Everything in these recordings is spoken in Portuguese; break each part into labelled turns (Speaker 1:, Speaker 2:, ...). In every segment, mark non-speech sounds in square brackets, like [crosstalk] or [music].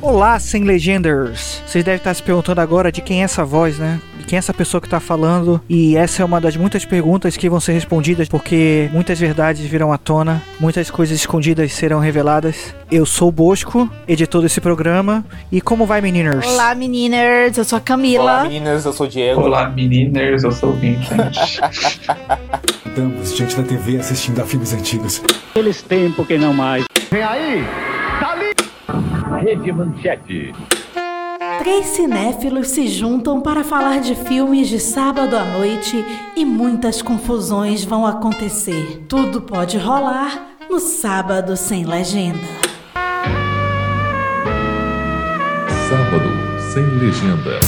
Speaker 1: Olá, Sem Legenders! Vocês devem estar se perguntando agora de quem é essa voz, né? De quem é essa pessoa que tá falando. E essa é uma das muitas perguntas que vão ser respondidas, porque muitas verdades virão à tona, muitas coisas escondidas serão reveladas. Eu sou o Bosco, editor desse programa. E como vai, meniners?
Speaker 2: Olá, meninas. Eu sou a
Speaker 3: Olá,
Speaker 2: Camila.
Speaker 3: meninas, eu sou o Diego.
Speaker 4: Olá, meninas, eu sou o Vincent.
Speaker 5: Estamos diante da TV assistindo a filmes antigos.
Speaker 6: Aqueles tempos que não mais.
Speaker 7: Três cinéfilos se juntam para falar de filmes de sábado à noite e muitas confusões vão acontecer. Tudo pode rolar no Sábado Sem Legenda.
Speaker 8: [laughs] Sábado, sem legenda.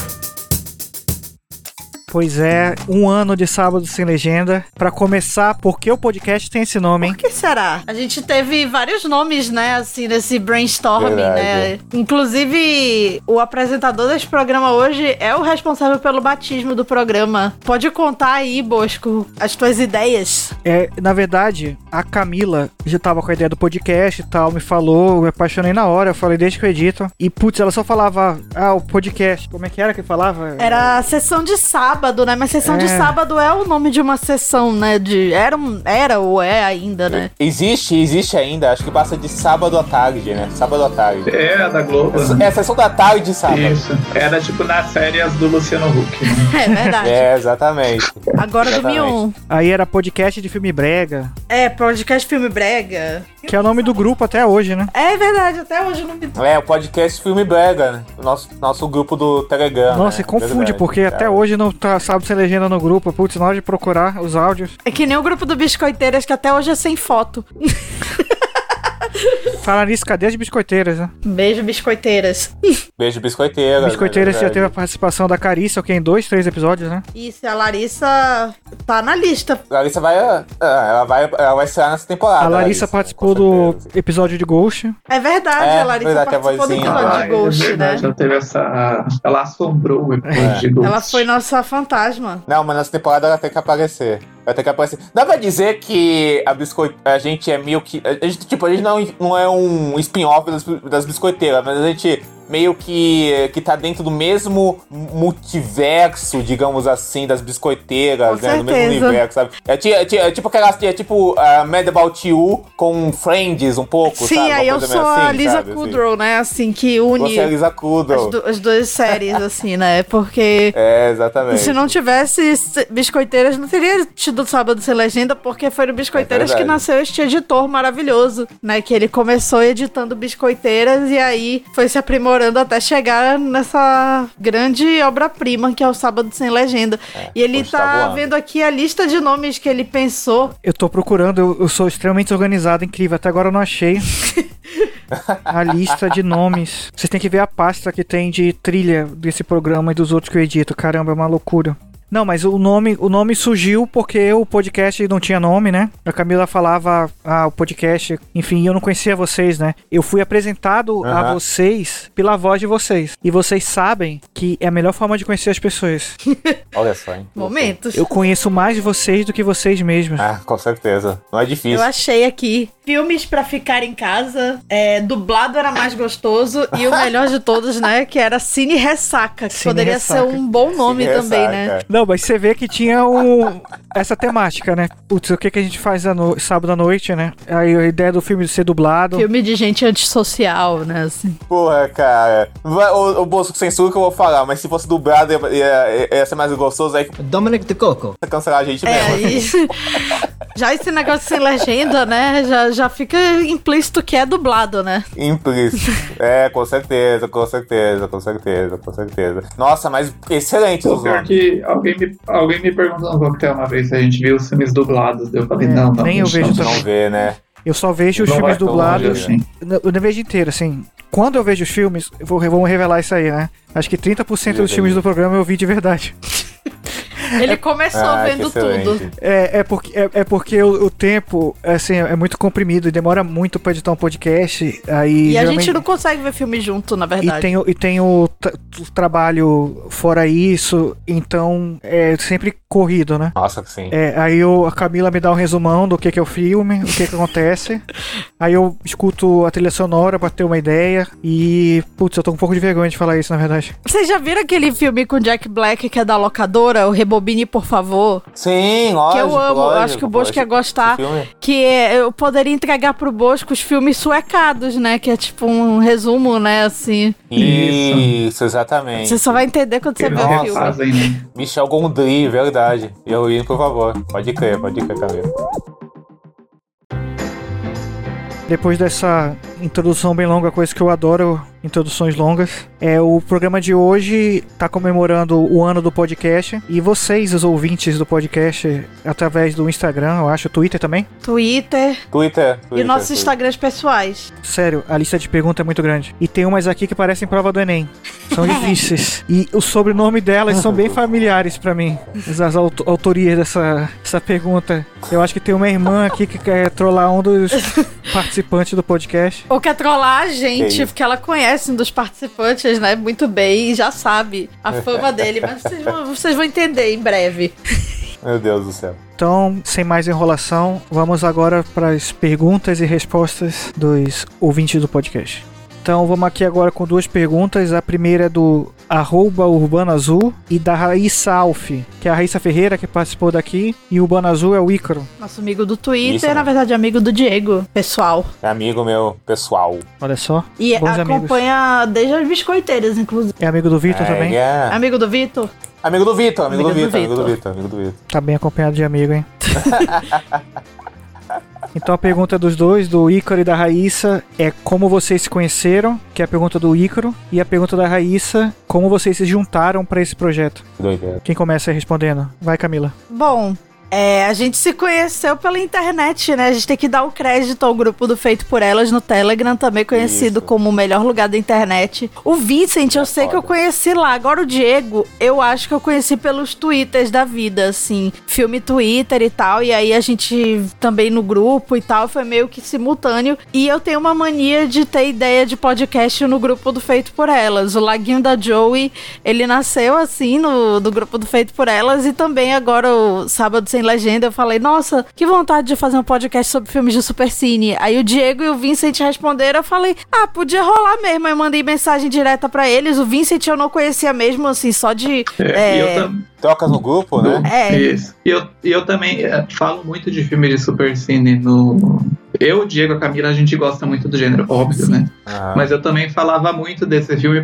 Speaker 1: Pois é, um ano de Sábado Sem Legenda. Pra começar, porque o podcast tem esse nome, hein?
Speaker 2: O que será? A gente teve vários nomes, né, assim, nesse brainstorming, né?
Speaker 3: Verdade.
Speaker 2: Inclusive, o apresentador desse programa hoje é o responsável pelo batismo do programa. Pode contar aí, Bosco, as tuas ideias.
Speaker 1: É, na verdade, a Camila já tava com a ideia do podcast e tal, me falou, eu me apaixonei na hora, eu falei, desde que eu edito. E putz, ela só falava, ah, o podcast, como é que era que falava?
Speaker 2: Era a sessão de sábado, né? Mas sessão de
Speaker 1: É.
Speaker 2: sábado é o nome de uma sessão, né? De era, um- era ou é ainda, né?
Speaker 3: Existe, existe ainda. Acho que passa de sábado à tarde, né? Sábado à tarde.
Speaker 4: É a da Globo.
Speaker 3: É a sessão da tarde de é sábado.
Speaker 4: Isso. Era tipo nas séries do Luciano Huck. né?
Speaker 2: É verdade.
Speaker 3: É, exatamente.
Speaker 2: Agora do
Speaker 3: Exatamente.
Speaker 2: Mion.
Speaker 1: Aí era podcast de filme brega,
Speaker 2: É, podcast filme brega.
Speaker 1: que é o nome do grupo até hoje, né?
Speaker 2: É verdade, até hoje não me.
Speaker 3: É, o podcast Filme Brega, né? O Nosso, nosso grupo do Telegram.
Speaker 1: Nossa,
Speaker 3: né?
Speaker 1: e confunde,
Speaker 3: Verdade,
Speaker 1: porque
Speaker 3: cara.
Speaker 1: até hoje não tá, sabe se é legenda no grupo. Putz, na hora de procurar os áudios.
Speaker 2: É que nem o grupo do Biscoiteiras, que até hoje é sem foto.
Speaker 1: Falar nisso, cadê as biscoiteiras, né?
Speaker 3: Um
Speaker 2: Beijo, biscoiteiras.
Speaker 3: Beijo, biscoiteira. né?
Speaker 1: Biscoiteiras já
Speaker 3: Verdade.
Speaker 1: teve a participação da Carissa, que em dois, três episódios, né?
Speaker 2: Isso, a Larissa tá na lista.
Speaker 3: Larissa vai. ah, Ela vai, ela vai estrear nessa temporada.
Speaker 1: a Larissa
Speaker 3: né?
Speaker 1: participou
Speaker 3: Com
Speaker 1: do
Speaker 3: certeza.
Speaker 1: episódio de Ghost.
Speaker 2: É verdade,
Speaker 3: É,
Speaker 2: a Larissa
Speaker 3: verdade, a
Speaker 2: participou do
Speaker 3: vozinha
Speaker 2: episódio
Speaker 3: lá.
Speaker 2: de Ghost, né?
Speaker 4: ah, é verdade, Ela teve essa. Ela assombrou o episódio de Ghost.
Speaker 2: Ela foi nossa fantasma.
Speaker 3: Não, mas nessa temporada ela tem que aparecer. Ela tem que aparecer. Dá pra dizer que a biscoite... a gente é meio que. A gente, tipo, a gente não, não é um spin-off das, das biscoiteiras, mas a gente meio que, que tá dentro do mesmo multiverso, digamos assim, das biscoiteiras,
Speaker 2: Com
Speaker 3: né? Do mesmo
Speaker 2: certeza.
Speaker 3: universo, sabe? É, ti- é ti- é tipo aquelas. É tipo a Mad About You com Friends um pouco,
Speaker 2: Sim,
Speaker 3: sabe? Uma
Speaker 2: aí eu
Speaker 3: coisa
Speaker 2: sou
Speaker 3: meio
Speaker 2: a
Speaker 3: assim,
Speaker 2: Lisa
Speaker 3: sabe? Assim.
Speaker 2: Kudrow, né? Assim, que une
Speaker 3: Você é a Lisa
Speaker 2: as,
Speaker 3: Kudrow.
Speaker 2: du- as duas
Speaker 3: [laughs]
Speaker 2: séries, assim, né? Porque
Speaker 3: É, exatamente.
Speaker 2: se não tivesse se- Biscoiteiras, não teria tido Sábado Sem Legenda, porque foi no Biscoiteiras
Speaker 3: É
Speaker 2: que
Speaker 3: verdade.
Speaker 2: nasceu este editor maravilhoso, né? Que ele começou editando Biscoiteiras e aí foi se aprimorando até chegar nessa grande obra-prima que é o Sábado Sem Legenda. e ele
Speaker 3: hoje tá
Speaker 2: tá
Speaker 3: voando.
Speaker 2: vendo aqui a lista de nomes que ele pensou.
Speaker 1: Eu tô procurando, eu, eu sou extremamente organizado, incrível. Até agora eu não achei a lista de nomes. Vocês têm que ver a pasta que tem de trilha desse programa e dos outros que eu edito. Caramba, é uma loucura. Não, mas o nome, o nome surgiu porque o podcast não tinha nome, né? A Camila falava, ah, o podcast, enfim, eu não conhecia vocês, né? Eu fui apresentado a
Speaker 3: Aham.
Speaker 1: vocês pela voz de vocês. E vocês sabem que é a melhor forma de conhecer as pessoas.
Speaker 3: Olha só, hein?
Speaker 2: Momentos.
Speaker 1: Eu conheço mais vocês do que vocês mesmos.
Speaker 3: Ah, com certeza. Não é difícil.
Speaker 2: Eu achei aqui. Filmes pra ficar em casa. é, dublado era mais gostoso. E o melhor de todos, né? Que era Cine Ressaca. Que
Speaker 1: Cine
Speaker 2: poderia
Speaker 1: Ressaca.
Speaker 2: ser um bom nome
Speaker 3: [laughs] Sim,
Speaker 2: também,
Speaker 3: ressaca.
Speaker 2: né?
Speaker 1: Não, mas você vê que tinha um, essa temática, né? Putz, o que, que a gente faz à no- sábado à noite, né? Aí a ideia do filme ser dublado.
Speaker 2: Filme de gente antissocial, né? assim.
Speaker 3: Porra, cara. Vai, ô, ô Bolso, censura que eu vou falar, mas se fosse dublado ia, ia, ia ser mais gostoso, aí que
Speaker 6: Dominic de Coco.
Speaker 3: cancelar a gente
Speaker 2: É,
Speaker 3: mesmo.
Speaker 2: isso. [laughs] Já esse negócio sem legenda, né? Já, já fica implícito que é dublado, né? [laughs]
Speaker 3: Implícito. é, com certeza, com certeza, com certeza, com certeza. Nossa, mas excelente os
Speaker 4: Pior
Speaker 3: nomes.
Speaker 4: que alguém me, alguém me perguntou no coquetel uma vez se a gente viu os filmes dublados. Eu falei,
Speaker 1: É,
Speaker 4: não, não.
Speaker 1: nem eu
Speaker 4: gente,
Speaker 1: vejo
Speaker 4: não,
Speaker 1: também.
Speaker 3: Vamos ver,
Speaker 2: [laughs]
Speaker 3: né?
Speaker 1: Eu só vejo os
Speaker 4: não vai
Speaker 1: filmes
Speaker 4: tão longe
Speaker 1: dublados. né?
Speaker 4: assim.
Speaker 1: Eu eu não vejo inteiro, assim. Quando eu vejo os filmes, eu vou, vamos revelar isso aí, né? Acho que 30%
Speaker 3: Meu
Speaker 1: dos filmes do
Speaker 3: Deus.
Speaker 1: programa eu vi de verdade.
Speaker 2: Ele começou
Speaker 3: Ah, que
Speaker 2: vendo
Speaker 3: excelente.
Speaker 2: tudo.
Speaker 1: É, é porque, é, é porque o, o tempo, assim, é muito comprimido e demora muito pra editar um podcast. Aí,
Speaker 2: E, a
Speaker 1: geralmente-
Speaker 2: gente não consegue ver filme junto, na
Speaker 1: E
Speaker 2: verdade.
Speaker 1: tem, o- e tem o, tra- o trabalho fora isso, então é sempre corrido, né?
Speaker 3: Nossa, sim.
Speaker 1: É, aí eu- a Camila me dá um resumão do que, que é o filme, o que, que acontece. aí eu escuto a trilha sonora pra ter uma ideia. E, putz, eu tô com um pouco de vergonha de falar isso, na verdade.
Speaker 2: Vocês já viram aquele filme com Jack Black que é da locadora? O Rebobine, por favor.
Speaker 3: Sim, lógico.
Speaker 2: que eu amo.
Speaker 3: lógico,
Speaker 2: acho que o Bosco tá ia
Speaker 3: lógico.
Speaker 2: gostar.
Speaker 3: Esse filme.
Speaker 2: Que é, eu poderia entregar pro Bosco os filmes suecados, né? Que é tipo um resumo, né? Assim.
Speaker 3: Isso, exatamente.
Speaker 2: Você só vai entender quando você
Speaker 4: Eles
Speaker 2: ver o filme.
Speaker 4: refazem, né?
Speaker 3: Michel Gondry, verdade. E eu ia, por favor. Pode crer, pode crer, Camila.
Speaker 1: Depois dessa introdução bem longa, coisa que eu adoro, introduções longas, é o programa de hoje tá comemorando o ano do podcast. E vocês, os ouvintes do podcast, através do Instagram, eu acho, Twitter também.
Speaker 2: Twitter,
Speaker 3: Twitter, Twitter.
Speaker 2: e nossos
Speaker 3: Twitter.
Speaker 2: Instagrams pessoais.
Speaker 1: Sério, a lista de perguntas é muito grande. E tem umas aqui que parecem prova do Enem. São difíceis. E o sobrenome delas são bem familiares pra mim. As, as aut- autorias dessa essa pergunta. Eu acho que tem uma irmã aqui que quer trollar um dos participantes do podcast.
Speaker 2: Ou quer é trollar a
Speaker 3: Que
Speaker 2: gente,
Speaker 3: isso.
Speaker 2: porque ela conhece um dos participantes, né? Muito bem, e já sabe a
Speaker 3: [laughs]
Speaker 2: fama dele. Mas vocês vão, vocês vão entender em breve.
Speaker 3: Meu Deus do céu.
Speaker 1: Então, sem mais enrolação, vamos agora para as perguntas e respostas dos ouvintes do podcast. Então, vamos aqui agora com duas perguntas. A primeira é do arroba Urbana Azul e da Raíssa Alf, que é a Raíssa Ferreira que participou daqui. E o Urbana Azul é o Ícaro.
Speaker 2: Nosso amigo do Twitter,
Speaker 3: Isso, né?
Speaker 2: na verdade, amigo do Diego, pessoal.
Speaker 3: É amigo meu, pessoal.
Speaker 1: Olha só.
Speaker 2: E
Speaker 1: Bons
Speaker 2: acompanha desde as biscoiteiras, inclusive.
Speaker 1: É amigo do Vitor
Speaker 3: É,
Speaker 1: também.
Speaker 3: é.
Speaker 2: Amigo do Vitor?
Speaker 3: Amigo do Vitor, amigo, do
Speaker 2: Amigo do
Speaker 3: Vitor, amigo do
Speaker 2: Vitor.
Speaker 3: Vitor, amigo do Vitor.
Speaker 1: Tá bem acompanhado de amigo, hein? Então a pergunta dos dois, do Ícaro e da Raíssa, é como vocês se conheceram, que é a pergunta do Ícaro, e a pergunta da Raíssa, como vocês se juntaram pra esse projeto.
Speaker 3: Que doideira.
Speaker 1: Quem começa aí respondendo? Vai, Camila.
Speaker 2: Bom, é, a gente se conheceu pela internet, né? A gente tem que dar o crédito ao grupo do Feito por Elas no Telegram, também conhecido
Speaker 3: Isso. É
Speaker 2: como o melhor lugar da internet. O Vincent, eu sei que eu
Speaker 3: foda.
Speaker 2: conheci lá. Agora o Diego, eu acho que eu conheci pelos twitters da vida, assim. Filme Twitter e tal. E aí a gente também no grupo e tal. Foi meio que simultâneo. E eu tenho uma mania de ter ideia de podcast no grupo do Feito por Elas. O Laguinho da Joey ele nasceu assim no do grupo do Feito por Elas e também agora o Sábado Sem Legenda eu falei, nossa, que vontade de fazer um podcast sobre filmes de Supercine. Aí o Diego e o Vincent responderam, eu falei, ah, podia rolar mesmo. Eu mandei mensagem direta pra eles. O Vincent eu não conhecia mesmo, assim, só de.
Speaker 3: [laughs]
Speaker 4: É, e eu
Speaker 2: É.
Speaker 4: tam-
Speaker 3: Trocas no grupo, né?
Speaker 2: É,
Speaker 4: Isso. E eu, e eu também eh, falo muito de filme de supercine no. Eu, Diego, a Camila, a gente gosta muito do gênero, óbvio,
Speaker 2: Sim.
Speaker 4: né?
Speaker 3: Aham.
Speaker 4: Mas eu também falava muito desse filme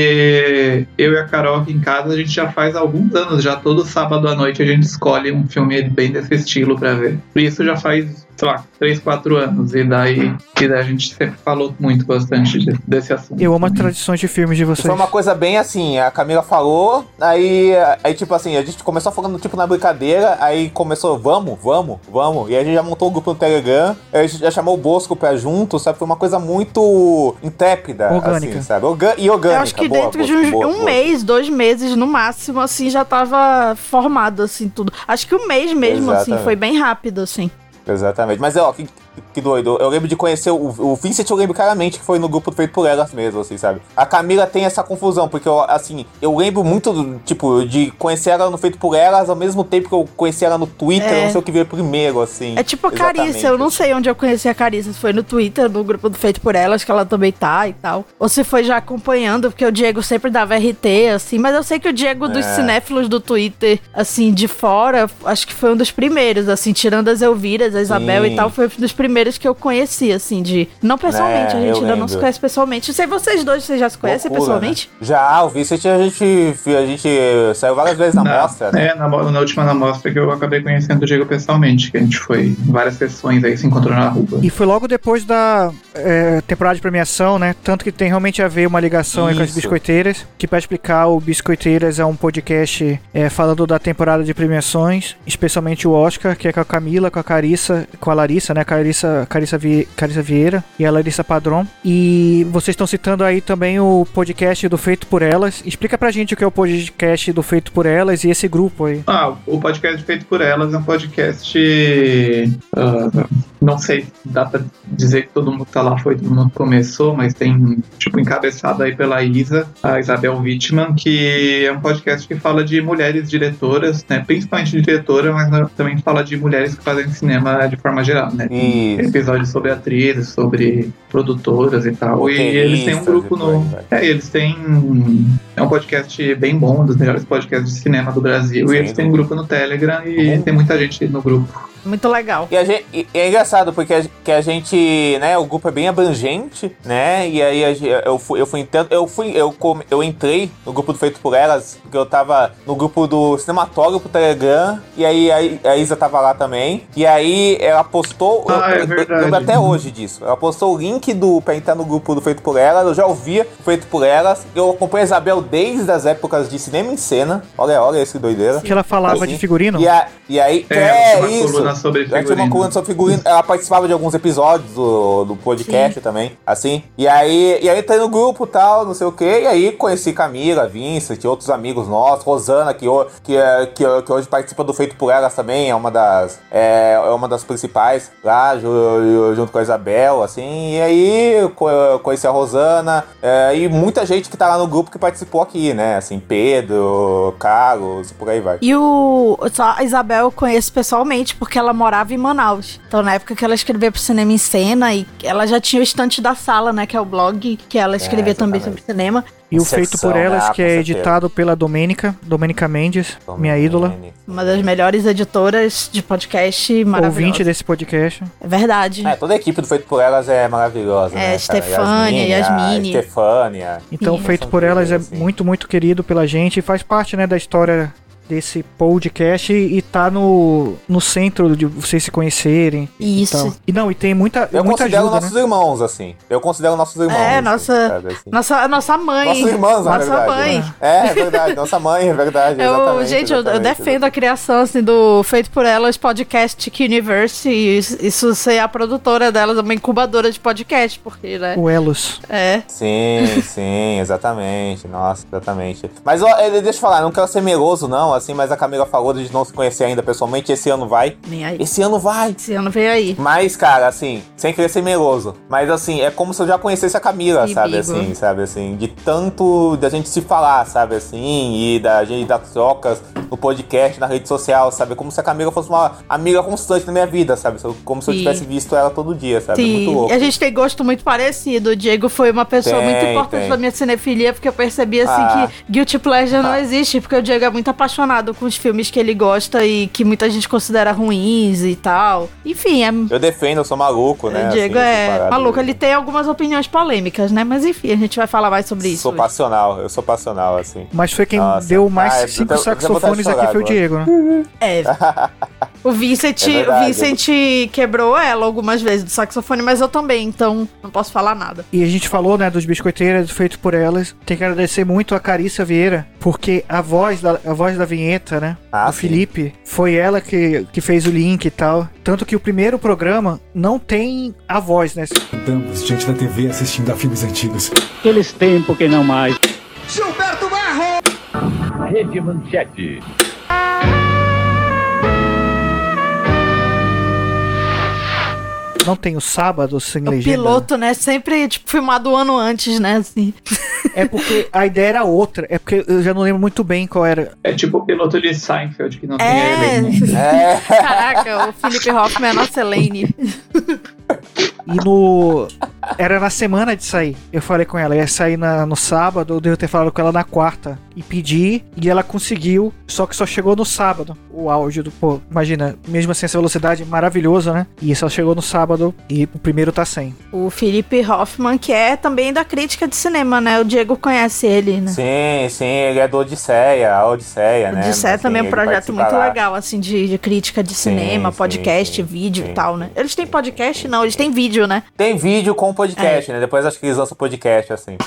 Speaker 4: porque eu e a Carol aqui em casa a gente já faz alguns anos, já todo sábado à noite a gente escolhe um filme bem desse estilo pra ver. E isso já faz, sei lá, 3, 4 anos. E daí, e daí a gente sempre falou muito bastante de- desse assunto.
Speaker 1: Eu amo as
Speaker 4: também.
Speaker 1: tradições de filmes de vocês.
Speaker 3: Foi é uma coisa bem assim, a Camila falou, aí, aí tipo assim, a gente começou falando tipo na brincadeira, aí começou, vamos, vamos, vamos, e a gente já montou o grupo no Telegram, aí a gente já chamou o Bosco pra junto, sabe? Foi uma coisa muito intrépida,
Speaker 1: Orgânica.
Speaker 3: assim, sabe? Orga- e orgânica.
Speaker 2: eu acho que
Speaker 3: boa,
Speaker 2: dentro de
Speaker 3: Bosco,
Speaker 2: uns-
Speaker 3: boa,
Speaker 2: um
Speaker 3: boa.
Speaker 2: mês, dois meses no máximo, assim, já tava formado, assim, tudo. Acho que um mês mesmo, assim,
Speaker 3: Exatamente.
Speaker 2: foi bem rápido, assim.
Speaker 3: Exatamente, mas ó, que, que doido, eu lembro de conhecer o, o Vincent, eu lembro claramente que foi no grupo feito por elas mesmo, assim, sabe? A Camila tem essa confusão, porque eu, assim, eu lembro muito, do, tipo, de conhecer ela no feito por elas, ao mesmo tempo que eu conheci ela no Twitter,
Speaker 2: É.
Speaker 3: eu não sei o que veio primeiro, assim.
Speaker 2: É tipo a
Speaker 3: Exatamente.
Speaker 2: Carissa, eu não sei onde eu conheci a Carissa, se foi no Twitter, no grupo do Feito por Elas, que ela também tá e tal. Ou se foi já acompanhando, porque o Diego sempre dava RT, assim, mas eu sei que o Diego dos
Speaker 3: É.
Speaker 2: cinéfilos do Twitter, assim, de fora, acho que foi um dos primeiros, assim, tirando as Elviras, a Isabel
Speaker 3: Sim.
Speaker 2: e tal, foi um dos primeiros que eu conheci, assim, de. Não pessoalmente,
Speaker 3: É,
Speaker 2: a gente
Speaker 3: eu
Speaker 2: ainda não se
Speaker 3: lembro.
Speaker 2: conhece pessoalmente. Sei vocês dois, vocês já se conhecem
Speaker 3: Loucura,
Speaker 2: pessoalmente?
Speaker 3: né? Já, o Vincent a gente, a gente saiu várias vezes na
Speaker 4: Na-
Speaker 3: mostra, né?
Speaker 4: É, na, mo- na última na mostra que eu acabei conhecendo o Diego pessoalmente, que a gente foi em várias sessões aí, se encontrou na rua.
Speaker 1: E foi logo depois da. é, temporada de premiação, né? Tanto que tem realmente a ver uma ligação aí com as
Speaker 3: Isso.
Speaker 1: biscoiteiras. Que pra explicar, o Biscoiteiras é um podcast é, falando da temporada de premiações, especialmente o Oscar, que é com a Camila, com a Carissa, com a Larissa, né? Carissa, Carissa, Vi- Carissa Vieira e a Larissa Padron. E vocês estão citando aí também o podcast do Feito por Elas. Explica pra gente o que é o podcast do Feito por Elas e esse grupo aí.
Speaker 4: Ah, o podcast feito por elas é um podcast. ah, não sei se dá pra dizer que todo mundo que tá lá foi todo mundo que começou, mas tem, tipo, encabeçado aí pela Isa, a Isabel Wittmann, que é um podcast que fala de mulheres diretoras, né? Principalmente diretora, mas também fala de mulheres que fazem cinema de forma geral, né?
Speaker 3: Isso.
Speaker 4: episódios sobre atrizes, sobre produtoras e tal. E eles têm um grupo no.
Speaker 3: novo.
Speaker 4: É, eles têm. É um podcast bem bom, um dos melhores podcasts de cinema do Brasil.
Speaker 3: Sim, Uhum.
Speaker 4: e eles têm um grupo no Telegram e
Speaker 3: Bom.
Speaker 4: tem muita gente no grupo.
Speaker 2: Muito legal.
Speaker 3: E, a gente, e- e é engraçado, porque a, que a gente, né, o grupo é bem abrangente, né? E aí a ge- eu fui, eu fui entrando, eu fui, eu, come- eu entrei no grupo do Feito por Elas, porque eu tava no grupo do Cinematógrafo Telegram, e aí a, a Isa tava lá também. E aí ela postou.
Speaker 4: Ah,
Speaker 3: eu,
Speaker 4: é
Speaker 3: eu- eu
Speaker 4: verdade.
Speaker 3: lembro até hoje disso. Ela postou o link do pra entrar no grupo do Feito por Elas, eu já ouvia o Feito por Elas. Eu acompanho a Isabel desde as épocas de cinema em cena. Olha, olha esse doideira.
Speaker 1: Que ela falava
Speaker 3: Assim.
Speaker 1: de figurino.
Speaker 3: E, a, e aí,
Speaker 4: É,
Speaker 3: é,
Speaker 4: uma
Speaker 3: isso.
Speaker 4: coluna sobre
Speaker 3: Ela tinha uma
Speaker 4: figurino.
Speaker 3: coluna sobre figurino. Ela participava de alguns episódios do, do podcast também, assim. E aí, e aí tá no grupo e tal, não sei o quê. E aí conheci Camila, Vincent, outros amigos nossos. Rosana, que, ho- que, é- que, ho- que hoje participa do Feito por Elas também. É uma das, é, é uma das principais lá, ju- ju- junto com a Isabel, assim. E aí eu co- eu conheci a Rosana. é, e muita gente que tá lá no grupo que participou aqui, né? Assim, Pedro, Carlos, por aí vai.
Speaker 2: E o só a Isabel eu conheço pessoalmente porque ela morava em Manaus. Então na época que ela escrevia pro cinema em cena e ela já tinha o estante da sala, né, que é o blog que ela escrevia também sobre
Speaker 3: exatamente.
Speaker 2: cinema.
Speaker 1: E o
Speaker 3: Secção,
Speaker 1: Feito por
Speaker 3: né?
Speaker 1: Elas,
Speaker 3: Ah,
Speaker 1: que
Speaker 3: com
Speaker 1: é
Speaker 3: certeza.
Speaker 1: editado pela Domênica, Domênica Mendes, minha ídola,
Speaker 2: Uma das melhores editoras de podcast
Speaker 1: ouvinte
Speaker 2: maravilhosa.
Speaker 1: desse podcast.
Speaker 2: É verdade.
Speaker 3: É, toda a equipe do Feito por Elas é maravilhosa,
Speaker 2: É,
Speaker 3: né? cara?
Speaker 2: Stefânia, Yasmine.
Speaker 3: Stefânia.
Speaker 1: Então,
Speaker 2: Sim.
Speaker 1: Feito
Speaker 3: São
Speaker 1: por Elas é
Speaker 3: queridas, sim.
Speaker 1: muito, muito querido pela gente e faz parte né, da história desse podcast e e tá no, no centro de vocês se conhecerem. e
Speaker 2: Isso.
Speaker 1: tal. E não, e tem muita,
Speaker 3: Eu
Speaker 1: muita
Speaker 3: considero
Speaker 1: ajuda,
Speaker 3: nossos
Speaker 1: né?
Speaker 3: irmãos, assim. Eu considero nossos irmãos. assim,
Speaker 2: É, nossa-
Speaker 3: sabe, assim.
Speaker 2: Nossa, a nossa mãe.
Speaker 3: Nossos irmãos, na
Speaker 2: nossa
Speaker 3: verdade.
Speaker 2: mãe.
Speaker 3: né? É, é verdade. Nossa mãe, é verdade.
Speaker 2: Eu,
Speaker 3: exatamente,
Speaker 2: gente, eu, eu
Speaker 3: exatamente,
Speaker 2: defendo a criação assim, do Feito por Elas Podcast Universe. E isso- isso ser a produtora delas, uma incubadora de podcast, porque, né?
Speaker 1: O Elos.
Speaker 2: É.
Speaker 3: Sim, sim, exatamente. Nossa, exatamente. Mas ó, eh, deixa eu falar, não quero ser meloso, não, assim, mas a Camila falou de não se conhecer ainda pessoalmente. Esse ano vai.
Speaker 2: Vem aí.
Speaker 3: Esse ano vai.
Speaker 2: Esse ano vem aí.
Speaker 3: Mas, cara, assim, sem querer ser meloso. Mas, assim, é como se eu já conhecesse a Camila,
Speaker 2: Que
Speaker 3: sabe?
Speaker 2: bigo.
Speaker 3: Assim, sabe? Assim, de tanto da gente se falar, sabe? Assim, e da gente dar trocas no podcast, na rede social, sabe? Como se a Camila fosse uma amiga constante na minha vida, sabe? Como se eu
Speaker 2: Sim.
Speaker 3: tivesse visto ela todo dia, sabe? é
Speaker 2: Sim.
Speaker 3: Muito louco.
Speaker 2: E a gente tem gosto muito parecido. O Diego foi uma pessoa
Speaker 3: Tem,
Speaker 2: muito importante
Speaker 3: tem.
Speaker 2: da minha cinefilia, porque eu percebi assim
Speaker 3: Ah.
Speaker 2: que Guilty Pleasure não
Speaker 3: Ah.
Speaker 2: existe, porque o Diego é muito apaixonado com os filmes que ele gosta e que muita gente considera ruins e tal. Enfim, é.
Speaker 3: Eu defendo, eu sou maluco, né?
Speaker 2: o Diego
Speaker 3: assim, essa
Speaker 2: é
Speaker 3: parada
Speaker 2: maluco,
Speaker 3: de-
Speaker 2: ele tem algumas opiniões polêmicas, né? Mas enfim, a gente vai falar mais sobre isso.
Speaker 3: Sou
Speaker 2: hoje.
Speaker 3: passional, eu sou
Speaker 2: [laughs]
Speaker 3: passional, assim.
Speaker 1: Mas foi quem
Speaker 3: Nossa.
Speaker 1: deu mais
Speaker 3: Ah, eu
Speaker 1: cinco
Speaker 3: tô- eu tô com vontade
Speaker 1: saxofones
Speaker 3: de chorar
Speaker 1: aqui, foi o
Speaker 3: agora.
Speaker 1: Diego, né?
Speaker 3: [laughs]
Speaker 2: É. O Vincent,
Speaker 3: É
Speaker 2: o
Speaker 3: verdade.
Speaker 2: Vincent quebrou ela algumas vezes do saxofone, mas eu também, então não posso falar nada.
Speaker 1: E a gente falou, né, dos biscoiteiras feito por elas. Tem que agradecer muito a Carissa Vieira, porque a voz da, a voz da vinheta, né?
Speaker 3: Ah,
Speaker 1: do
Speaker 3: sim.
Speaker 1: Felipe, foi ela que, que fez o link e tal. Tanto que o primeiro programa não tem a voz, né?
Speaker 5: Estamos diante da TV assistindo a filmes antigos.
Speaker 6: Aqueles tempos que não mais.
Speaker 8: Rede Manchete.
Speaker 1: Não tem o sábado sem
Speaker 2: O
Speaker 1: legenda.
Speaker 2: piloto, né? Sempre, tipo, filmado um ano antes, né? Assim.
Speaker 1: É porque a ideia era outra. É porque eu já não lembro muito bem qual era.
Speaker 4: É tipo o piloto de Seinfeld, que não tem
Speaker 2: É.
Speaker 4: ele. né?
Speaker 2: [laughs]
Speaker 3: É,
Speaker 2: Caraca, o Felipe Hoffman é a nossa Elaine.
Speaker 1: E no. Era na semana de sair. Eu falei com ela. Ia sair na- no sábado, eu devo ter falado com ela na quarta. e pedir, e ela conseguiu, só que só chegou no sábado o áudio do. Pô, imagina, mesmo assim, essa velocidade maravilhosa, né? E isso ela chegou no sábado e o primeiro tá sem.
Speaker 2: O Felipe Hoffman, que é também da crítica de cinema, né? O Diego conhece ele, né?
Speaker 3: Sim, sim, ele é do Odisseia, a Odisseia, né?
Speaker 2: De Sé
Speaker 3: Assim,
Speaker 2: também é um
Speaker 3: ele
Speaker 2: projeto
Speaker 3: participa
Speaker 2: muito
Speaker 3: lá.
Speaker 2: legal, assim, de, de crítica de
Speaker 3: Sim,
Speaker 2: cinema,
Speaker 3: sim,
Speaker 2: podcast,
Speaker 3: sim,
Speaker 2: vídeo e
Speaker 3: sim.
Speaker 2: tal, né? Eles têm podcast? Não, eles têm vídeo, né?
Speaker 3: Tem vídeo com podcast, né? Depois acho que eles lançam podcast, assim.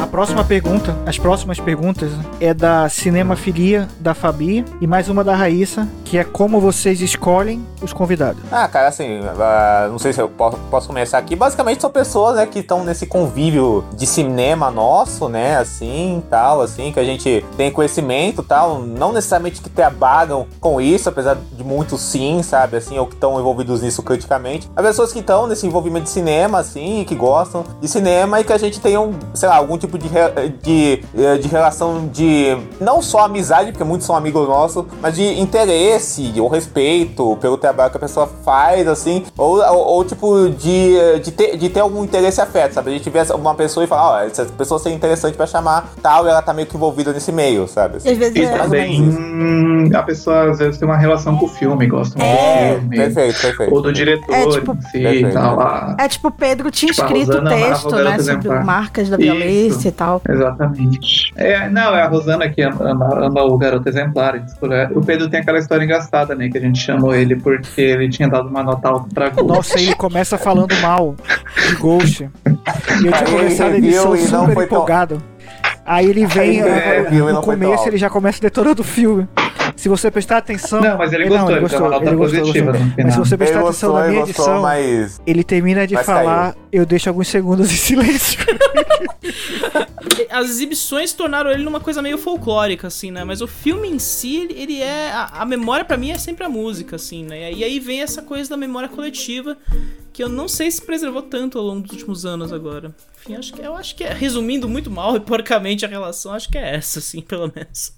Speaker 1: A próxima pergunta, as próximas perguntas, né, é da Cinemafilia, da Fabi, e mais uma da Raíssa, que é como vocês escolhem os convidados.
Speaker 3: Ah, cara, assim, ah, não sei se eu posso, posso começar aqui. Basicamente são pessoas, né, que estão nesse convívio de cinema nosso, né, assim, tal, assim, que a gente tem conhecimento, tal, não necessariamente que trabalham com isso, apesar de muitos sim, sabe, assim, ou que estão envolvidos nisso criticamente. As pessoas que estão nesse envolvimento de cinema, assim, e que gostam de cinema e que a gente tem um, sei lá, algum tipo de, re- de, eh, de relação de, não só amizade, porque muitos são amigos nossos, mas de interesse ou respeito pelo trabalho que a pessoa faz, assim, ou, ou- ou, tipo, de, eh, de, ter, de ter algum interesse e afeto, sabe? A gente vê uma pessoa e fala, ó, essa pessoa seria interessante pra chamar tal, e ela tá meio que envolvida nesse meio, sabe?
Speaker 2: Às vezes
Speaker 4: E
Speaker 2: é-
Speaker 3: mais ou
Speaker 4: também
Speaker 3: menos
Speaker 4: hum, a pessoa às vezes tem uma relação com o filme, gosta muito
Speaker 3: É,
Speaker 4: do filme.
Speaker 3: perfeito, perfeito.
Speaker 4: Ou do diretor
Speaker 2: É, tipo-
Speaker 4: em si
Speaker 3: Perfeito.
Speaker 4: e tal. ah,
Speaker 2: É tipo, Pedro tinha
Speaker 4: Tipo, a
Speaker 2: escrito o
Speaker 4: Rosana amava
Speaker 2: texto,
Speaker 4: o
Speaker 2: né?
Speaker 4: Garoto
Speaker 2: Sobre
Speaker 4: Exemplar.
Speaker 2: marcas da
Speaker 4: Isso.
Speaker 2: violência e tal.
Speaker 4: Exatamente. É, não, é a Rosana que ama, ama- ama o garoto exemplar. ele escolheu- O Pedro tem aquela história engraçada, né? Que a gente chamou ele porque ele tinha dado uma nota alta pra Gol.
Speaker 1: Nossa, ele começa falando mal de Ghost. E eu tinha
Speaker 3: Aí
Speaker 1: começado a
Speaker 3: ele
Speaker 1: edição
Speaker 3: viu e não
Speaker 1: super
Speaker 3: foi tão-
Speaker 1: empolgado. Aí ele vem,
Speaker 3: Aí ele
Speaker 1: ah,
Speaker 3: viu
Speaker 1: no
Speaker 3: e não foi tão
Speaker 1: começo
Speaker 3: alto.
Speaker 1: ele já começa detonando o filme. Se você prestar atenção.
Speaker 4: Não, mas ele gostou, ele deu uma nota positiva no final.
Speaker 1: Mas se você
Speaker 3: Ele
Speaker 1: prestar atenção na
Speaker 3: ele
Speaker 1: minha
Speaker 3: gostou,
Speaker 1: edição,
Speaker 3: mas
Speaker 1: ele termina de
Speaker 3: Mas
Speaker 1: falar, eu deixo alguns segundos em [laughs] silêncio.
Speaker 9: As exibições tornaram ele numa coisa meio folclórica, assim, né? Mas o filme em si, ele, ele é. A, a memória pra mim é sempre a música, assim, né? E aí vem essa coisa da memória coletiva que eu não sei se preservou tanto ao longo dos últimos anos agora. Enfim, acho que, eu acho que é. Resumindo muito mal e porcamente a relação, acho que é essa, assim, pelo menos.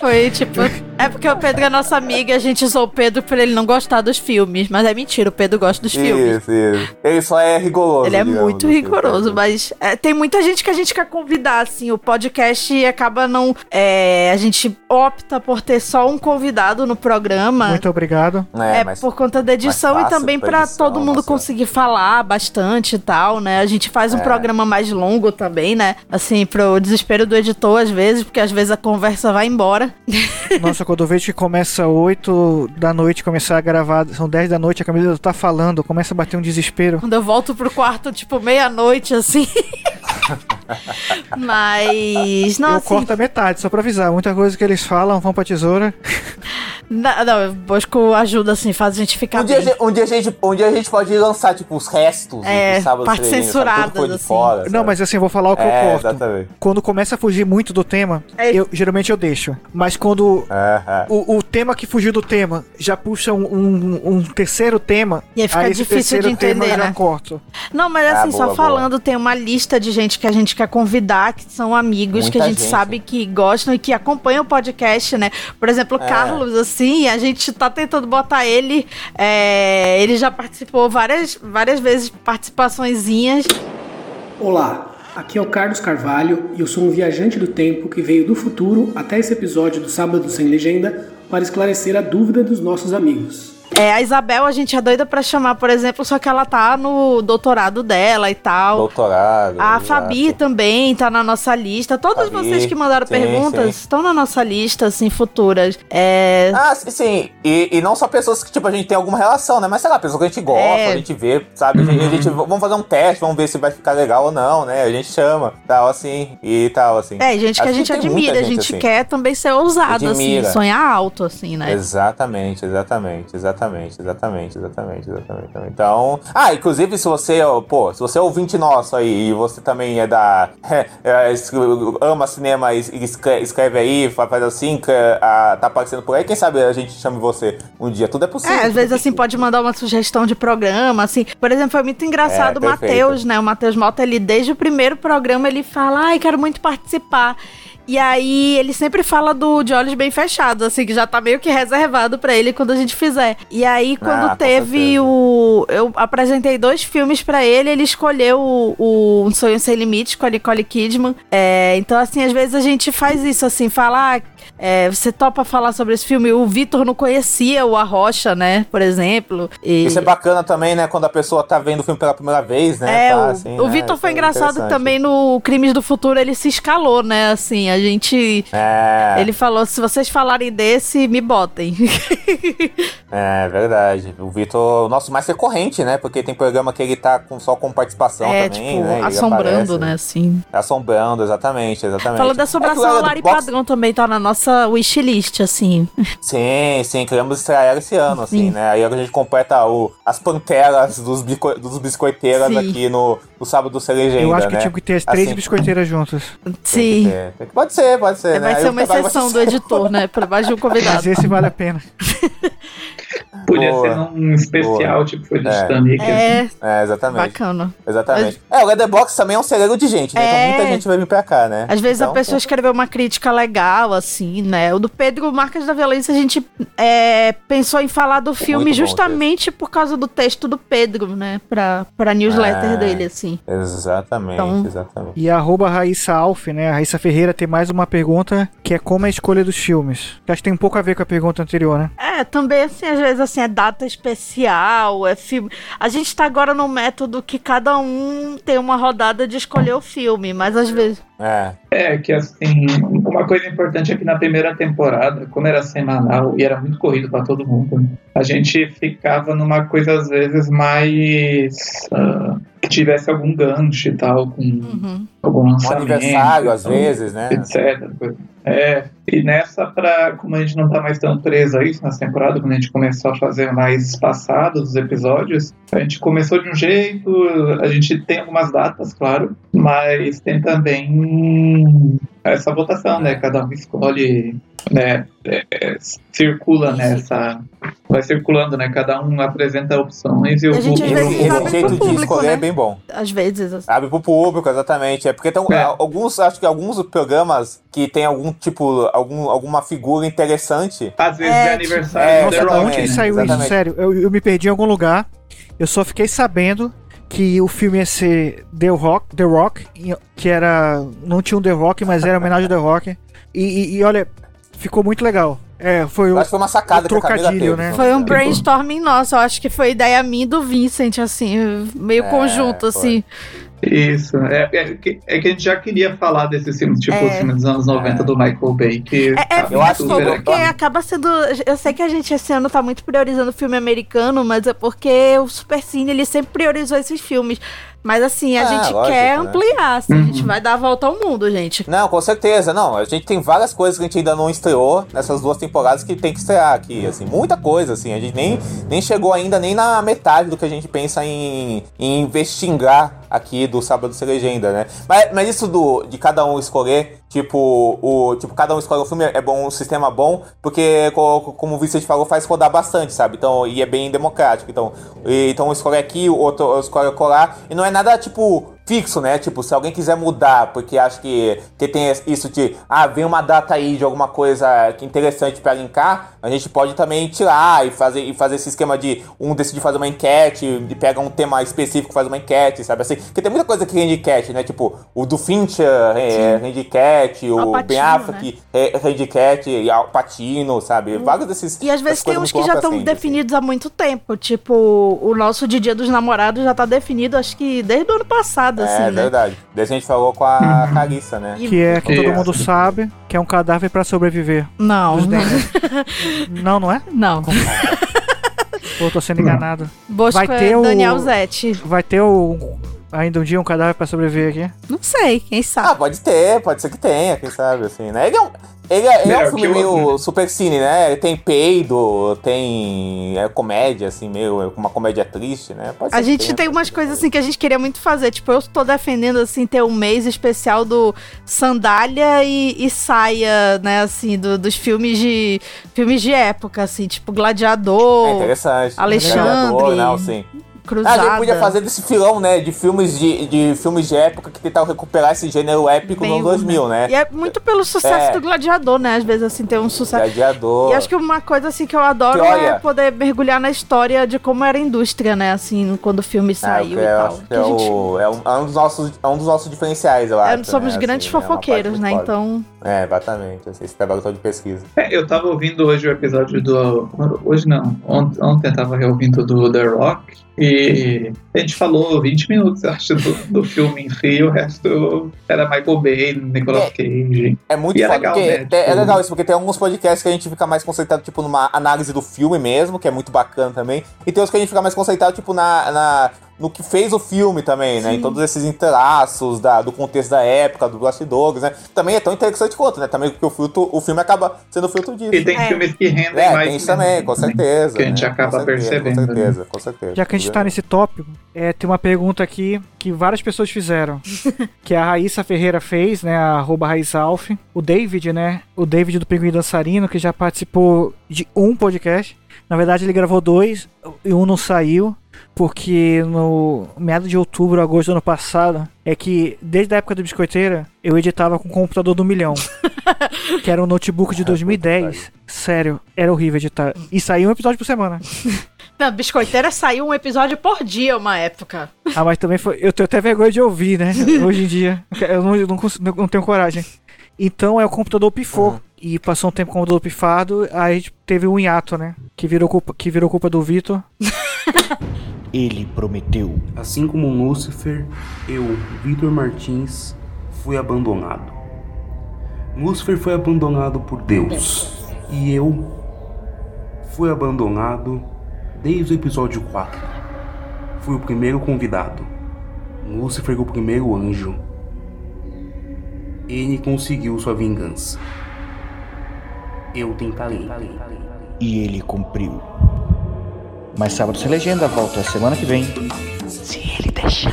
Speaker 2: Foi tipo. É porque o Pedro é nosso amigo e a gente usou o Pedro por ele não gostar dos filmes. Mas é mentira, o Pedro gosta dos filmes.
Speaker 3: Isso, isso. Ele só é rigoroso.
Speaker 2: Ele é
Speaker 3: digamos
Speaker 2: muito
Speaker 3: assim,
Speaker 2: rigoroso,
Speaker 3: sabe?
Speaker 2: mas é, tem muita gente que a gente quer convidar, assim. O podcast acaba não. é, a gente opta por ter só um convidado no programa.
Speaker 1: Muito obrigado.
Speaker 3: É,
Speaker 2: É,
Speaker 3: mas
Speaker 2: por conta da edição
Speaker 3: mais
Speaker 2: e
Speaker 3: fácil
Speaker 2: também
Speaker 3: pra
Speaker 2: pra
Speaker 3: edição,
Speaker 2: todo mundo
Speaker 3: nossa. É.
Speaker 2: conseguir falar bastante e tal, né? A gente faz um programa mais longo também, né? Assim, pro desespero do editor às vezes, porque às vezes a conversa vai embora.
Speaker 1: Nossa, quando eu vejo que começa 8 da noite, começar a gravar, são 10 da noite, a Camila tá falando, começa a bater um desespero.
Speaker 2: Quando eu volto pro quarto, tipo, meia-noite, assim. [laughs] Mas. Não,
Speaker 1: eu
Speaker 2: assim,
Speaker 1: corto a metade, só pra avisar. Muita coisa que eles falam vão pra tesoura.
Speaker 2: na- não, eu busco ajuda, assim, faz a gente ficar
Speaker 3: Um dia, a
Speaker 2: bem.
Speaker 3: gente, um, dia a gente, um dia a gente pode lançar, tipo, os restos
Speaker 2: É,
Speaker 3: do sábado
Speaker 2: partes
Speaker 3: Sereno, sabe? Tudo que foi de
Speaker 2: censuradas, assim.
Speaker 3: fora,
Speaker 1: Não,
Speaker 3: sabe?
Speaker 1: mas assim, eu vou falar o que
Speaker 3: Tá é,
Speaker 1: eu corto.
Speaker 3: Exatamente.
Speaker 1: Quando começa a fugir muito do tema,
Speaker 2: É.
Speaker 1: eu geralmente eu deixo. Mas quando
Speaker 3: É, é.
Speaker 1: o, o tema que fugiu do tema já puxa um, um- um terceiro tema,
Speaker 2: E aí fica
Speaker 1: esse
Speaker 2: difícil de
Speaker 1: terceiro tema
Speaker 2: entender,
Speaker 1: eu já
Speaker 2: né?
Speaker 1: corto.
Speaker 2: Não, mas
Speaker 3: Ah,
Speaker 2: assim,
Speaker 3: boa,
Speaker 2: só
Speaker 3: boa.
Speaker 2: falando, tem uma lista de gente que a gente quer convidar, que são amigos,
Speaker 3: Muita
Speaker 2: que a gente,
Speaker 3: gente.
Speaker 2: sabe que gostam e que acompanham o podcast, né? Por exemplo, o
Speaker 3: É.
Speaker 2: Carlos, assim, a gente tá tentando botar ele. é, ele já participou várias, várias vezes, participaçõezinhas.
Speaker 10: Olá, aqui é o Carlos Carvalho e eu sou um viajante do tempo que veio do futuro até esse episódio do Sábado Sem Legenda para esclarecer a dúvida dos nossos amigos.
Speaker 2: É, a Isabel, a gente é doida pra chamar, por exemplo, só que ela tá no doutorado dela e tal.
Speaker 3: Doutorado.
Speaker 2: Ah, A
Speaker 3: exato.
Speaker 2: Fabi também tá na nossa lista. Todos
Speaker 3: Fabi,
Speaker 2: vocês que mandaram
Speaker 3: sim,
Speaker 2: perguntas estão na nossa lista, assim, futuras. É,
Speaker 3: Ah, sim, sim. E, e não só pessoas que, tipo, a gente tem alguma relação, né? Mas sei lá, pessoas que a gente gosta,
Speaker 2: É.
Speaker 3: a gente vê, sabe? A gente, a gente- vamos fazer um teste, vamos ver se vai ficar legal ou não, né? A gente chama, tal, assim, e tal, assim.
Speaker 2: É, gente que
Speaker 3: Acho
Speaker 2: a gente
Speaker 3: que tem
Speaker 2: admira,
Speaker 3: muita
Speaker 2: a
Speaker 3: gente
Speaker 2: gente
Speaker 3: assim.
Speaker 2: quer também ser ousado, assim,
Speaker 3: Admira.
Speaker 2: sonhar alto, assim, né?
Speaker 3: Exatamente, exatamente, exatamente, exatamente, exatamente, exatamente. Então, ah, inclusive se você, ó, pô, se você é ouvinte nosso aí e você também é da [laughs] é, es- ama cinema e e escre- escreve aí, fa- faz assim, que, ah, tá aparecendo por aí, quem sabe a gente chame você um dia. Tudo é possível.
Speaker 2: É, às vezes assim pode mandar uma sugestão de programa, assim. Por exemplo, foi muito engraçado
Speaker 3: É,
Speaker 2: o
Speaker 3: perfeito.
Speaker 2: Matheus, né? O Matheus Mota, ele desde o primeiro programa ele fala: "Ai, quero muito participar". E aí ele sempre fala do de olhos bem fechados, assim, que já tá meio que reservado pra ele quando a gente fizer. E aí quando
Speaker 3: Ah, com
Speaker 2: teve
Speaker 3: certeza.
Speaker 2: o eu apresentei dois filmes pra ele, ele escolheu o, o Um Sonho Sem Limites com a Nicole Kidman. É, então assim, às vezes a gente faz isso assim, fala, ah, é, você topa falar sobre esse filme? O Vitor não conhecia o Arrocha, né, por exemplo. E-
Speaker 3: Isso é bacana também, né? Quando a pessoa tá vendo o filme pela primeira vez, né?
Speaker 2: é,
Speaker 3: tá,
Speaker 2: o,
Speaker 3: assim,
Speaker 2: o
Speaker 3: né,
Speaker 2: Vitor
Speaker 3: isso
Speaker 2: foi
Speaker 3: é
Speaker 2: engraçado que
Speaker 3: interessante.
Speaker 2: também né? no Crimes do Futuro, ele se escalou, né? Assim, a gente.
Speaker 3: É,
Speaker 2: Ele falou: se vocês falarem desse, me
Speaker 3: [laughs]
Speaker 2: botem.
Speaker 3: é verdade. O Vitor, o nosso mais recorrente, né? Porque tem programa que ele tá com, só com participação
Speaker 2: é,
Speaker 3: também,
Speaker 2: tipo,
Speaker 3: né? ele
Speaker 2: assombrando,
Speaker 3: aparece.
Speaker 2: né? Assim.
Speaker 3: Assombrando, exatamente, exatamente.
Speaker 2: Falando da assombração,
Speaker 3: É que
Speaker 2: o
Speaker 3: o
Speaker 2: Lari
Speaker 3: Box-
Speaker 2: Padrão também tá na nossa wishlist, assim.
Speaker 3: Sim, sim, queremos estrear ela esse ano, assim,
Speaker 2: Sim.
Speaker 3: né? Aí agora a gente completa o, as panteras dos, bico, dos biscoiteiras
Speaker 2: Sim.
Speaker 3: aqui no, no sábado sem legenda,
Speaker 1: Eu acho que
Speaker 3: né?
Speaker 1: tinha
Speaker 2: tipo
Speaker 1: que ter as três
Speaker 3: Assim-
Speaker 1: biscoiteiras juntas.
Speaker 2: Sim.
Speaker 3: É, tem que- pode ser, pode ser,
Speaker 2: É,
Speaker 3: né?
Speaker 2: vai
Speaker 3: Aí
Speaker 2: ser
Speaker 3: o
Speaker 2: uma
Speaker 3: trabalho vai
Speaker 2: exceção
Speaker 3: ser-
Speaker 2: do editor, né? Pra mais de um
Speaker 1: Mas
Speaker 3: [laughs]
Speaker 2: convidado.
Speaker 1: esse vale a pena.
Speaker 4: Podia
Speaker 3: Boa.
Speaker 4: ser num especial,
Speaker 3: Boa.
Speaker 4: tipo, foi de
Speaker 3: É.
Speaker 4: Titanic.
Speaker 2: É,
Speaker 3: É, exatamente.
Speaker 2: bacana.
Speaker 3: Exatamente. É, o Leatherbox também é um celeiro de gente, né?
Speaker 2: É.
Speaker 3: Então muita gente vai vir pra cá, né?
Speaker 2: Às vezes a
Speaker 3: Então,
Speaker 2: pessoa escreveu uma crítica legal, assim, né? O do Pedro Marcas da Violência, a gente é, pensou em falar do filme
Speaker 3: É bom,
Speaker 2: justamente por causa do texto do Pedro, né? Pra, pra newsletter
Speaker 3: É.
Speaker 2: dele, assim.
Speaker 3: Exatamente,
Speaker 2: Então-
Speaker 3: exatamente.
Speaker 1: E a arroba Raíssa Alf, né? A Raíssa Ferreira tem mais uma pergunta que é como é a escolha dos filmes. Que acho que tem um pouco a ver com a pergunta anterior, né?
Speaker 2: É, também, assim, às vezes, assim, é data especial, é filme... A gente tá agora no método que cada um tem uma rodada de escolher o filme, mas às vezes...
Speaker 3: É.
Speaker 4: É, que assim, uma coisa importante é que na primeira temporada, como era semanal e era muito corrido pra todo mundo, né, a gente ficava numa coisa às vezes mais. ah, que tivesse algum gancho e tal, com
Speaker 2: Uhum.
Speaker 4: algum
Speaker 3: Um
Speaker 4: lançamento.
Speaker 3: aniversário, às
Speaker 4: então,
Speaker 3: vezes, né?
Speaker 4: etc. coisa. É, e nessa, pra, como a gente não tá mais tão preso a isso nessa temporada, quando a gente começou a fazer mais passados os episódios, a gente começou de um jeito, a gente tem algumas datas, claro, mas tem também essa votação, né? Cada um escolhe, né? é, é, circula nessa. Vai circulando, né? Cada um apresenta opções e o.
Speaker 2: A gente às
Speaker 4: o-
Speaker 2: vezes
Speaker 3: Esse,
Speaker 2: abre
Speaker 3: esse
Speaker 2: pro
Speaker 3: um jeito de
Speaker 2: público,
Speaker 3: escolher
Speaker 2: né?
Speaker 3: é bem bom.
Speaker 2: Às vezes, assim.
Speaker 3: Abre pro público, exatamente. É porque tem
Speaker 4: É.
Speaker 3: alguns, acho que alguns programas que tem algum tipo, algum, alguma figura interessante.
Speaker 4: Às vezes
Speaker 2: É,
Speaker 4: de
Speaker 2: tipo-
Speaker 4: aniversário.
Speaker 3: É,
Speaker 4: do
Speaker 1: Nossa,
Speaker 4: The
Speaker 1: da
Speaker 4: Rock,
Speaker 1: onde que
Speaker 4: né?
Speaker 1: saiu isso?
Speaker 3: exatamente.
Speaker 1: Sério, eu, eu me perdi em algum lugar. Eu só fiquei sabendo que o filme ia ser The Rock, The Rock e- que era. Não tinha um The Rock, mas era homenagem ao The Rock. E, e- e olha, ficou muito legal. É, foi
Speaker 3: Eu
Speaker 1: o.
Speaker 3: acho que foi uma sacada
Speaker 1: o
Speaker 3: que a Camila
Speaker 1: trocadilho,
Speaker 3: teve.
Speaker 1: né?
Speaker 3: se não me
Speaker 2: Foi um
Speaker 3: engano.
Speaker 2: brainstorming nosso, eu acho que foi ideia minha e do Vincent, assim, meio
Speaker 3: É,
Speaker 2: conjunto,
Speaker 3: foi.
Speaker 2: assim.
Speaker 4: Isso, é, é, que- é que a gente já queria falar desses filmes, tipo
Speaker 2: É.
Speaker 4: os filmes dos anos 90 do Michael Bay, que
Speaker 2: É, é,
Speaker 4: sabe,
Speaker 3: Eu
Speaker 2: é
Speaker 3: acho que-
Speaker 2: fogo, porque acaba sendo. Eu sei que a gente esse ano tá muito priorizando filme americano, mas é porque o Supercine ele sempre priorizou esses filmes. Mas assim, a
Speaker 3: Ah,
Speaker 2: gente
Speaker 3: lógico,
Speaker 2: quer
Speaker 3: né?
Speaker 2: ampliar, assim, a gente
Speaker 4: Uhum.
Speaker 2: vai dar a volta ao mundo, gente.
Speaker 3: Não, com certeza, não. A gente tem várias coisas que a gente ainda não estreou nessas duas temporadas que tem que estrear aqui, assim, muita coisa, assim. A gente nem, nem chegou ainda nem na metade do que a gente pensa em, em investigar aqui do Sábado Sem Legenda, né? Mas, mas isso do, de cada um escolher, tipo, o, tipo, cada um escolhe o filme, é bom, um sistema bom, porque, co- como o Vicente falou, faz rodar bastante, sabe? Então, e é bem democrático. Então, e- então um escolhe aqui, o outro escolhe colar, e não é nada, tipo, fixo, né? Tipo, se alguém quiser mudar, porque acho que, que tem es- isso de, ah, vem uma data aí de alguma coisa que é interessante pra linkar, a gente pode também tirar e fazer, e fazer esse esquema de um decidir fazer uma enquete, e pega um tema específico, faz uma enquete, sabe assim? Porque tem muita coisa que rende enquete, né? Tipo, o do Fincher é, rende enquete, o
Speaker 2: Patino,
Speaker 3: Ben
Speaker 2: né?
Speaker 3: Affleck é, rende enquete, e o Patino, sabe? Vários desses...
Speaker 2: E às vezes
Speaker 3: essas
Speaker 2: tem
Speaker 3: coisas
Speaker 2: uns que
Speaker 3: muito
Speaker 2: já
Speaker 3: amplas,
Speaker 2: estão
Speaker 3: assim,
Speaker 2: definidos há muito tempo. Tipo, o nosso de Dia dos Namorados já tá definido, acho que desde o ano passado,
Speaker 3: assim.
Speaker 2: assim,
Speaker 3: É,
Speaker 2: né?
Speaker 3: verdade. Daí a gente falou
Speaker 2: [laughs]
Speaker 3: com a Carissa, né?
Speaker 2: E-
Speaker 1: Que é que
Speaker 4: Que
Speaker 1: todo
Speaker 4: é.
Speaker 1: mundo sabe que é um cadáver pra sobreviver.
Speaker 2: Não,
Speaker 1: Dos
Speaker 2: não.
Speaker 1: Não, não é?
Speaker 2: não.
Speaker 1: Ou eu tô sendo enganado?
Speaker 2: Bosco
Speaker 1: Vai ter
Speaker 2: é
Speaker 1: o-
Speaker 2: Daniel Zetti.
Speaker 1: Vai ter o. Ainda um dia um cadáver pra sobreviver aqui?
Speaker 2: Não sei, quem
Speaker 3: Ah,
Speaker 2: sabe.
Speaker 3: pode ter, pode ser que tenha, quem sabe, assim, né? Ele é um, ele é, ele é um
Speaker 4: Melhor
Speaker 3: filme
Speaker 4: que o outro,
Speaker 3: meio super cine, né? Ele Tem peido, tem é, comédia, assim, meio uma comédia triste, né? Pode ser
Speaker 2: A
Speaker 3: que
Speaker 2: gente
Speaker 3: tenha.
Speaker 2: tem umas coisas assim que a gente queria muito fazer. Tipo, eu tô defendendo, assim, ter um mês especial do sandália e, e saia, né? Assim, do- dos filmes de filmes de época, assim, tipo
Speaker 3: É
Speaker 2: Gladiador.
Speaker 3: interessante.
Speaker 2: tipo, Alexandre.
Speaker 3: Gladiador, Não, sim.
Speaker 2: Cruzada.
Speaker 3: Ah, a Ah, gente podia fazer desse filão, né? De filmes de, de, filmes de época que tentaram recuperar esse gênero épico no ano 2000, né?
Speaker 2: E é muito pelo sucesso
Speaker 3: É.
Speaker 2: do Gladiador, né? Às vezes, assim, tem um sucesso.
Speaker 3: Gladiador.
Speaker 2: E acho que uma coisa, assim, que eu adoro
Speaker 3: Que olha-
Speaker 2: é poder mergulhar na história de como era a indústria, né? Assim, quando o filme saiu
Speaker 3: é,
Speaker 2: e
Speaker 3: eu
Speaker 2: tal.
Speaker 3: acho que
Speaker 2: Que
Speaker 3: é,
Speaker 2: a gente...
Speaker 3: o- é um, é um dos nossos, é um dos nossos diferenciais, eu
Speaker 2: é,
Speaker 3: acho.
Speaker 2: somos
Speaker 3: né,
Speaker 2: grandes
Speaker 3: assim, é uma parte
Speaker 2: fofoqueiros,
Speaker 3: muito
Speaker 2: né?
Speaker 3: foda.
Speaker 2: Então,
Speaker 3: É, exatamente. Esse trabalho todo de pesquisa.
Speaker 4: É, eu tava ouvindo hoje o episódio do. Hoje não, ont- ontem eu tava ouvindo do The Rock e a gente falou 20 minutos, eu acho, do, do filme em si, e o resto era Michael Bay, Nicolas Cage.
Speaker 3: É muito
Speaker 4: E é
Speaker 3: foda,
Speaker 4: legal,
Speaker 3: porque
Speaker 4: né?
Speaker 3: te- é
Speaker 4: Tipo-
Speaker 3: legal isso, porque tem alguns podcasts que a gente fica mais concentrado, tipo, numa análise do filme mesmo, que é muito bacana também. E tem outros que a gente fica mais concentrado, tipo, na, na- no que fez o filme também, né? Em todos esses interlaços da- do contexto da época, do bastidores, né? Também é tão interessante quanto, né? Também porque o, filtro, o filme acaba sendo filtro disso.
Speaker 4: E tem filmes que rendem
Speaker 3: É,
Speaker 4: mais. né?
Speaker 3: tem isso também, com certeza.
Speaker 4: que a gente
Speaker 3: né?
Speaker 4: acaba
Speaker 3: Com certeza,
Speaker 4: percebendo,
Speaker 3: Com certeza, com certeza.
Speaker 1: Já que a gente tá nesse tópico, é, tem uma pergunta aqui que várias pessoas fizeram. que a Raíssa Ferreira fez, né? A arroba Raíssalf. O David, né? O David do Pinguim Dançarino, que já participou de um podcast. Na verdade, ele gravou dois e um não saiu. Porque no meado de outubro, agosto do ano passado, é que desde a época do Biscoiteira, eu editava com o computador do milhão. que era um notebook de 2010. Sério, era horrível editar. E saiu um episódio por semana.
Speaker 2: na Biscoiteira saiu um episódio por dia, uma época.
Speaker 1: Ah, mas também foi. Eu tenho até vergonha de ouvir,
Speaker 3: [laughs]
Speaker 1: né? Hoje em dia. Eu não, eu não, consigo, não tenho coragem. Então é o computador pifou. E passou um tempo com o computador pifado, aí a gente teve um hiato, né? Que virou culpa, que virou culpa do Vitor.
Speaker 11: Ele prometeu. Assim como Lúcifer, eu, Vitor Martins, fui abandonado. Lúcifer foi abandonado por Deus. E eu fui abandonado desde o episódio 4. Fui o primeiro convidado. Lúcifer, o primeiro anjo. Ele conseguiu sua vingança. Eu tentarei.
Speaker 12: E ele cumpriu. Mas Sábado Sem Legenda volta semana que vem.
Speaker 2: Se ele deixar.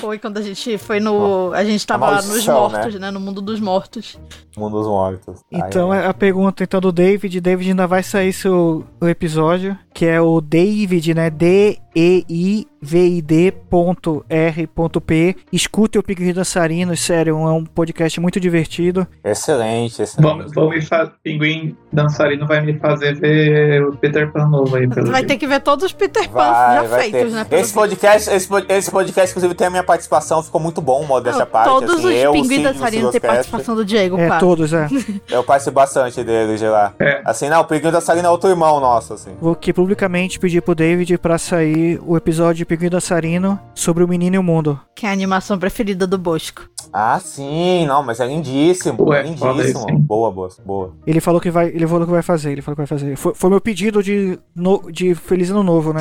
Speaker 2: Foi quando a gente foi no. A gente tava
Speaker 3: A
Speaker 2: lá
Speaker 3: maldição,
Speaker 2: nos mortos,
Speaker 3: né?
Speaker 2: né? No mundo dos mortos.
Speaker 3: Mundo dos Mortos. Ai,
Speaker 1: Então é a pergunta então do David. David ainda vai sair seu o episódio, que é o David, né? D-E-I-V-I-D ponto R ponto P. Escutem o Pique Dançarinos, sério, é um podcast muito divertido.
Speaker 3: Excelente,
Speaker 4: Vão, vão me fa- Pinguim dançarino vai me fazer ver o Peter Pan novo aí, pelo
Speaker 2: Vai
Speaker 4: jeito.
Speaker 2: ter que ver todos os Peter Pan
Speaker 3: Vai,
Speaker 2: já
Speaker 3: vai
Speaker 2: feitos,
Speaker 3: ter.
Speaker 2: né? pelo
Speaker 3: Esse podcast, esse, pod- esse podcast, inclusive, tem a minha participação, ficou muito bom, modo dessa parte.
Speaker 2: Ah, Todos
Speaker 3: assim,
Speaker 2: os
Speaker 3: eu, o
Speaker 2: pinguins
Speaker 3: Sidney, o
Speaker 2: dançarinos têm
Speaker 3: Silas Cast.
Speaker 2: participação do
Speaker 1: É
Speaker 2: Diego, cara.
Speaker 3: Eu participo bastante dele, lá. Assim, não, o Pinguim Dançarino é outro irmão nosso, assim.
Speaker 1: Vou que publicamente pedir pro David pra sair o episódio de Pinguim Dançarino sobre o Menino e o Mundo.
Speaker 2: Que é a animação preferida do Bosco.
Speaker 3: Ah, sim, não, mas é lindíssimo,
Speaker 4: Ué,
Speaker 3: é
Speaker 4: fala aí,
Speaker 3: lindíssimo.
Speaker 4: sim.
Speaker 3: Boa, boa, boa.
Speaker 1: Ele falou que vai, ele falou que vai fazer, ele falou que vai fazer. Foi, foi meu pedido de, no- de Feliz Ano Novo, né?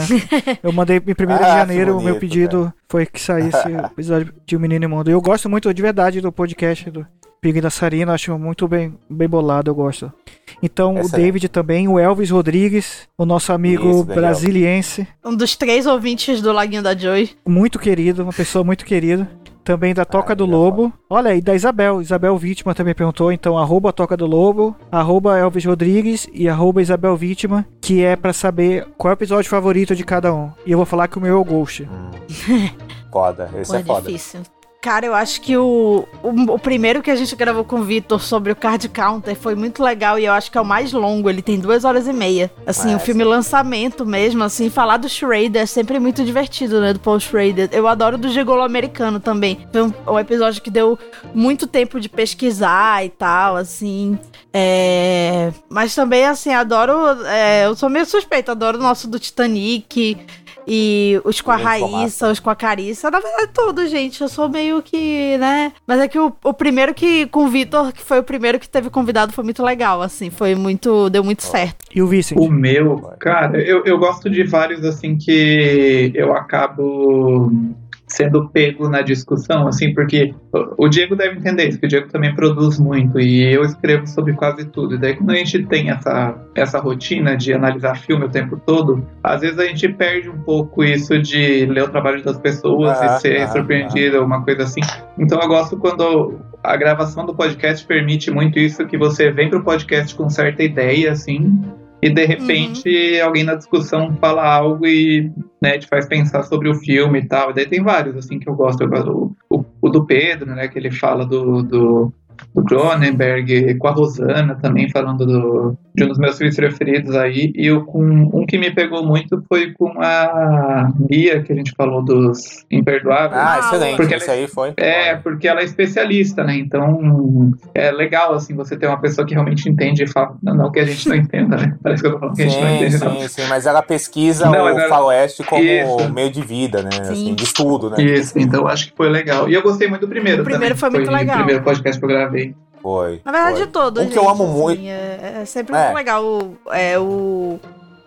Speaker 1: Eu mandei em 1 de
Speaker 3: Ah, que
Speaker 1: janeiro, o meu
Speaker 3: bonito,
Speaker 1: pedido foi que saísse o episódio de O Menino e o Mundo. Eu gosto muito de verdade do podcast do Pinguim Dançarino, acho muito bem, bem bolado, eu gosto. Então, o
Speaker 2: Excelente.
Speaker 1: David também, o Elvis Rodrigues, o nosso amigo
Speaker 2: Isso, Daniel.
Speaker 1: brasiliense.
Speaker 2: Um dos três ouvintes do Laguinho da Joy.
Speaker 1: muito querido, uma pessoa muito querida. Também da Toca do Lobo. Olha, e da Isabel. Isabel Vítima também perguntou. Então, arroba Toca do Lobo, arroba Elvis Rodrigues e arroba Isabel Vítima, que é pra saber qual é o episódio favorito de cada um. E eu vou falar que o meu é o Ghost.
Speaker 3: Foda, esse
Speaker 2: Pô,
Speaker 3: é foda.
Speaker 2: difícil. Cara, eu acho que o, o, o primeiro que a gente gravou com o Vitor sobre o Card Counter foi muito legal e eu acho que é o mais longo. Ele tem duas horas e meia. Assim, o
Speaker 7: Mas-
Speaker 2: filme lançamento mesmo, assim, falar do Schrader é sempre muito divertido, né? Do Paul Schrader. Eu adoro do Gigolo americano também. Foi um, um episódio que deu muito tempo de pesquisar e tal, assim. É... Mas também, assim, adoro. é, eu sou meio suspeita, adoro o nosso do Titanic. E os com a
Speaker 7: Grande formato.
Speaker 2: Raíssa, os com a Carissa, na verdade todos, gente. Eu sou meio que, né? Mas é que o, o primeiro que, com o Vitor, que foi o primeiro que teve convidado, foi muito legal, assim. Foi muito, deu muito certo.
Speaker 1: E o Vicente?
Speaker 4: O
Speaker 3: né,
Speaker 4: meu, cara, eu, eu gosto de vários assim que eu acabo sendo pego na discussão, assim, porque o- o Diego deve entender isso, que o Diego também produz muito e eu escrevo sobre quase tudo. E daí quando a gente tem essa, essa rotina de analisar filme o tempo todo, às vezes a gente perde um pouco isso de ler o trabalho das pessoas
Speaker 3: Ah,
Speaker 4: e ser
Speaker 3: ah,
Speaker 4: surpreendido, uma coisa assim. Então eu gosto quando a gravação do podcast permite muito isso, que você vem pro podcast com certa ideia, assim, e e de repente alguém na discussão fala algo e né, te faz pensar sobre o filme e tal. E daí tem vários, assim, que eu gosto. Eu gosto o, o do Pedro, né, que ele fala do, do, do Cronenberg, com a Rosana também, falando do, de um dos meus filmes preferidos aí. E eu, com, um que me pegou muito foi com a Bia, que a gente falou dos Imperdoáveis.
Speaker 3: Ah, excelente.
Speaker 4: Porque ela-
Speaker 3: Isso aí foi.
Speaker 4: é, porque ela é especialista, né? Então é legal, assim, você ter uma pessoa que realmente entende e fala. Não, não que
Speaker 2: [laughs]
Speaker 4: a gente não entenda, né? Parece que eu tô falando que a gente não
Speaker 3: Sim,
Speaker 4: entende,
Speaker 2: né?
Speaker 4: não.
Speaker 3: sim, sim, mas ela pesquisa
Speaker 4: Não,
Speaker 3: o
Speaker 4: mas ela-
Speaker 3: faroeste como
Speaker 4: Isso.
Speaker 3: meio de vida, né? Assim, de estudo, né?
Speaker 4: Isso, então acho que foi legal. E eu gostei muito do primeiro.
Speaker 2: O primeiro
Speaker 4: também.
Speaker 2: foi muito legal.
Speaker 4: O primeiro podcast que eu gravei.
Speaker 3: Foi.
Speaker 2: Na verdade, de todo.
Speaker 3: O que eu amo muito.
Speaker 2: É, é sempre
Speaker 3: É.
Speaker 2: muito legal. O, é, o,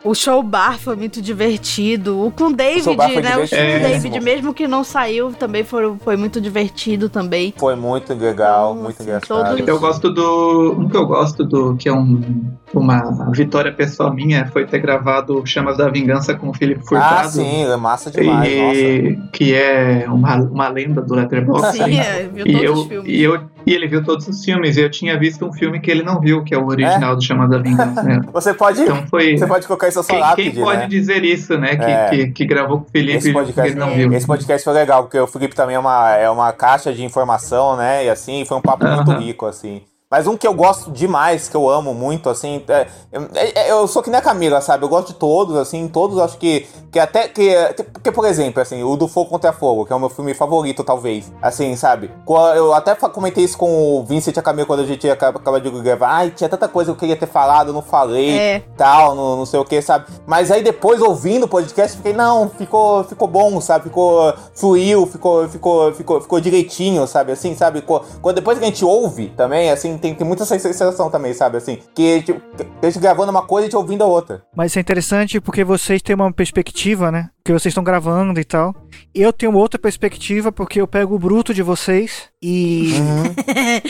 Speaker 2: o show bar foi muito divertido. O com David,
Speaker 3: show bar foi
Speaker 2: né? O show com
Speaker 3: divertidíssimo.
Speaker 2: David, mesmo que não saiu, também foi, foi muito divertido também.
Speaker 3: Foi muito legal, muito engraçado.
Speaker 2: todos-
Speaker 4: Eu gosto do. Um que eu gosto do. Que é um, uma vitória pessoal minha. Foi ter gravado Chamas da Vingança com o Felipe Furtado.
Speaker 3: Ah, sim, é massa demais,
Speaker 4: e, Que é uma, uma lenda do Letterboxd.
Speaker 2: Sim,
Speaker 4: né?
Speaker 2: é, viu
Speaker 4: e
Speaker 2: todos
Speaker 4: eu,
Speaker 2: os filmes.
Speaker 4: E, eu, e ele viu todos os filmes. E eu tinha visto um filme que ele não viu, que é o original do Chamas da Vingança. né?
Speaker 3: [laughs] Você pode,
Speaker 4: Então foi-
Speaker 3: você pode colocar isso na sua
Speaker 4: Quem,
Speaker 3: lápide,
Speaker 4: quem pode
Speaker 3: né?
Speaker 4: dizer isso, né? Que,
Speaker 3: É.
Speaker 4: que, que gravou com o Felipe
Speaker 3: Esse
Speaker 4: e
Speaker 3: podcast, é
Speaker 4: ele não viu.
Speaker 3: esse podcast foi legal, porque o Felipe também é uma, é uma caixa de informação, né? E assim, foi um papo muito rico, assim. Mas um que eu gosto demais, que eu amo muito, assim. é- é- é- eu sou que nem a Camila, sabe? Eu gosto de todos, assim, todos acho que. Que até. Que, porque, por exemplo, assim, o do Fogo contra Fogo, que é o meu filme favorito, talvez. Assim, sabe? Qua- Eu até fa- comentei isso com o Vincent e a Camila quando a gente acaba acaba de gravar. Ai, tinha tanta coisa que eu queria ter falado, não falei
Speaker 2: É.
Speaker 3: tal, não, não sei o que, sabe? Mas aí depois, ouvindo o podcast, fiquei, não, ficou, ficou bom, sabe? Ficou, fluiu, ficou, ficou, ficou, ficou direitinho, sabe? Assim, sabe? Co- Quando depois que a gente ouve também, assim, tem, tem muita essa sensação também, sabe? Assim, que tipo, a gente gravando uma coisa e a gente ouvindo a outra.
Speaker 1: Mas isso é interessante porque vocês têm uma perspectiva, né? Que vocês estão gravando e tal. Eu tenho outra perspectiva porque eu pego o bruto de vocês e. [laughs] e,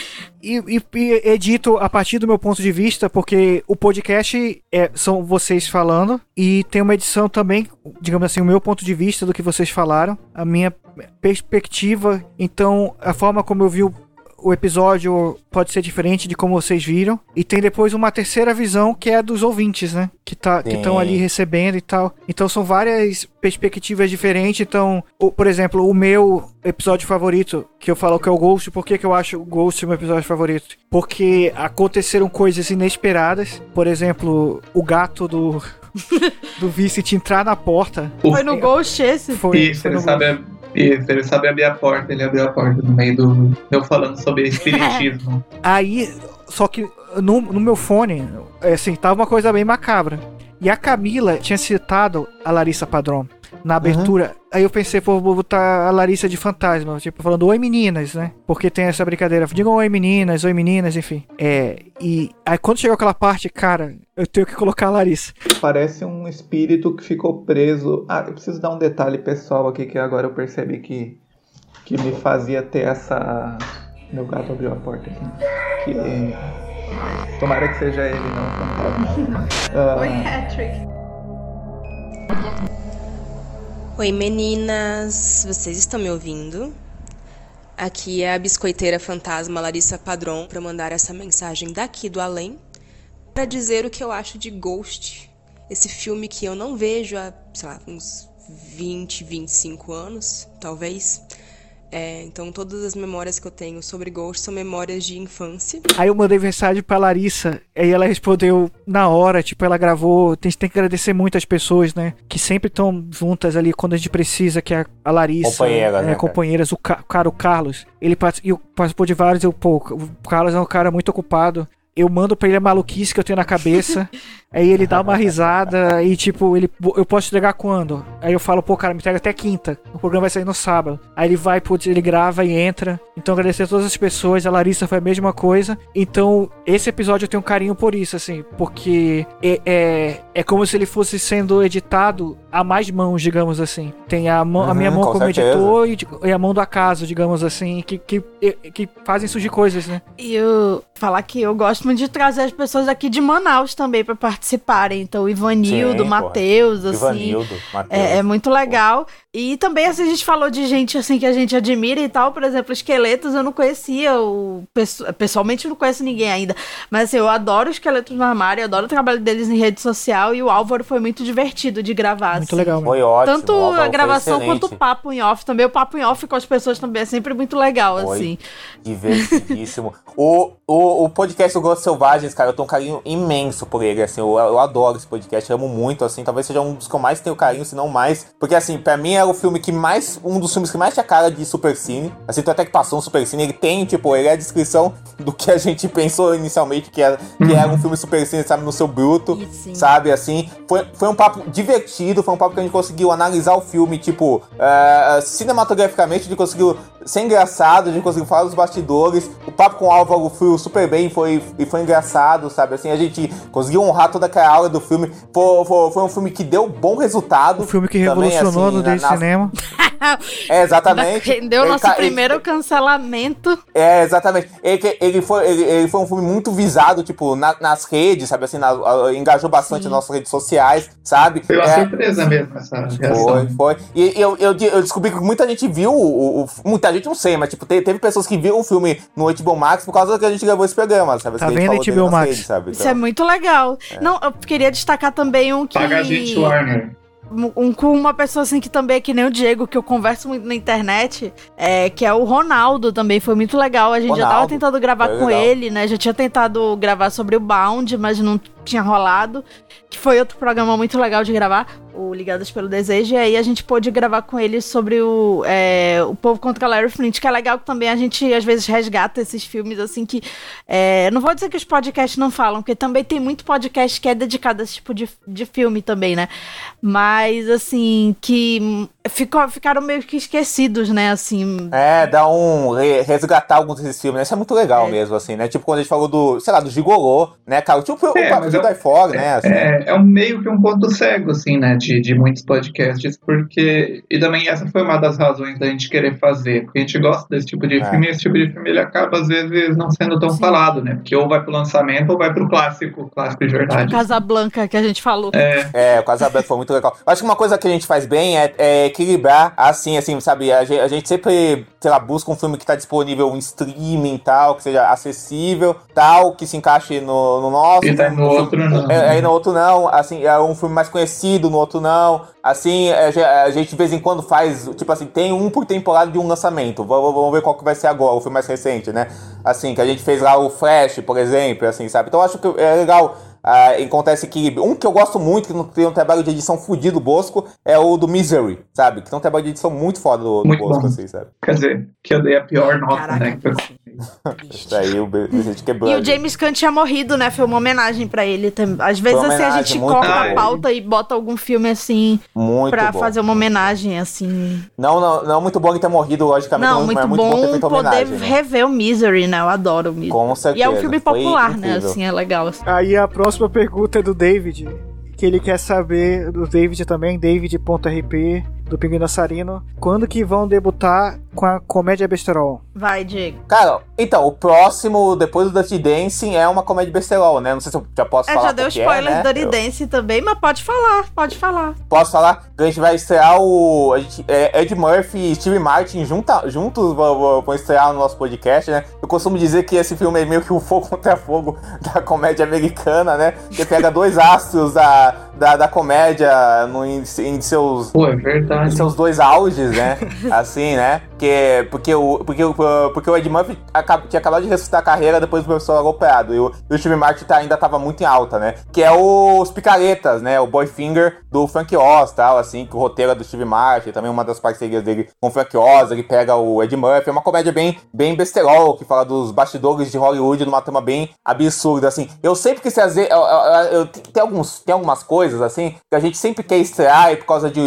Speaker 1: e- e edito a partir do meu ponto de vista, porque o podcast é, são vocês falando e tem uma edição também, digamos assim, o meu ponto de vista do que vocês falaram, a minha perspectiva. Então, a forma como eu vi o o episódio pode ser diferente de como vocês viram. E tem depois uma terceira visão que é a dos ouvintes, né? Que tá, que
Speaker 3: Sim.
Speaker 1: estão ali recebendo e tal. Então são várias perspectivas diferentes. Então, o- por exemplo, o meu episódio favorito, que eu falo que é o Ghost, por que, que eu acho o Ghost meu episódio favorito? Porque aconteceram coisas inesperadas. Por exemplo, o gato do. [laughs] do Vicente entrar na porta.
Speaker 2: Foi no Ghost esse?
Speaker 4: Isso, ele sabe, ab- isso, ele sabe abrir a porta, ele abriu a porta no meio do. Eu falando
Speaker 2: [laughs]
Speaker 4: sobre espiritismo.
Speaker 1: Aí, só que no, no meu fone, é, assim, tava uma coisa bem macabra. E a Camila tinha citado a Larissa Padrão na abertura. Aí eu pensei, pô, vou botar a Larissa de fantasma, tipo, falando oi meninas, né? Porque tem essa brincadeira, digam oi meninas, oi meninas, enfim. É, e aí quando chegou aquela parte, cara, eu tenho que colocar a Larissa.
Speaker 4: Parece um espírito que ficou preso. Ah, eu preciso dar um detalhe pessoal aqui que agora eu percebi que, que me fazia ter essa. Meu gato abriu a porta aqui. Que- Tomara que seja ele, não. Ah,
Speaker 13: Patrick. Oi, meninas. Vocês estão me ouvindo? Aqui é a biscoiteira fantasma Larissa Padron para mandar essa mensagem daqui do além para dizer o que eu acho de Ghost, esse filme que eu não vejo há, sei lá, uns 20, 25 anos, talvez. É, então todas as memórias que eu tenho sobre Ghost são memórias de infância.
Speaker 1: Aí eu mandei mensagem pra Larissa, aí ela respondeu na hora, tipo, ela gravou. A gente tem que agradecer muito as pessoas, né? Que sempre estão juntas ali quando a gente precisa, que é a Larissa.
Speaker 3: Companheiras,
Speaker 1: é,
Speaker 3: né, cara?
Speaker 1: companheiras, o ca- cara, o Carlos. Ele partic- e o- participou de vários, eu, pô, o Carlos é um cara muito ocupado. Eu mando pra ele a maluquice que eu tenho na cabeça. aí ele dá uma risada e, tipo, ele. Eu posso entregar quando? Aí eu falo, pô, cara, me entrega até quinta. O programa vai sair no sábado. Aí ele vai, putz, ele grava e entra. Então agradecer a todas as pessoas. A Larissa foi a mesma coisa. Então, esse episódio eu tenho um carinho por isso, assim, porque é, é, é como se ele fosse sendo editado a mais mãos, digamos assim. Tem a, mão, a minha
Speaker 3: Uhum,
Speaker 1: mão
Speaker 3: com
Speaker 1: como
Speaker 3: certeza.
Speaker 1: editor e, de- e a mão do acaso, digamos assim, que, que, que fazem surgir coisas, né?
Speaker 2: E eu falar que eu gosto muito de trazer as pessoas aqui de Manaus também pra par- participarem. Então, o Ivanildo,
Speaker 13: Sim,
Speaker 2: Matheus, assim.
Speaker 13: Ivanildo, Matheus.
Speaker 2: É, é muito legal. E também, assim, a gente falou de gente, assim, que a gente admira e tal. Por exemplo, Esqueletos eu não conhecia. O... pesso- Pessoalmente, eu não conheço ninguém ainda. Mas, assim, eu adoro Esqueletos no Armário, eu adoro o trabalho deles em rede social. E o Álvaro foi muito divertido de gravar, assim.
Speaker 1: Muito legal.
Speaker 3: Foi ótimo.
Speaker 2: tanto
Speaker 3: o Álvaro
Speaker 2: a
Speaker 3: foi
Speaker 2: gravação quanto o
Speaker 3: excelente.
Speaker 2: papo em off também. O papo em off com as pessoas também é sempre muito legal,
Speaker 3: Foi
Speaker 2: assim.
Speaker 3: Divertidíssimo. o, o, o podcast do Gostos Selvagens, cara, eu tenho um carinho imenso por ele, assim, eu, eu adoro esse podcast, amo muito, assim, talvez seja um dos que eu mais tenho carinho, se não mais, porque, assim, pra mim era o filme que mais, um dos filmes que mais tinha cara de Supercine, assim, tu até que passou um Supercine, ele tem, tipo, ele é a descrição do que a gente pensou inicialmente, que era, que
Speaker 1: Uhum.
Speaker 3: era um filme Supercine, sabe, no seu bruto, sabe, assim, foi, foi um papo divertido, foi um papo que a gente conseguiu analisar o filme, tipo, é, cinematograficamente, a gente conseguiu ser engraçado, a gente conseguiu falar dos bastidores. O papo com o Álvaro fluiu super bem foi, e foi engraçado, sabe? Assim, a gente conseguiu honrar toda aquela aula do filme. Foi, foi, foi um filme que deu bom resultado. Um
Speaker 1: filme que revolucionou
Speaker 3: assim,
Speaker 1: no desse cinema.
Speaker 3: É, exatamente.
Speaker 2: Rendeu o
Speaker 3: Ele
Speaker 2: nosso
Speaker 3: ca- ele-
Speaker 2: primeiro cancelamento.
Speaker 3: é, exatamente. Ele, que- ele foi, ele, ele foi um filme muito visado, tipo, na- nas redes, sabe? Assim, na- a- engajou bastante nas nossas redes sociais, sabe?
Speaker 4: Foi uma
Speaker 3: É.
Speaker 4: surpresa mesmo essa
Speaker 3: Foi,
Speaker 4: reação.
Speaker 3: foi. E eu, eu, de- eu descobri que muita gente viu o, o- o- Muita gente não sei, mas tipo, te- teve pessoas que viram o filme no HBO Max por causa que a gente gravou esse programa, sabe?
Speaker 1: Tá
Speaker 3: Que a gente
Speaker 1: vendo,
Speaker 3: falou dele
Speaker 1: HBO
Speaker 3: nas
Speaker 1: Max?
Speaker 3: redes, sabe?
Speaker 2: Isso
Speaker 3: Então-
Speaker 2: é muito legal.
Speaker 3: É.
Speaker 2: Não, eu queria destacar também um que.
Speaker 4: Paga a gente, né? Warner.
Speaker 2: Um, um com uma pessoa assim que também é que nem o Diego, que eu converso muito na internet, é, que é o Ronaldo também. Foi muito legal. A gente já tava
Speaker 7: Ronaldo.
Speaker 2: tentando gravar
Speaker 7: Foi
Speaker 2: com
Speaker 7: legal.
Speaker 2: ele, né? Já tinha tentado gravar sobre o Bound, mas não tinha rolado. Que foi outro programa muito legal de gravar, o Ligados pelo Desejo. E aí a gente pôde gravar com ele sobre o, é, o Povo contra Larry Flint, que é legal que também a gente às vezes resgata esses filmes assim que. é, não vou dizer que os podcasts não falam, porque também tem muito podcast que é dedicado a esse tipo de, de filme também, né? Mas assim, que hum, ficou, ficaram meio que esquecidos, né? Assim,
Speaker 3: É, dá um. re- resgatar alguns desses filmes, né? Isso é muito legal mesmo, assim, né? Tipo, quando a gente falou do, sei lá, do Gigolô, né, cara? Tipo, o
Speaker 4: É,
Speaker 3: papo
Speaker 4: mas
Speaker 3: do
Speaker 4: eu-
Speaker 3: Die Fora, né? assim.
Speaker 4: É, é um meio que um ponto cego, assim, né, de, de muitos podcasts, porque. E também essa foi uma das razões da gente querer fazer, porque a gente gosta desse tipo de
Speaker 3: É.
Speaker 4: filme e esse tipo de filme ele acaba, às vezes, não sendo tão falado, né? Porque ou vai pro lançamento ou vai pro clássico, clássico de verdade.
Speaker 2: Casablanca que a gente falou.
Speaker 3: É, o Casablanca foi muito legal. Acho que uma coisa que a gente faz bem é, é equilibrar, assim, assim, sabe? A gen- a gente, sempre, sei lá, busca um filme que tá disponível em streaming e tal, que seja acessível, tal, que se encaixe no, no nosso.
Speaker 4: E daí no outro não.
Speaker 3: né? É, aí no outro não, assim, é um filme mais conhecido, no outro não. Assim, a ge- a gente de vez em quando faz, tipo assim, tem um por temporada de um lançamento. Vamos, vamos ver qual que vai ser agora, o filme mais recente, né? Assim, que a gente fez lá o Flash, por exemplo, assim, sabe? Então eu acho que é legal ah, encontrar esse equilíbrio. Um que eu gosto muito, que não tem um trabalho de edição fudido do Bosco, é o do Misery, sabe? Que tem um trabalho de edição muito foda do, do
Speaker 4: Muito
Speaker 3: Bosco,
Speaker 4: bom.
Speaker 3: assim, sabe?
Speaker 4: Quer dizer, que eu dei a pior nota, né? que foi-
Speaker 3: Isso aí, o Be- a gente quebrou.
Speaker 2: E o
Speaker 3: ali.
Speaker 2: James Caan tinha morrido, né? Foi uma homenagem pra ele também. Às vezes,
Speaker 3: Foi uma
Speaker 2: assim, a
Speaker 3: homenagem
Speaker 2: gente
Speaker 3: muito
Speaker 2: corta a
Speaker 3: boa.
Speaker 2: pauta e bota algum filme, assim,
Speaker 3: Muito
Speaker 2: pra
Speaker 3: bom.
Speaker 2: fazer uma homenagem, assim.
Speaker 3: Não, não, não muito bom ele ter morrido, logicamente,
Speaker 2: Não,
Speaker 3: mas
Speaker 2: muito,
Speaker 3: é muito bom, ter
Speaker 2: bom,
Speaker 3: feito
Speaker 2: poder
Speaker 3: homenagem. né?
Speaker 2: rever o Misery, né? Eu adoro o Misery.
Speaker 3: Com certeza.
Speaker 2: E é um filme
Speaker 3: foi
Speaker 2: popular, né?
Speaker 3: incrível.
Speaker 2: Assim, é legal. assim.
Speaker 1: Aí a próxima pergunta é do David, que ele quer saber do David também, David.rp, do Pinguim Dançarino. Quando que vão debutar com a comédia besterol?
Speaker 2: Vai, Diego.
Speaker 3: Cara, então, o próximo, depois do Dirty Dancing, é uma comédia besterol, né? Não sei se eu já posso
Speaker 2: É,
Speaker 3: falar.
Speaker 2: já deu
Speaker 3: qual que
Speaker 2: spoiler
Speaker 3: é, né?
Speaker 2: do Oridense também, mas pode falar, pode falar.
Speaker 3: Eu Posso falar? A gente vai estrear o. a gente- é, Ed Murphy e Steve Martin junta, juntos vão, vão- vão estrear no nosso podcast, né? Eu costumo dizer que esse filme é meio que o [laughs] fogo contra fogo da comédia americana, né? Que pega dois astros da, da, da comédia no, em, em seus.
Speaker 4: Pô, é verdade.
Speaker 3: Em seus dois auges, né? Assim, né? Porque, porque, o, porque, o- porque o Ed Murphy acab- tinha acabado de ressuscitar a carreira depois do professor Agolpeado. E o, e o Steve Martin tá- ainda tava muito em alta, né? Que é o- os picaretas, né? O Boyfinger do Frank Oz, tal, assim, que o roteiro é do Steve Martin, também uma das parcerias dele com o Frank Oz, ele pega o Ed Murphy. É uma comédia bem, bem besterol, que fala dos bastidores de Hollywood numa trama bem absurda, assim. Eu sempre quis trazer. eu- eu- eu- tem, alguns, tem algumas coisas, assim, que a gente sempre quer estrear e por causa de,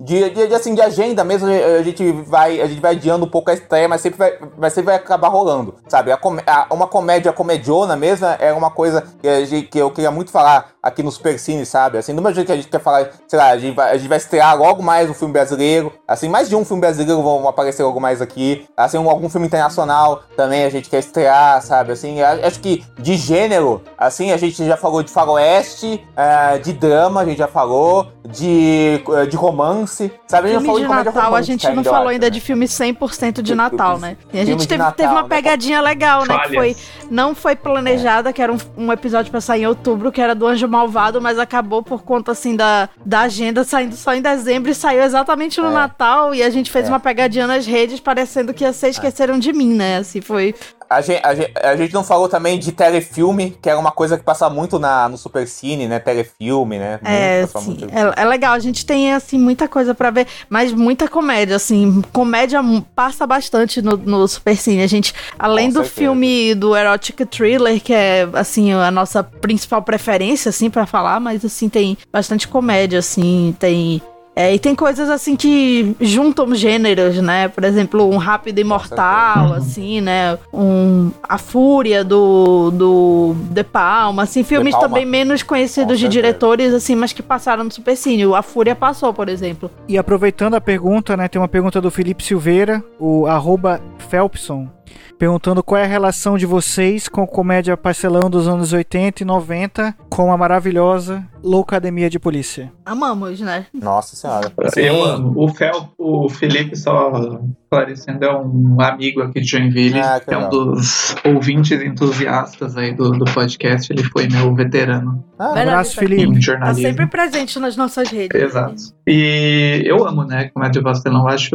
Speaker 3: de, de- de, assim, de agenda mesmo, a gente vai, a gente vai adiando um pouco a estreia, mas sempre vai, mas sempre vai acabar rolando, sabe? A com- a- uma comédia comediona mesmo é uma coisa que, a gente- que eu queria muito falar aqui no Super Cine, sabe? Assim, do mesmo jeito que a gente quer falar, sei lá, a gente vai, a gente vai estrear logo mais um filme brasileiro, assim, mais de um filme brasileiro vão aparecer logo mais aqui, assim, um- algum filme internacional também a gente quer estrear, sabe? Assim, a- acho que de gênero, assim, a gente já falou de faroeste, eh, de drama, a gente já falou, de, eh, de romance, sabe? A gente já
Speaker 2: Filme
Speaker 3: falou
Speaker 2: de
Speaker 3: comédia
Speaker 2: Natal, a
Speaker 3: romântica
Speaker 2: gente não
Speaker 3: ainda, é eu
Speaker 2: falou
Speaker 3: acho. né?
Speaker 2: ainda de filme 100% de Natal, né? E a
Speaker 3: Filme
Speaker 2: gente
Speaker 3: de
Speaker 2: teve,
Speaker 3: Natal,
Speaker 2: teve uma
Speaker 3: né?
Speaker 2: pegadinha legal, né? Que foi,
Speaker 3: Falhas.
Speaker 2: não foi planejada, que era um, um episódio pra sair em outubro, que era do Anjo Malvado, mas acabou por conta, assim, da, da agenda saindo só em dezembro e saiu exatamente no
Speaker 3: É.
Speaker 2: Natal. E a gente fez
Speaker 3: É.
Speaker 2: uma pegadinha nas redes, parecendo que ia ser Esqueceram de Mim, né? Assim, foi...
Speaker 3: A gente, a, gente, a gente não falou também de telefilme, que era uma coisa que passa muito na, no Supercine, né? Telefilme, né?
Speaker 2: É,
Speaker 3: Muito, passa
Speaker 2: sim,
Speaker 3: muito.
Speaker 2: é, é legal. A gente tem, assim, muita coisa pra ver, mas muita comédia, assim. Comédia mu- passa bastante no, no Super Cine. A gente, além
Speaker 7: Com
Speaker 2: do
Speaker 7: certeza.
Speaker 2: filme do Erotic Thriller, que é, assim, a nossa principal preferência, assim, pra falar, mas, assim, tem bastante comédia, assim, tem... é, e tem coisas assim que juntam gêneros, né? Por exemplo, um Rápido Imortal, assim, né? Um, a Fúria do, do De Palma, assim, filmes
Speaker 7: Palma.
Speaker 2: também menos conhecidos
Speaker 7: Com
Speaker 2: de
Speaker 7: certeza.
Speaker 2: diretores, assim, mas que passaram no supercínio. A Fúria passou, por exemplo.
Speaker 1: E aproveitando a pergunta, né, tem uma pergunta do Felipe Silveira, o arroba Phelpson, perguntando qual é a relação de vocês com a comédia parcelão dos anos 80 e 90 com a maravilhosa Loucademia de Polícia.
Speaker 2: Amamos, né?
Speaker 3: Nossa senhora.
Speaker 4: Eu amo. O, Fel, o Felipe, só esclarecendo, é um amigo aqui de Joinville.
Speaker 3: Ah, que
Speaker 4: é um
Speaker 3: legal.
Speaker 4: dos ouvintes entusiastas aí do, do podcast. Ele foi meu veterano.
Speaker 2: Ah,
Speaker 4: abraço, Em
Speaker 2: Felipe. Tá
Speaker 4: jornalismo.
Speaker 2: sempre presente nas nossas redes.
Speaker 4: Exato. E eu amo, né? Comédia pastelão. Eu acho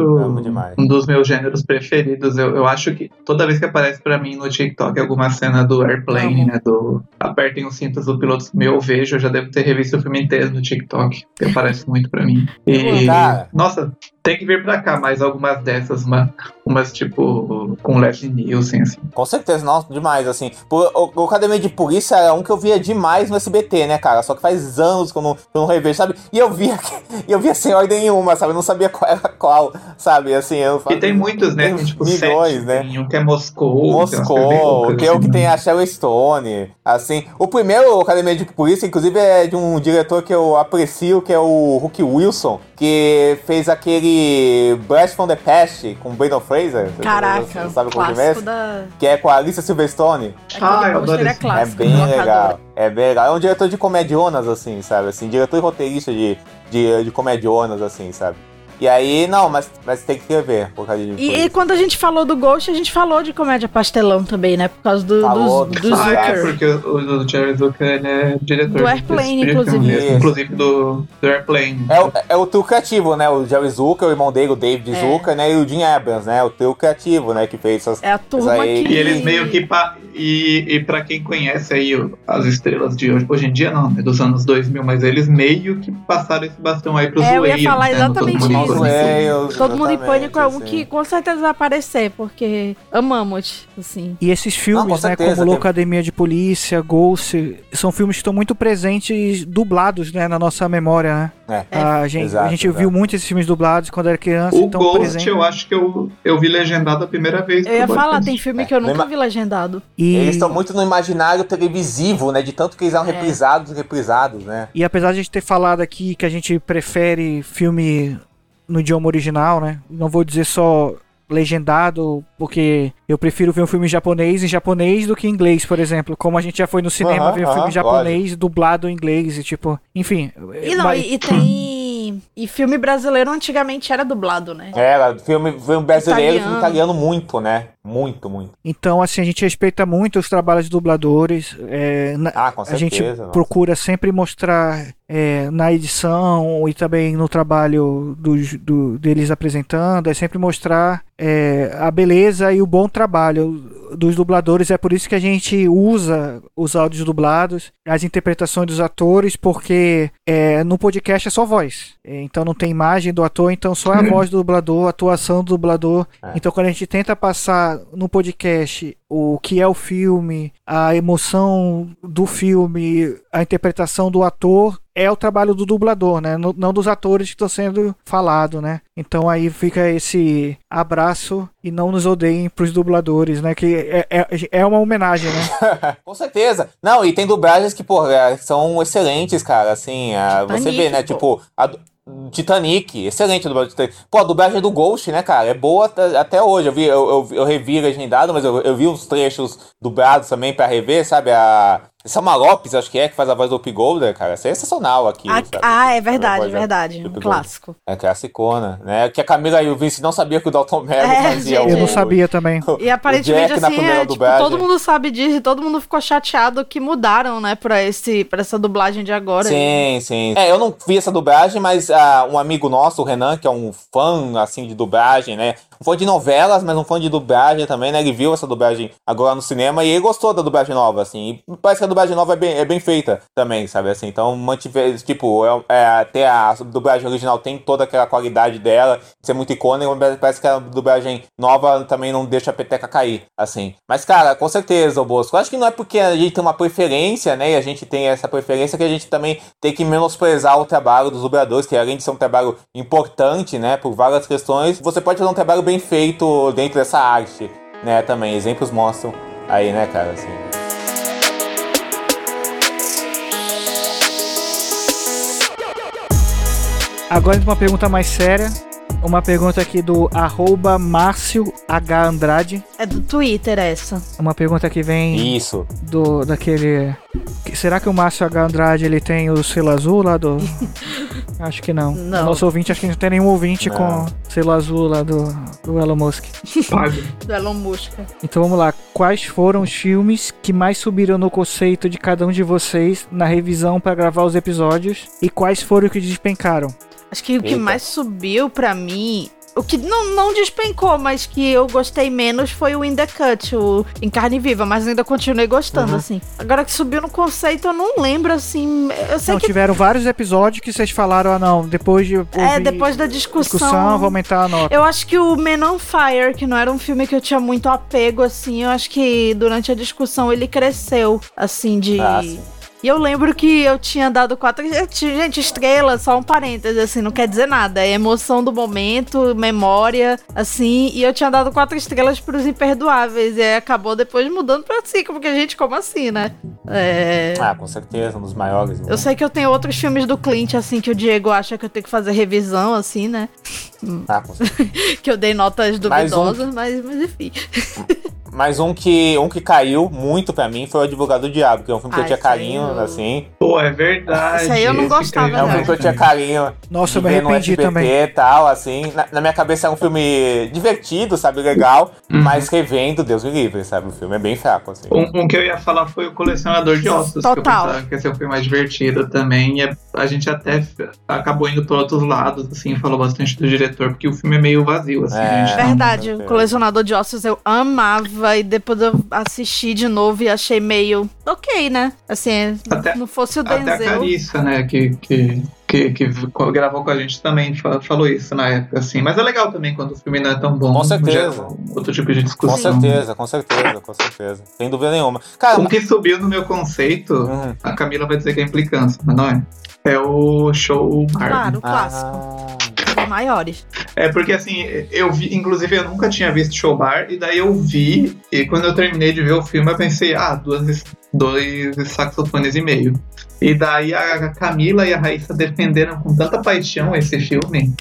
Speaker 4: um dos meus gêneros preferidos. Eu, eu acho que toda vez que aparece pra mim no TikTok alguma cena do Airplane, né? Do Apertem os cintos do piloto meu, eu vejo. Eu já devo ter revisto o filme inteiro no TikTok. Que aparece muito pra mim. E,
Speaker 3: Cara.
Speaker 4: nossa, tem que vir pra cá mais algumas dessas. Uma, umas tipo com Leslie Nielsen, assim.
Speaker 3: Com certeza, nossa, demais, assim. Por, o, o Academia de Polícia era um que eu via demais no SBT, né, cara? Só que faz anos que eu não, que eu não revejo, sabe? E eu via, que- e eu via sem ordem nenhuma, sabe? Eu não sabia qual era qual, sabe? Assim, eu falo,
Speaker 4: E tem muitos, né?
Speaker 3: Tem
Speaker 4: tipo,
Speaker 3: milhões,
Speaker 4: sete,
Speaker 3: né?
Speaker 4: tem um que é Moscou. tem umas coisas bem
Speaker 3: Moscou,
Speaker 4: loucas,
Speaker 3: que é o que
Speaker 4: assim.
Speaker 3: tem a Sharon Stone, assim. O primeiro Academia de Polícia, inclusive, é de um diretor que eu aprecio, que é o Hulk Wilson, que fez aquele Blast from the Past com o Brandon Fraser. Você
Speaker 2: Caraca,
Speaker 3: sabe como que é
Speaker 2: clássico
Speaker 3: esse?
Speaker 4: Ah,
Speaker 2: da...
Speaker 3: Que é com a Alicia Silverstone.
Speaker 2: Ah, eu adoro é clássico.
Speaker 3: É bem
Speaker 2: eu
Speaker 3: legal.
Speaker 2: adoro.
Speaker 3: É bem legal. É um diretor de comedionas, assim, sabe? Assim, diretor e roteirista de, de, de comedionas, assim, sabe? E aí, não, mas, mas tem que ver, por causa de.
Speaker 2: E, e quando a gente falou do Ghost, a gente falou de comédia pastelão também, né? Por causa do,
Speaker 4: Falou
Speaker 2: dos, do
Speaker 4: Ah, é
Speaker 2: Zucker.
Speaker 4: porque o, o Jerry Zucker ele é diretor
Speaker 2: Do
Speaker 4: desses
Speaker 2: Airplane,
Speaker 4: três filmes,
Speaker 2: inclusive.
Speaker 4: né? Inclusive do, do Airplane.
Speaker 3: É o, é o trio criativo, né? O Jerry Zucker, o irmão dele, o David
Speaker 4: É.
Speaker 3: Zucker, né? E o Jim Abrams, né? O trio criativo, né? Que fez essas.
Speaker 2: É a
Speaker 3: turma aí. que-
Speaker 4: E eles meio que. Pa... E, e pra quem conhece aí o- as estrelas de hoje, hoje em dia não, né? Dos anos 2000, mas eles meio que passaram esse bastão aí pros
Speaker 2: É, eu ia
Speaker 4: Wayans,
Speaker 2: falar
Speaker 4: né? No Todo
Speaker 2: exatamente
Speaker 4: Mundo em
Speaker 2: isso.
Speaker 4: Pânico.
Speaker 3: Wayans,
Speaker 2: tipo, assim, Todo mundo em
Speaker 3: exatamente,
Speaker 2: pânico é um
Speaker 3: assim.
Speaker 2: que com certeza vai aparecer, porque amamos, assim.
Speaker 1: E esses filmes,
Speaker 2: Não, com
Speaker 1: né,
Speaker 2: certeza,
Speaker 1: como
Speaker 2: tem-
Speaker 1: Loucademia de Polícia, Ghost, são filmes que estão muito presentes, dublados, né, na nossa memória, né?
Speaker 3: É.
Speaker 1: A gente,
Speaker 4: Exato,
Speaker 1: a gente
Speaker 4: exato.
Speaker 1: viu muito esses filmes dublados quando era criança,
Speaker 4: O
Speaker 1: então
Speaker 4: Ghost, é um-
Speaker 1: presente.
Speaker 4: eu acho que eu, eu vi legendado a primeira vez.
Speaker 2: Eu ia
Speaker 4: pro
Speaker 2: falar,
Speaker 4: podcast.
Speaker 2: tem filme
Speaker 3: É,
Speaker 2: que eu nunca vi legendado.
Speaker 3: Eles estão muito no imaginário televisivo, né? De tanto que eles
Speaker 2: É.
Speaker 3: eram reprisados e reprisados, né?
Speaker 1: E apesar de a gente ter falado aqui que a gente prefere filme no idioma original, né? Não vou dizer só legendado, porque eu prefiro ver um filme japonês em japonês do que em inglês, por exemplo. Como a gente já foi no cinema
Speaker 3: Aham,
Speaker 1: ver um
Speaker 3: aham,
Speaker 1: filme
Speaker 3: lógico.
Speaker 1: japonês dublado em inglês e tipo, enfim.
Speaker 3: É,
Speaker 2: E não,
Speaker 1: mas-
Speaker 2: e, e tem. E filme brasileiro antigamente era dublado, né?
Speaker 3: É, Era filme, filme brasileiro,
Speaker 2: Italiano.
Speaker 3: filme italiano muito, né? Muito, muito.
Speaker 1: Então, assim, a gente respeita muito os trabalhos de dubladores. é, na-
Speaker 3: Ah, com
Speaker 1: a gente
Speaker 3: certeza, nossa.
Speaker 1: procura sempre mostrar é, na edição e também no trabalho dos- do- deles apresentando, é sempre mostrar é, a beleza e o bom trabalho dos dubladores. É por isso que a gente usa os áudios dublados, as interpretações dos atores, porque é, no podcast é só voz. É, Então não tem imagem do ator, então só é a voz do dublador, a atuação do dublador. Então quando a gente tenta passar falar no podcast o que é o filme, a emoção do filme, a interpretação do ator, é o trabalho do dublador, né? No- Não dos atores que estão sendo falado, né? Então aí fica esse abraço e não nos odeiem pros dubladores, né? Que é, é, é uma homenagem, né?
Speaker 3: Com certeza. Não, e tem dublagens que, pô, é, são excelentes, cara. Assim, a-
Speaker 1: Titanic,
Speaker 3: você vê, né?
Speaker 1: pô.
Speaker 3: Tipo, a du- Titanic, excelente a dublagem do Titanic. Pô, a dublagem do Ghost, né, cara? É boa até, até hoje. Eu, vi, eu, eu, eu revi legendado, mas eu, eu vi uns trechos dublados também pra rever, sabe? A Salma Lopes, acho que é, que faz a voz do Up Golder, cara. Sensacional aqui.
Speaker 2: Ah, ah, é verdade, é verdade. Um clássico.
Speaker 3: É classicona, né? Que a Camila e o Vince não sabia que o Dalton Mello
Speaker 2: É,
Speaker 3: fazia
Speaker 2: gente.
Speaker 3: o...
Speaker 1: Eu não sabia também.
Speaker 2: E aparentemente,
Speaker 3: Jack na
Speaker 2: assim,
Speaker 3: primeira
Speaker 2: é, tipo,
Speaker 3: dublagem.
Speaker 2: todo mundo sabe disso e todo mundo ficou chateado que mudaram, né, pra, esse, pra essa dublagem de agora.
Speaker 3: Sim, sim. É, eu não vi essa dublagem, mas ah, um amigo nosso, o Renan, que é um fã, assim, de dublagem, né? Um fã de novelas, mas um fã de dublagem também, né? Ele viu essa dublagem agora no cinema e ele gostou da dublagem nova, assim. E parece que a dublagem nova é bem, é bem feita também, sabe? Assim, então, mantive, tipo, é, é, até a dublagem original tem toda aquela qualidade dela, isso é muito icônico, mas parece que a dublagem nova também não deixa a peteca cair, assim. Mas, cara, com certeza, o Bosco. Acho que não é porque a gente tem uma preferência, né? E a gente tem essa preferência que a gente também tem que menosprezar o trabalho dos dubladores, que além de ser um trabalho importante, né? Por várias questões, você pode fazer um trabalho bem feito dentro dessa arte, né? Também. Exemplos mostram aí, né, cara? Assim.
Speaker 1: Agora uma pergunta mais séria. Uma pergunta aqui do arroba Márcio H. Andrade.
Speaker 2: É do Twitter essa.
Speaker 1: Uma pergunta que vem
Speaker 3: Isso.
Speaker 1: do daquele. que- Será que o Márcio H. Andrade ele tem o selo azul lá
Speaker 2: [laughs]
Speaker 1: do. acho que não.
Speaker 2: Não.
Speaker 1: Nosso ouvinte, acho que não tem nenhum ouvinte com selo azul lá do, do Elon Musk.
Speaker 2: Do Elon Musk.
Speaker 1: Então vamos lá. Quais foram os filmes que mais subiram no conceito de cada um de vocês na revisão pra gravar os episódios? E quais foram os que despencaram?
Speaker 2: Acho que o que
Speaker 1: Eita.
Speaker 2: mais subiu pra mim. O que não, não despencou, mas que eu gostei menos foi o In The Cut, o Em Carne Viva, mas ainda continuei gostando,
Speaker 1: Uhum.
Speaker 2: assim. Agora que subiu no conceito, eu não lembro, assim. Eu sei
Speaker 1: Não,
Speaker 2: que.
Speaker 1: Então, tiveram vários episódios que vocês falaram, ah não, depois de.
Speaker 2: É,
Speaker 1: ouvir
Speaker 2: depois da discussão.
Speaker 1: discussão, vou aumentar a nota.
Speaker 2: Eu acho que o Men on Fire, que não era um filme que eu tinha muito apego, assim, eu acho que durante a discussão ele cresceu, assim, de.
Speaker 14: Ah, sim.
Speaker 2: E eu lembro que eu tinha dado quatro. eu tinha- Gente, estrela, só um parêntese, assim, não quer dizer nada. É emoção do momento, memória, assim. E eu tinha dado quatro estrelas pros imperdoáveis. E aí acabou depois mudando pra cinco, porque, gente, como assim, né? É.
Speaker 3: Ah, com certeza, um dos maiores. né?
Speaker 2: Eu sei que eu tenho outros filmes do Clint, assim, que o Diego acha que eu tenho que fazer revisão, assim, né?
Speaker 3: Ah, com certeza.
Speaker 2: que eu dei notas
Speaker 3: Mais um.
Speaker 2: duvidosas, mas, mas enfim.
Speaker 3: Mas um que, um que caiu muito pra mim foi o Advogado do Diabo, que é um filme que
Speaker 2: Ah,
Speaker 3: eu tinha
Speaker 2: esse aí
Speaker 3: carinho,
Speaker 2: eu-
Speaker 3: assim.
Speaker 4: Pô, é verdade.
Speaker 2: Esse aí eu não esse gostava,
Speaker 3: É um filme que eu tinha carinho.
Speaker 1: Nossa,
Speaker 3: de
Speaker 1: eu me
Speaker 3: ver no
Speaker 1: arrependi
Speaker 3: SBT
Speaker 1: também.
Speaker 3: e tal, assim. Na, na minha cabeça é um filme divertido, sabe? Legal. Mas revendo, Deus me livre, sabe? O filme é bem fraco, assim.
Speaker 4: Uhum. Um, um que eu ia falar foi o Colecionador de Ossos, que eu
Speaker 2: Total.
Speaker 4: pensava que esse foi mais divertido também. E a- a gente até f- acabou indo por outros lados, assim, falou bastante do diretor, porque o filme é meio vazio, assim. a
Speaker 3: É.
Speaker 4: gente não-
Speaker 2: Verdade, o colecionador de ossos eu amava e depois eu assisti de novo e achei meio ok, né? Assim,
Speaker 4: Até-
Speaker 2: não fosse o
Speaker 4: Até a
Speaker 2: Denzel.
Speaker 4: Carissa, né, que, que, que, que gravou com a gente também fa- falou isso na época, assim. Mas é legal também quando o filme não é tão bom.
Speaker 3: Com certeza.
Speaker 4: gera Outro tipo de discussão.
Speaker 3: Com certeza, com certeza, com certeza. Sem dúvida nenhuma. Cara, hum,
Speaker 4: o que subiu no meu conceito, a Camila vai dizer que é implicância, mas não é. É o show Marvel.
Speaker 2: Claro,
Speaker 3: ah,
Speaker 2: o clássico. Os maiores.
Speaker 4: É porque assim, eu vi, inclusive eu nunca tinha visto show bar, e daí eu vi, e quando eu terminei de ver o filme, eu pensei, ah, duas, dois saxofones e meio. E daí a Camila e a Raíssa defenderam com tanta paixão esse filme.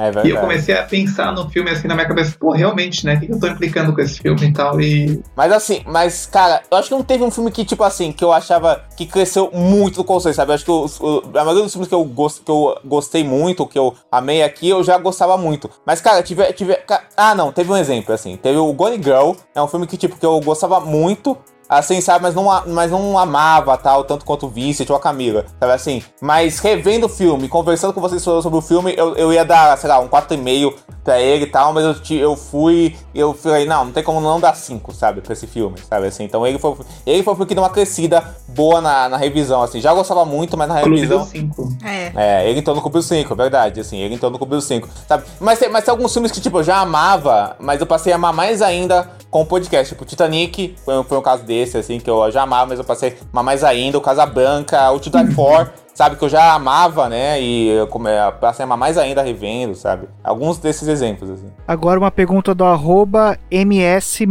Speaker 3: É
Speaker 4: E eu comecei a pensar no filme assim na minha cabeça, pô, realmente, né? O que que eu tô implicando com esse filme e tal? E
Speaker 3: Mas assim, mas, cara, eu acho que não teve um filme que, tipo assim, que eu achava que cresceu muito no conceito, sabe? Eu acho que os- o- a maioria dos filmes que eu, gost, que eu gostei muito, que eu amei aqui, eu já gostava muito. Mas, cara, tive. tive ca- ah, não, teve um exemplo, assim. Teve o Gone Girl, é um filme que, tipo, que eu gostava muito. Assim, sabe, mas não, a- mas não amava tal, tanto quanto o Vincent ou a Camila, sabe assim? Mas revendo o filme, conversando com vocês sobre sobre o filme, eu, eu ia dar, sei lá, um 4,5 pra ele e tal, mas eu, ti- eu fui, eu falei, não, não tem como não dar 5, sabe, pra esse filme, sabe assim? Então ele foi, ele foi o filme que deu uma crescida boa na, na revisão, assim. Já gostava muito, mas na
Speaker 4: Clube
Speaker 3: revisão.
Speaker 4: dos Cinco.
Speaker 2: É.
Speaker 3: É, ele entrou no Clube dos 5, é verdade, assim, ele entrou no Clube dos 5, sabe? Mas tem, mas tem alguns filmes que, tipo, eu já amava, mas eu passei a amar mais ainda com o podcast. Tipo, Titanic foi, foi um caso desse, assim, que eu já amava, mas eu passei a mais ainda. O Casablanca, o To Die
Speaker 2: [laughs]
Speaker 3: For, sabe? Que eu já amava, né? E eu come- passei a amar mais ainda revendo, sabe? Alguns desses exemplos, assim.
Speaker 1: Agora uma pergunta do arroba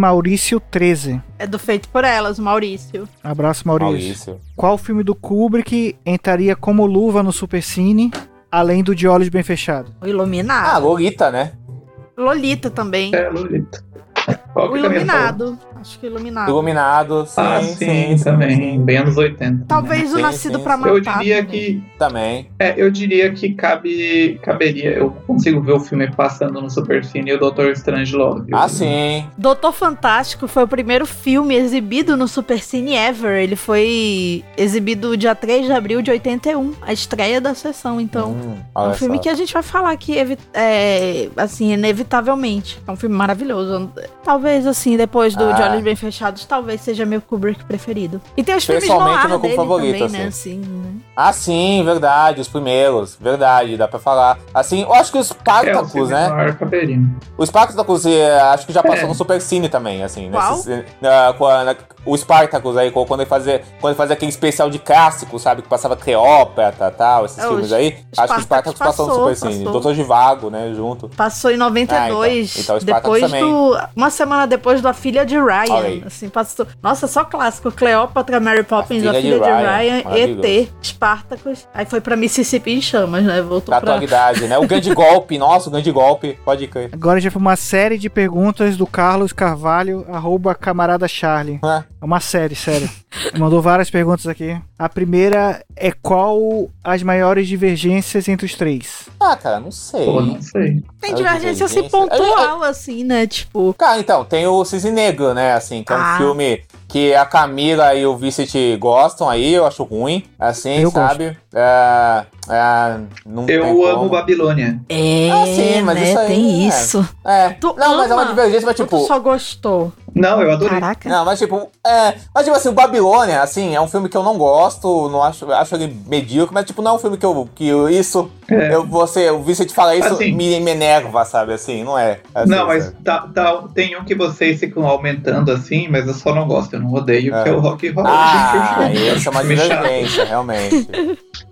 Speaker 1: msmaurício13.
Speaker 2: É do Feito por Elas, Maurício.
Speaker 1: Abraço, Maurício.
Speaker 3: Maurício.
Speaker 1: Qual filme do Kubrick entraria como luva no Supercine, além do De Olhos Bem Fechado?
Speaker 2: O Iluminado.
Speaker 3: Ah, Lolita, né?
Speaker 4: Ah.
Speaker 2: Lolita também.
Speaker 4: É, Lolita. é
Speaker 2: O Iluminado. Acho que Iluminado.
Speaker 3: Iluminado, sim.
Speaker 4: Ah, sim, também. Bem anos 80.
Speaker 2: Talvez o
Speaker 4: Sim,
Speaker 2: Nascido
Speaker 4: sim,
Speaker 2: pra
Speaker 4: sim.
Speaker 2: Matar.
Speaker 4: Eu diria que.
Speaker 3: Também.
Speaker 4: É, eu diria que cabe. Caberia. Eu consigo ver o filme passando no Supercine e o Doutor Strange Love.
Speaker 3: Ah, sim.
Speaker 2: Doutor Fantástico foi o primeiro filme exibido no Supercine ever. Ele foi exibido dia 3 de abril de 81, a estreia da sessão, então. é um
Speaker 3: Hum, olha
Speaker 2: filme
Speaker 3: só.
Speaker 2: que a gente vai falar aqui, evi- é, assim, inevitavelmente. É um filme maravilhoso. Talvez, assim, depois do De
Speaker 3: Ah.
Speaker 2: Olhos Bem Fechados, talvez seja meu Kubrick preferido. E tem os filmes
Speaker 3: Pessoalmente,
Speaker 2: noir
Speaker 3: meu
Speaker 2: dele
Speaker 3: favorito,
Speaker 2: também, né?
Speaker 3: assim.
Speaker 2: assim, né?
Speaker 3: Ah, sim, verdade, os primeiros, verdade, dá pra falar. Assim, eu acho que os Spartacus,
Speaker 4: É, o
Speaker 3: né?
Speaker 4: Menor Cabelinho.
Speaker 3: O Spartacus, eh, acho que já passou
Speaker 4: É.
Speaker 3: no Super Cine também, assim.
Speaker 4: Qual?
Speaker 3: eh, na- quando- o Spartacus aí, quando ele fazia, quando ele fazia aquele especial de clássico, sabe? Que passava Cleópatra e tal, esses
Speaker 2: É, o
Speaker 3: filmes
Speaker 2: Sp-
Speaker 3: aí. Acho que o
Speaker 2: Spartacus
Speaker 3: Spartacus passou,
Speaker 2: passou,
Speaker 3: no Super Cine.
Speaker 2: passou.
Speaker 3: Doutor Divago, né? Junto.
Speaker 2: Passou em 92,
Speaker 3: Ah, então. Então,
Speaker 2: depois
Speaker 3: Spartacus também.
Speaker 2: do. Uma semana depois do A Filha de Ryan.
Speaker 3: Olha aí.
Speaker 2: Assim, passou. Nossa, só clássico. Cleópatra, Mary Poppins,
Speaker 3: Filha
Speaker 2: A
Speaker 3: de
Speaker 2: Filha de
Speaker 3: Ryan,
Speaker 2: Ryan, ET,
Speaker 3: maravilhoso.
Speaker 2: Spartacus. Aí foi pra Mississippi em chamas, né? Voltou
Speaker 3: Da
Speaker 2: pra.
Speaker 3: atualidade, né? O grande golpe, [laughs] nossa, o grande golpe, pode crer.
Speaker 1: Agora já foi uma série de perguntas do Carlos Carvalho, arroba camarada Charlie.
Speaker 3: É.
Speaker 1: uma série, sério. Ele Mandou várias perguntas aqui. A primeira é qual as maiores divergências entre os três?
Speaker 3: Ah, cara, não sei.
Speaker 4: Pô, não sei.
Speaker 2: Tem divergência assim
Speaker 3: é-
Speaker 2: pontual, assim, né? Tipo.
Speaker 3: Cara, então, tem o Cisne Negro, né? Assim, que é um
Speaker 2: Ah.
Speaker 3: filme que a Camila e o Vicent gostam aí, eu acho ruim. Assim,
Speaker 4: Eu gosto.
Speaker 3: sabe? É, é, não tem
Speaker 4: Eu
Speaker 3: como.
Speaker 4: amo Babilônia.
Speaker 2: É,
Speaker 3: Ah, sim, mas
Speaker 2: né?
Speaker 3: isso aí,
Speaker 2: tem
Speaker 3: é.
Speaker 2: isso.
Speaker 3: É.
Speaker 2: Tu
Speaker 3: não, mas é uma
Speaker 2: ama?
Speaker 3: divergência, mas
Speaker 2: Ou
Speaker 3: tipo.
Speaker 2: Tu só gostou.
Speaker 4: Não, eu adorei.
Speaker 2: Caraca.
Speaker 3: Não, mas tipo, é. Mas tipo assim, o Babilônia, assim, é um filme que eu não gosto, não acho, acho ele medíocre, mas tipo, não é um filme que eu. Que eu- isso.
Speaker 4: É.
Speaker 3: Eu, você, o Vicent fala isso,
Speaker 4: Assim.
Speaker 3: me, me enerva, sabe? Assim, não é. Assim,
Speaker 4: Não, mas
Speaker 3: sabe?
Speaker 4: tá, tá- tem um que vocês ficam aumentando assim, mas eu só não gosto, eu não odeio, que é o Rock Horror.
Speaker 3: [laughs] Ah,
Speaker 4: Picture Show.
Speaker 3: essa é uma
Speaker 4: Me chato.
Speaker 3: divergência, realmente.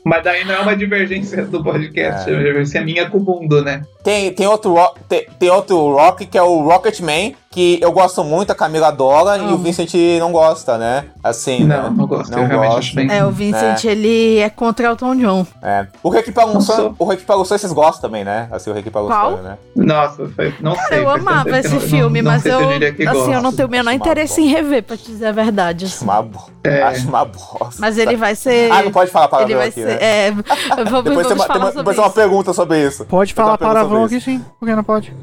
Speaker 4: Mas daí não é uma divergência do podcast, é uma divergência minha com o mundo, né?
Speaker 3: Tem, tem, outro, ro- tem, tem outro rock que é o Rocketman, que eu gosto muito, a Camila adora e o Vincent não gosta, né? Assim,
Speaker 4: Não,
Speaker 3: né?
Speaker 4: não gosto, eu realmente acho bem-
Speaker 2: É, o Vincent, ele é contra Elton John.
Speaker 3: É, é. O Rick Pagunçan, o Rick Pagunçan vocês gostam também, né? Assim, o Rick
Speaker 2: Qual?
Speaker 3: Pagunçan, né?
Speaker 4: Nossa, foi, não sei.
Speaker 2: Eu
Speaker 4: faz tanto
Speaker 2: amava
Speaker 4: tempo que
Speaker 2: esse
Speaker 4: eu não-
Speaker 2: filme,
Speaker 4: não
Speaker 2: mas
Speaker 4: sei
Speaker 2: eu,
Speaker 4: se diria que
Speaker 2: assim, eu não
Speaker 4: gosto.
Speaker 2: tenho o menor interesse em rever, pra te dizer a verdade. assim.
Speaker 3: Uma bo...
Speaker 4: É,
Speaker 1: É.
Speaker 3: Acho uma bosta.
Speaker 2: Mas ele vai ser.
Speaker 3: Ah, não pode falar palavrão
Speaker 2: Ele vai
Speaker 3: aqui,
Speaker 2: ser.
Speaker 3: né? [laughs]
Speaker 2: É, vamos,
Speaker 3: Depois
Speaker 2: vamos
Speaker 3: tem uma, tem
Speaker 2: falar
Speaker 3: uma,
Speaker 2: sobre
Speaker 3: depois
Speaker 2: isso.
Speaker 3: tem uma pergunta sobre isso.
Speaker 1: Pode
Speaker 3: Tem
Speaker 1: falar
Speaker 3: uma pergunta sobre
Speaker 1: palavrão
Speaker 3: isso.
Speaker 1: aqui sim, por que não pode?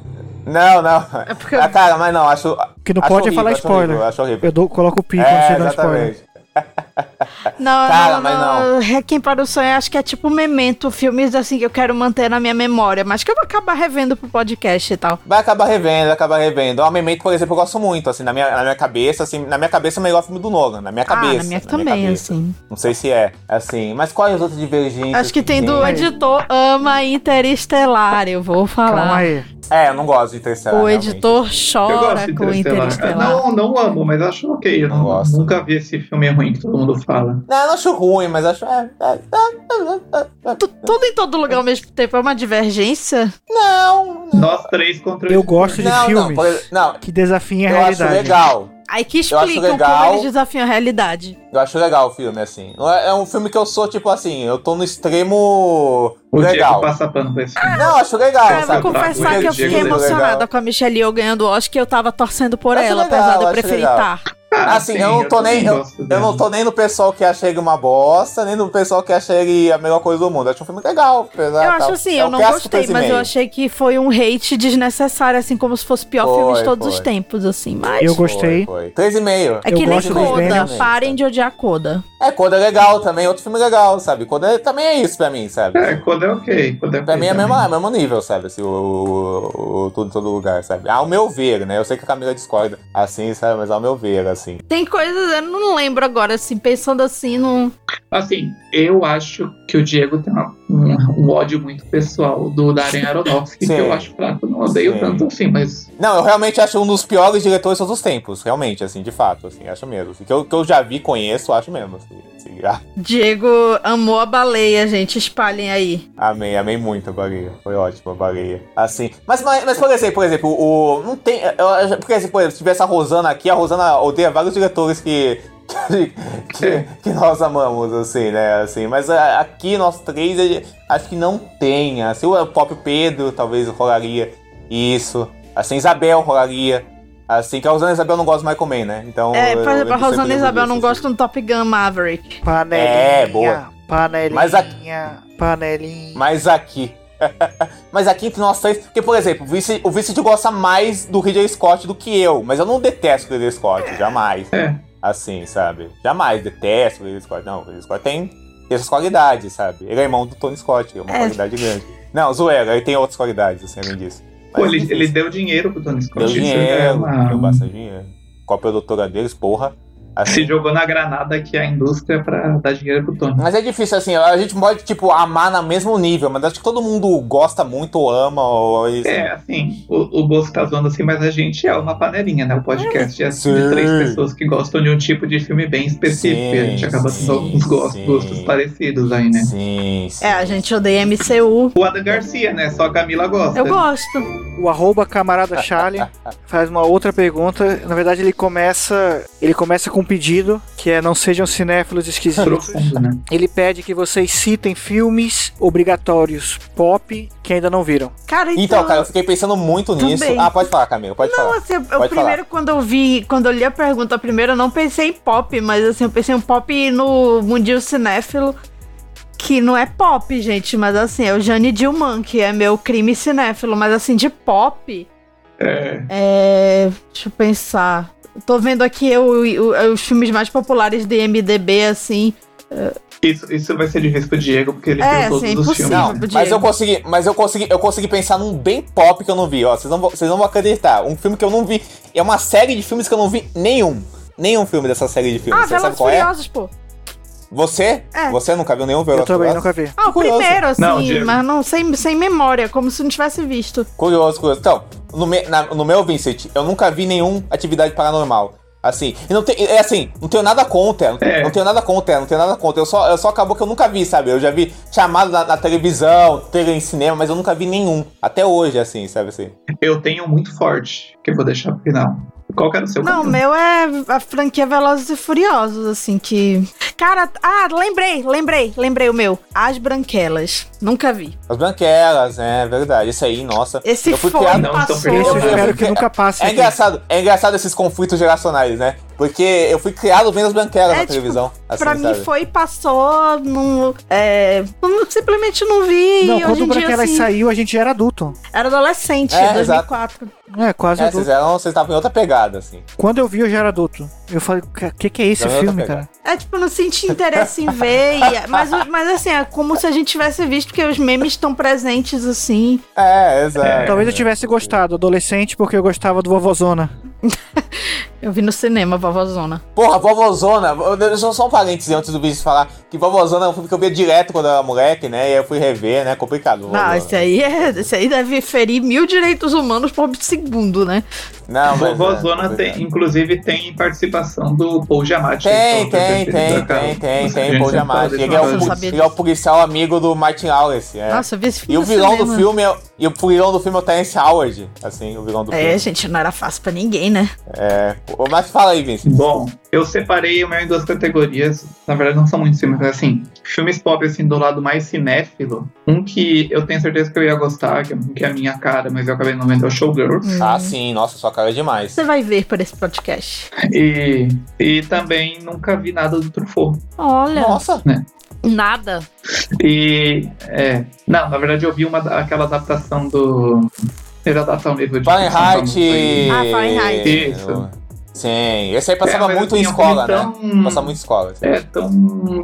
Speaker 3: Não, não. É porque... ah, cara, mas não, acho.
Speaker 1: Porque não
Speaker 3: acho
Speaker 1: pode é
Speaker 3: horrível,
Speaker 1: falar
Speaker 3: acho
Speaker 1: spoiler.
Speaker 3: horrível, acho horrível.
Speaker 1: Eu dou, coloco o pi
Speaker 3: É,
Speaker 1: quando você dá um
Speaker 3: exatamente.
Speaker 1: spoiler.
Speaker 2: Não,
Speaker 3: Cara,
Speaker 2: não,
Speaker 3: mas
Speaker 2: não. Requiem para o Sonho, acho que é tipo um memento, filmes assim que eu quero manter na minha memória, mas que eu vou acabar revendo pro podcast e tal.
Speaker 3: Vai acabar revendo, vai acabar revendo. O Memento, por exemplo, eu gosto muito, assim, na minha, na minha cabeça, assim, na minha cabeça é o melhor filme do Nolan, na minha cabeça.
Speaker 2: ah, na minha também,
Speaker 3: cabeça.
Speaker 2: assim.
Speaker 3: Não sei se é, assim. Mas quais as outras divergências?
Speaker 2: Acho que tem do
Speaker 3: Aí.
Speaker 2: editor Ama Interestelar, eu vou falar.
Speaker 3: É, eu não gosto de Interstellar.
Speaker 2: O
Speaker 3: realmente.
Speaker 2: editor
Speaker 4: Eu
Speaker 2: chora
Speaker 4: gosto de
Speaker 2: com
Speaker 4: Interestelar.
Speaker 2: Interestelar.
Speaker 4: Não, não amo, mas acho ok. Eu não, nunca vi esse filme ruim que todo mundo fala.
Speaker 3: Não, eu não acho ruim, mas acho. É, é,
Speaker 2: Tu- Tudo em todo lugar ao mesmo tempo é uma divergência?
Speaker 3: Não.
Speaker 4: Nós três contra
Speaker 1: Eu gosto de
Speaker 3: Não, não,
Speaker 1: filmes
Speaker 3: por exemplo, não.
Speaker 1: que desafiem a
Speaker 3: Eu acho
Speaker 1: realidade.
Speaker 3: legal.
Speaker 2: Aí que
Speaker 3: Eu acho
Speaker 2: explicam como
Speaker 3: legal.
Speaker 2: eles desafiam a realidade.
Speaker 3: Eu acho legal o filme, assim. Não É é um filme que eu sou, tipo assim, eu tô no extremo
Speaker 4: O
Speaker 3: legal.
Speaker 4: Diego
Speaker 1: tá-
Speaker 4: passa pano pra esse filme.
Speaker 3: Não, eu acho legal,
Speaker 2: Ah, eu vou
Speaker 3: sabe?
Speaker 2: confessar que eu fiquei
Speaker 3: Diego é tá legal.
Speaker 2: emocionada com a Michelle Yeoh ganhando o Oscar e eu tava torcendo por
Speaker 3: Acho
Speaker 2: ela,
Speaker 3: legal,
Speaker 2: apesar de eu
Speaker 3: acho
Speaker 2: preferir
Speaker 3: legal.
Speaker 2: estar.
Speaker 4: Ah,
Speaker 3: assim,
Speaker 4: sim,
Speaker 3: eu não
Speaker 4: eu
Speaker 3: tô nem.
Speaker 4: também
Speaker 3: Eu,
Speaker 4: gosto
Speaker 3: eu
Speaker 4: dela.
Speaker 3: não tô nem no pessoal que acha ele uma bosta, nem no pessoal que acha ele a melhor coisa do mundo. Acho um filme legal, apesar
Speaker 2: Eu
Speaker 3: tal.
Speaker 2: acho assim,
Speaker 3: É
Speaker 2: eu
Speaker 3: um
Speaker 2: não
Speaker 3: clássico
Speaker 2: gostei,
Speaker 3: desse
Speaker 2: mas eu
Speaker 3: meio.
Speaker 2: achei que foi um hate desnecessário, assim, como se fosse o pior
Speaker 3: Foi,
Speaker 2: filme de todos os
Speaker 3: foi.
Speaker 2: tempos, assim, mas.
Speaker 1: Eu gostei.
Speaker 3: Foi, foi. Três e meio.
Speaker 2: É que nem Coda, parem de odiar Coda.
Speaker 3: É, Coda é legal também, outro filme legal, sabe? Coda é- também é isso pra mim, sabe?
Speaker 4: É, quando é ok. Quando é
Speaker 3: Pra
Speaker 4: ok
Speaker 3: mim é o
Speaker 4: também.
Speaker 3: mesmo, é o mesmo nível, sabe? Assim, o, o, o- tudo em todo lugar, sabe? Ao meu ver, né? Eu sei que a Camila discorda, assim, sabe? Mas ao meu ver, assim.
Speaker 2: Tem coisas, eu não lembro agora, assim, pensando assim, não.
Speaker 4: Assim, eu acho que o Diego tem uma- um, um ódio muito pessoal do Darren Aronofsky,
Speaker 3: [laughs]
Speaker 4: que
Speaker 3: Sim.
Speaker 4: eu acho fraco, não odeio
Speaker 3: Sim.
Speaker 4: tanto assim, mas
Speaker 3: Não, eu realmente acho um dos piores diretores de todos os tempos, realmente, assim, de fato, assim, acho mesmo. Assim, que, eu, que eu já vi, conheço, acho mesmo. Assim, assim, ah,
Speaker 2: Diego amou a baleia, gente. Espalhem aí.
Speaker 3: amei, amei muito a baleia. Foi ótima a baleia. Assim. Mas, mas, mas, por exemplo, por exemplo, o. Não tem. eu acho- porque, assim, por exemplo, se tivesse a Rosana aqui, a Rosana odeia vários diretores que. que, que- que nós amamos, assim, né? Assim, mas a- aqui nós três, ele- acho que não tem. Assim, o próprio Pedro talvez rolaria isso. Assim, Isabel rolaria. Assim, que a Rosana e a Isabel não gostam mais de comer, né? Então.
Speaker 2: é,
Speaker 3: eu
Speaker 2: por exemplo,
Speaker 3: lembro
Speaker 2: a
Speaker 3: sempre
Speaker 2: Rosana e
Speaker 3: disso,
Speaker 2: Isabel não
Speaker 3: assim.
Speaker 2: gostam do Top Gun Maverick.
Speaker 3: É, boa.
Speaker 1: Panelinha.
Speaker 3: Mas a-
Speaker 1: Panelinha.
Speaker 3: Mas aqui. [laughs] mas aqui entre nós três. Porque, por exemplo, o Vice, o Vice gosta mais do Ridley Scott do que eu. Mas eu não detesto o Ridley Scott, jamais.
Speaker 4: É.
Speaker 3: Assim, sabe? Jamais detesto o Ridley Scott. Não, o Ridley Scott tem essas qualidades, sabe? Ele é irmão do Tony Scott, que é uma
Speaker 4: É.
Speaker 3: qualidade grande. Não, zoeira, ele tem outras qualidades, assim, além disso.
Speaker 4: pô, ele, ele deu dinheiro pro Tony Scott.
Speaker 3: Deu
Speaker 4: isso é
Speaker 3: dinheiro,
Speaker 4: uma-
Speaker 3: deu bastante dinheiro. Qual a produtora deles, porra? Assim,
Speaker 4: Se jogou na granada que a indústria é pra dar dinheiro pro Tony.
Speaker 3: Mas é difícil, assim, a gente pode, tipo, amar no mesmo nível, mas acho que todo mundo gosta muito ou ama. Ou,
Speaker 4: É, assim, o, o Bozo tá zoando assim, mas a gente é uma panelinha, né? O podcast é assim,
Speaker 3: Sim.
Speaker 4: de três pessoas que gostam de um tipo de filme bem específico. e a gente acaba tendo alguns gostos, gostos parecidos aí, né?
Speaker 3: Sim, sim.
Speaker 2: É, a gente odeia MCU.
Speaker 4: O Adam Garcia, né? Só a Camila gosta.
Speaker 2: Eu gosto.
Speaker 1: O arroba camarada
Speaker 3: [laughs]
Speaker 1: Charlie faz uma outra pergunta. Na verdade, ele começa. Ele começa com um pedido, que é não sejam cinéfilos esquisitos.
Speaker 3: [laughs]
Speaker 4: Profundo, né?
Speaker 1: Ele pede que vocês citem filmes obrigatórios pop que ainda não viram.
Speaker 2: Cara, então.
Speaker 3: Então, cara, eu fiquei pensando muito
Speaker 2: Também.
Speaker 3: nisso. Ah, pode falar, Camila, pode falar.
Speaker 2: Não, assim, eu
Speaker 3: pode
Speaker 2: primeiro, quando eu vi, quando eu li a pergunta primeiro, eu não pensei em pop, mas assim, eu pensei em pop no mundinho cinéfilo, que não é pop, gente, mas assim, é o Jane Dilman, que é meu crime cinéfilo, mas assim, de pop,
Speaker 4: É.
Speaker 2: é... deixa eu pensar. Tô vendo aqui o- o- os filmes mais populares de MDB, assim, é,
Speaker 4: Isso, isso vai ser difícil pro Diego, porque ele
Speaker 2: É,
Speaker 4: fez todos
Speaker 2: assim, é
Speaker 4: os
Speaker 2: impossível
Speaker 4: filmes.
Speaker 3: Não,
Speaker 2: pro
Speaker 3: mas
Speaker 2: Diego.
Speaker 3: eu consegui, mas eu consegui, eu consegui pensar num bem pop que eu não vi, ó. Vocês não, vão- vocês não vão acreditar. Um filme que eu não vi. É uma série de filmes que eu não vi nenhum. Nenhum filme dessa série de filmes.
Speaker 2: ah,
Speaker 3: Você sabe
Speaker 2: Velas
Speaker 3: qual é?
Speaker 2: Furiosas, pô.
Speaker 3: Você?
Speaker 2: É.
Speaker 3: Você nunca viu nenhum
Speaker 1: Eu
Speaker 3: Velocity?
Speaker 1: também nunca vi.
Speaker 2: Ah, o
Speaker 3: Curioso.
Speaker 2: primeiro, assim,
Speaker 3: Não, Diego.
Speaker 2: mas não, sem, sem memória, como se não tivesse visto.
Speaker 3: Curioso, curioso. Então, no, me- na- no meu Vincent, eu nunca vi nenhuma atividade paranormal. Assim, e não tem, é assim, não tenho nada contra, não, não tenho nada contra, não tenho nada contra. Eu só, eu só acabou que eu nunca vi, sabe? Eu já vi chamado na, na televisão, trailer em cinema, mas eu nunca vi nenhum. Até hoje, assim, sabe assim.
Speaker 4: Eu tenho muito forte, que eu vou deixar pro final. Qual que era o seu?
Speaker 2: Não, o meu é a franquia Velozes e Furiosos, assim, que... Cara, ah, lembrei, lembrei, lembrei o meu. As Branquelas. Nunca vi.
Speaker 3: As branquelas, né? É verdade. Isso aí, nossa.
Speaker 2: Esse
Speaker 3: eu fui
Speaker 2: foi,
Speaker 3: criado. então
Speaker 2: passou.
Speaker 3: Eu
Speaker 2: Esse
Speaker 3: fui- eu
Speaker 1: espero
Speaker 3: fui
Speaker 1: que
Speaker 3: cri-
Speaker 1: nunca passe
Speaker 3: É
Speaker 1: aqui.
Speaker 3: engraçado, é engraçado esses conflitos geracionais, né? Porque eu fui criado vendo as branquelas
Speaker 2: É,
Speaker 3: na
Speaker 2: tipo,
Speaker 3: televisão. Assim,
Speaker 2: pra mim
Speaker 3: sabe?
Speaker 2: foi, passou, não, é, não- simplesmente não vi.
Speaker 1: Não,
Speaker 2: e
Speaker 1: quando
Speaker 2: hoje
Speaker 1: o
Speaker 2: em dia,
Speaker 1: Branquelas
Speaker 2: assim,
Speaker 1: saiu, a gente já era adulto.
Speaker 2: Era adolescente,
Speaker 3: É,
Speaker 2: 2004.
Speaker 1: É, quase
Speaker 3: É,
Speaker 1: adulto.
Speaker 3: vocês eram- vocês estavam em outra pegada, assim.
Speaker 1: Quando eu vi, eu já era adulto. Eu falei, o que, que é esse
Speaker 3: Não, eu tô
Speaker 1: filme, cara?
Speaker 3: pegado.
Speaker 2: É, tipo, não senti interesse em ver. e- mas, mas, assim, é como se a gente tivesse visto, porque os memes estão presentes, assim.
Speaker 3: É, exato.
Speaker 1: Talvez eu tivesse gostado, adolescente, porque eu gostava do Vovozona.
Speaker 2: Eu vi no cinema, Vovozona.
Speaker 3: Porra, Vovozona, eu- deixa só um parênteses antes do bicho falar, que Vovozona é um filme que eu via direto quando eu era moleque, né? E eu fui rever, né?
Speaker 2: Ah,
Speaker 3: Complicado. Vovozona.
Speaker 2: esse aí, é, esse aí deve ferir mil direitos humanos por segundo, né?
Speaker 3: Não, mas,
Speaker 4: Vovózona
Speaker 3: é,
Speaker 4: tem, inclusive tem participação do Paul Giamatti.
Speaker 3: Tem,
Speaker 4: que são os
Speaker 3: tem,
Speaker 4: preferidos da
Speaker 3: tem,
Speaker 4: casa.
Speaker 3: tem, tem,
Speaker 4: Nossa,
Speaker 3: tem, Paul
Speaker 4: gente, eu não falo
Speaker 3: Giamatti.
Speaker 4: desse
Speaker 3: Ele é,
Speaker 4: mal.
Speaker 3: o, pu- ele é o policial amigo do Martin Lawrence. É.
Speaker 2: Nossa, eu vi esse filme
Speaker 3: E o
Speaker 2: no
Speaker 3: vilão do
Speaker 2: cinema.
Speaker 3: filme é, e o vilão do filme é o Terence Howard, assim, o vilão do filme.
Speaker 2: É, gente, não era fácil pra ninguém, né?
Speaker 3: É, o- mas fala aí, Vincent.
Speaker 4: Bom, eu separei o meu em duas categorias. Na verdade, não são muito filmes, mas assim, filmes pop assim do lado mais cinéfilo. Um que eu tenho certeza que eu ia gostar, que é- que é a minha cara, mas eu acabei não vendo, é o Showgirls.
Speaker 3: Ah, sim, nossa, sua cara é demais.
Speaker 2: Hum. Você vai ver por esse podcast.
Speaker 4: E, e também nunca vi nada do Truffaut.
Speaker 2: Olha.
Speaker 3: Nossa.
Speaker 2: Nada.
Speaker 4: E é, não, na verdade eu vi uma da- aquela adaptação do ele adaptar o livro de
Speaker 3: Fahrenheit.
Speaker 4: Foi-
Speaker 3: Ah,
Speaker 2: Fahrenheit.
Speaker 4: Isso.
Speaker 3: Sim, esse aí passava
Speaker 4: tá É, mas
Speaker 3: muito
Speaker 4: assim,
Speaker 3: em
Speaker 4: é um
Speaker 3: escola, né?
Speaker 4: filme tão-
Speaker 3: Passava muito em escola.
Speaker 4: É tão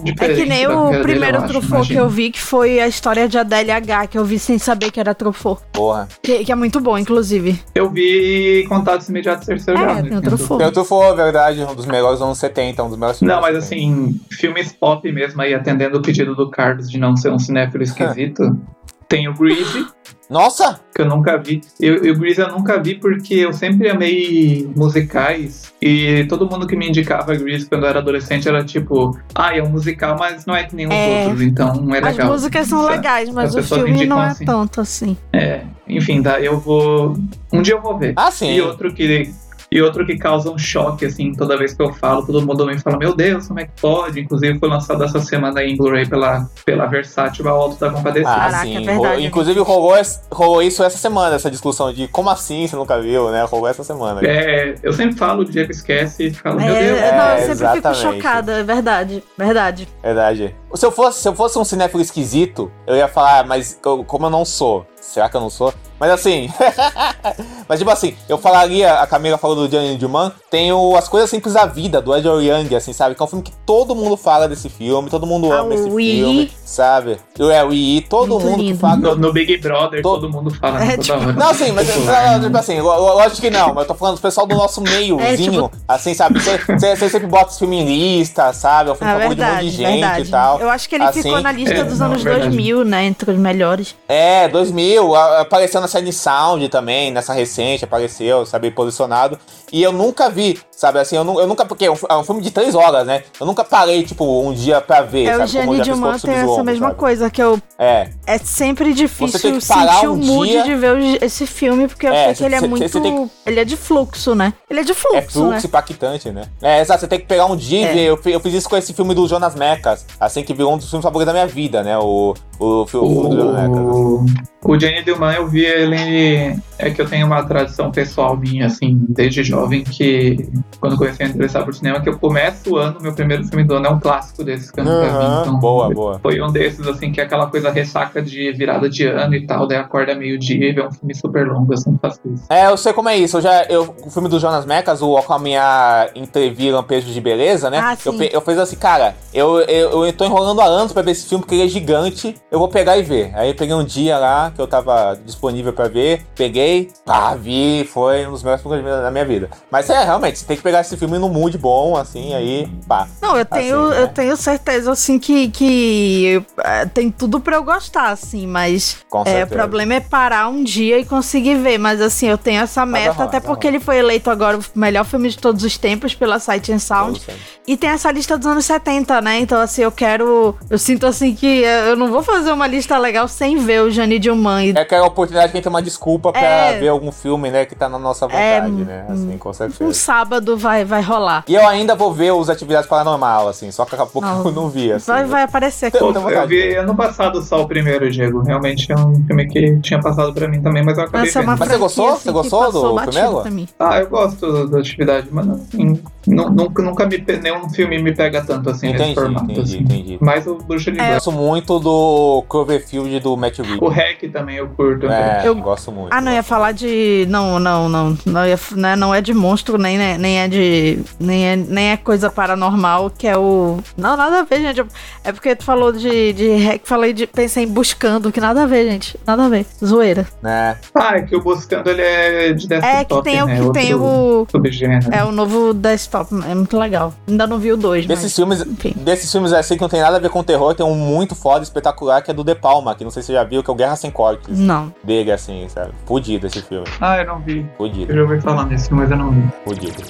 Speaker 2: É que nem o primeiro Truffaut que eu
Speaker 3: vi.
Speaker 2: vi, que foi a história de Adélia H, que eu vi sem saber que era Truffaut.
Speaker 3: Porra.
Speaker 2: Que, que é muito bom, inclusive.
Speaker 4: Eu vi Contatos Imediatos Terceiro Grau. né?
Speaker 2: É, tem outro fogo.
Speaker 3: Tem outro for, verdade, um dos melhores anos 70, um dos melhores
Speaker 4: Não, mas assim, filmes pop mesmo aí, atendendo o pedido do Carlos de não ser
Speaker 3: [laughs]
Speaker 4: um cinéfilo esquisito. Tem o Greasy.
Speaker 3: Nossa!
Speaker 4: Que eu nunca vi. Eu, eu- o Greasy eu nunca vi porque eu sempre amei musicais. E todo mundo que me indicava Greasy quando eu era adolescente era tipo, ah, é um musical, mas não é que nem os
Speaker 2: É.
Speaker 4: outros, então é
Speaker 2: As
Speaker 4: legal.
Speaker 2: músicas são
Speaker 4: Sa-
Speaker 2: legais, mas
Speaker 4: as
Speaker 2: o
Speaker 4: pessoas
Speaker 2: filme
Speaker 4: indicam
Speaker 2: não é
Speaker 4: assim.
Speaker 2: tanto assim.
Speaker 4: É, enfim, tá, eu vou. Um dia eu vou ver.
Speaker 3: Ah, sim.
Speaker 4: E outro que. E outro que causa um choque, assim, toda vez que eu falo, todo mundo me fala, meu Deus, como é que pode? Inclusive foi lançado essa semana em Blu-ray pela, pela Versátil ao Alto da Compadecida.
Speaker 3: Ah, sim. rolou- inclusive rolou, es- rolou isso essa semana, essa discussão de como assim você nunca viu, né? Rolou essa semana.
Speaker 4: É, eu sempre falo, o Diego esquece e fala, meu
Speaker 2: É,
Speaker 4: Deus.
Speaker 2: não, eu sempre fico
Speaker 3: exatamente.
Speaker 2: chocada, é verdade, verdade.
Speaker 3: Verdade. Se eu fosse, se eu fosse um cinéfilo esquisito, eu ia falar, "Ah, mas eu- como eu não sou? Será que eu não sou? Mas assim. [laughs] mas tipo assim, eu falaria, a Camila falou do Johnny Duman, tem o As Coisas Simples da Vida, do Edward Young, assim, sabe? Que é um filme que todo mundo fala desse filme, todo mundo ama esse
Speaker 2: o I.
Speaker 3: filme, sabe? Eu é o I, todo
Speaker 4: Muito
Speaker 3: mundo que
Speaker 4: lindo.
Speaker 3: fala.
Speaker 4: Ah, No, no Big Brother, todo mundo fala. né, toda hora.
Speaker 3: É, tipo, Não, sim, mas não, tipo assim, lo- lo- lógico que não, mas eu tô falando do pessoal do nosso meiozinho,
Speaker 2: É, tipo-
Speaker 3: assim, sabe? Você sempre bota os filmes em lista, sabe? É um filme
Speaker 2: É
Speaker 3: favorito de um monte
Speaker 2: verdade,
Speaker 3: de gente
Speaker 2: verdade.
Speaker 3: e tal.
Speaker 2: Eu acho que ele
Speaker 3: Assim,
Speaker 2: ficou na lista
Speaker 3: é,
Speaker 2: dos
Speaker 3: não,
Speaker 2: anos
Speaker 3: verdade.
Speaker 2: 2000, né, entre os melhores.
Speaker 3: É, 2000, a- apareceu na série Sound também, nessa recente apareceu, sabe, posicionado. E eu nunca vi, sabe, assim, eu, nu- eu nunca, porque é um, fi- é um filme de três horas, né? Eu nunca parei, tipo, um dia pra ver,
Speaker 2: É, o
Speaker 3: sabe, como
Speaker 2: Gene
Speaker 3: eu já fiz com
Speaker 2: Dilman
Speaker 3: outros
Speaker 2: tem
Speaker 3: filmes
Speaker 2: essa
Speaker 3: longos,
Speaker 2: mesma
Speaker 3: sabe?
Speaker 2: coisa, que eu...
Speaker 3: É.
Speaker 2: É sempre
Speaker 3: Você tem
Speaker 2: difícil
Speaker 3: que parar
Speaker 2: sentir
Speaker 3: um
Speaker 2: o mood
Speaker 3: dia-
Speaker 2: de ver os- esse filme, porque eu
Speaker 3: É,
Speaker 2: achei que ele é
Speaker 3: cê- cê-
Speaker 2: muito...
Speaker 3: cê tem
Speaker 2: Ele é de fluxo, né? Ele é de fluxo,
Speaker 3: É fluxo
Speaker 2: né? É.
Speaker 3: impactante, né? É, exato, você tem que pegar um dia e ver. Eu, fi- eu fiz isso com esse filme do Jonas Mecas, assim, que virou um dos filmes favoritos da minha vida, né? O, o, fi- o filme do Jonas Mecas. assim.
Speaker 4: O, o Jenny Dilman, eu vi ele. É que eu tenho uma tradição pessoal minha, assim, desde jovem, que quando eu comecei a me interessar por cinema, que eu começo o ano, meu primeiro filme do ano é um clássico desse que eu nunca vi.
Speaker 3: Aham,
Speaker 4: Então,
Speaker 3: boa, boa.
Speaker 4: Foi um desses, assim, que é aquela coisa ressaca de virada de ano e tal, daí acorda meio-dia e vê um filme super longo, assim, faço isso.
Speaker 3: É, eu sei como é isso. Eu já, eu, o filme do Jonas Mecas, o com a minha entrevista Lampejos de Beleza, né?
Speaker 4: Ah, sim.
Speaker 3: eu, pe- eu fiz assim, cara, eu, eu, eu tô enrolando há anos pra ver esse filme, porque ele é gigante. Eu vou pegar e ver. Aí eu peguei um dia lá que eu tava disponível pra ver, peguei, pá, vi, foi um dos melhores filmes da minha vida. Mas é, realmente, você tem que pegar esse filme num mood bom, assim, aí, pá.
Speaker 2: Não, eu tenho,
Speaker 3: né?
Speaker 2: eu tenho certeza, assim, que, que eh, tem tudo pra eu gostar, assim, mas
Speaker 3: Com
Speaker 2: é,
Speaker 3: certeza.
Speaker 2: o problema é parar um dia e conseguir ver. Mas, assim, eu tenho essa
Speaker 3: é
Speaker 2: meta,
Speaker 7: rolar,
Speaker 2: até
Speaker 7: vai
Speaker 2: porque ele foi eleito agora o melhor filme de todos os tempos pela Sight and é Sound. E tem essa lista dos anos 70, né? Então, assim, eu quero. Eu sinto, assim, que eh, eu não vou fazer uma lista legal sem ver o Jane Dilman. E
Speaker 3: É aquela oportunidade que a gente tem uma desculpa pra
Speaker 2: É.
Speaker 3: ver algum filme, né, que tá na nossa
Speaker 2: É,
Speaker 3: vontade, né? Assim, com certeza.
Speaker 2: um sábado vai, vai rolar.
Speaker 3: E eu ainda vou ver os Atividades Paranormal, assim, só que acabou que
Speaker 2: Não.
Speaker 3: eu não vi, assim.
Speaker 2: Vai, vai aparecer aqui.
Speaker 4: Pô, eu vi
Speaker 3: né?
Speaker 4: ano passado só o primeiro, Diego. Realmente é um filme que tinha passado pra mim também, mas eu acabei
Speaker 2: Essa é uma
Speaker 4: vendo.
Speaker 2: Mas você gostou? franquia, Você assim, gostou que passou do batido primeiro? pra mim.
Speaker 4: Ah, eu gosto da atividade, mas assim, nu- nunca, nunca me, pe- nenhum filme me pega tanto assim nesse
Speaker 3: Entendi,
Speaker 4: formato.
Speaker 3: entendi,
Speaker 4: assim.
Speaker 3: entendi.
Speaker 4: Mas o Bruxa
Speaker 2: É.
Speaker 4: de
Speaker 3: Eu
Speaker 4: Blair,
Speaker 3: gosto muito do Cloverfield do Matt Reeves.
Speaker 4: o Hack também eu curto. né?
Speaker 3: É,
Speaker 2: Eu-
Speaker 3: gosto muito.
Speaker 2: Ah, não ia falar de. Não, não, não. Não, ia, né, não é de monstro, nem, nem, nem é de. Nem é, nem é coisa paranormal, que é o. Não, nada a ver, gente. É porque tu falou de. de hack, falei de. Pensei em buscando, que nada a ver, gente. Nada a ver. Zoeira.
Speaker 3: Né?
Speaker 4: Ah, é que o Buscando ele é de desktop,
Speaker 2: É, que tem o
Speaker 4: né?
Speaker 2: que tem
Speaker 4: Outro
Speaker 2: o.
Speaker 4: Subgênero.
Speaker 2: É o novo desktop. É muito legal. Ainda não vi o 2, mas.
Speaker 3: Desses filmes, desses filmes assim que não tem nada a ver com terror, tem um muito foda, espetacular, que é do De Palma, que não sei se você já viu, que é o Guerra Sem Cortes.
Speaker 2: Não.
Speaker 3: Dele, assim, sabe? Fudido esse filme.
Speaker 4: Ah, eu não vi.
Speaker 3: Fudido.
Speaker 4: Eu já ouvi falar nesse, mas eu não vi.
Speaker 3: Fudido.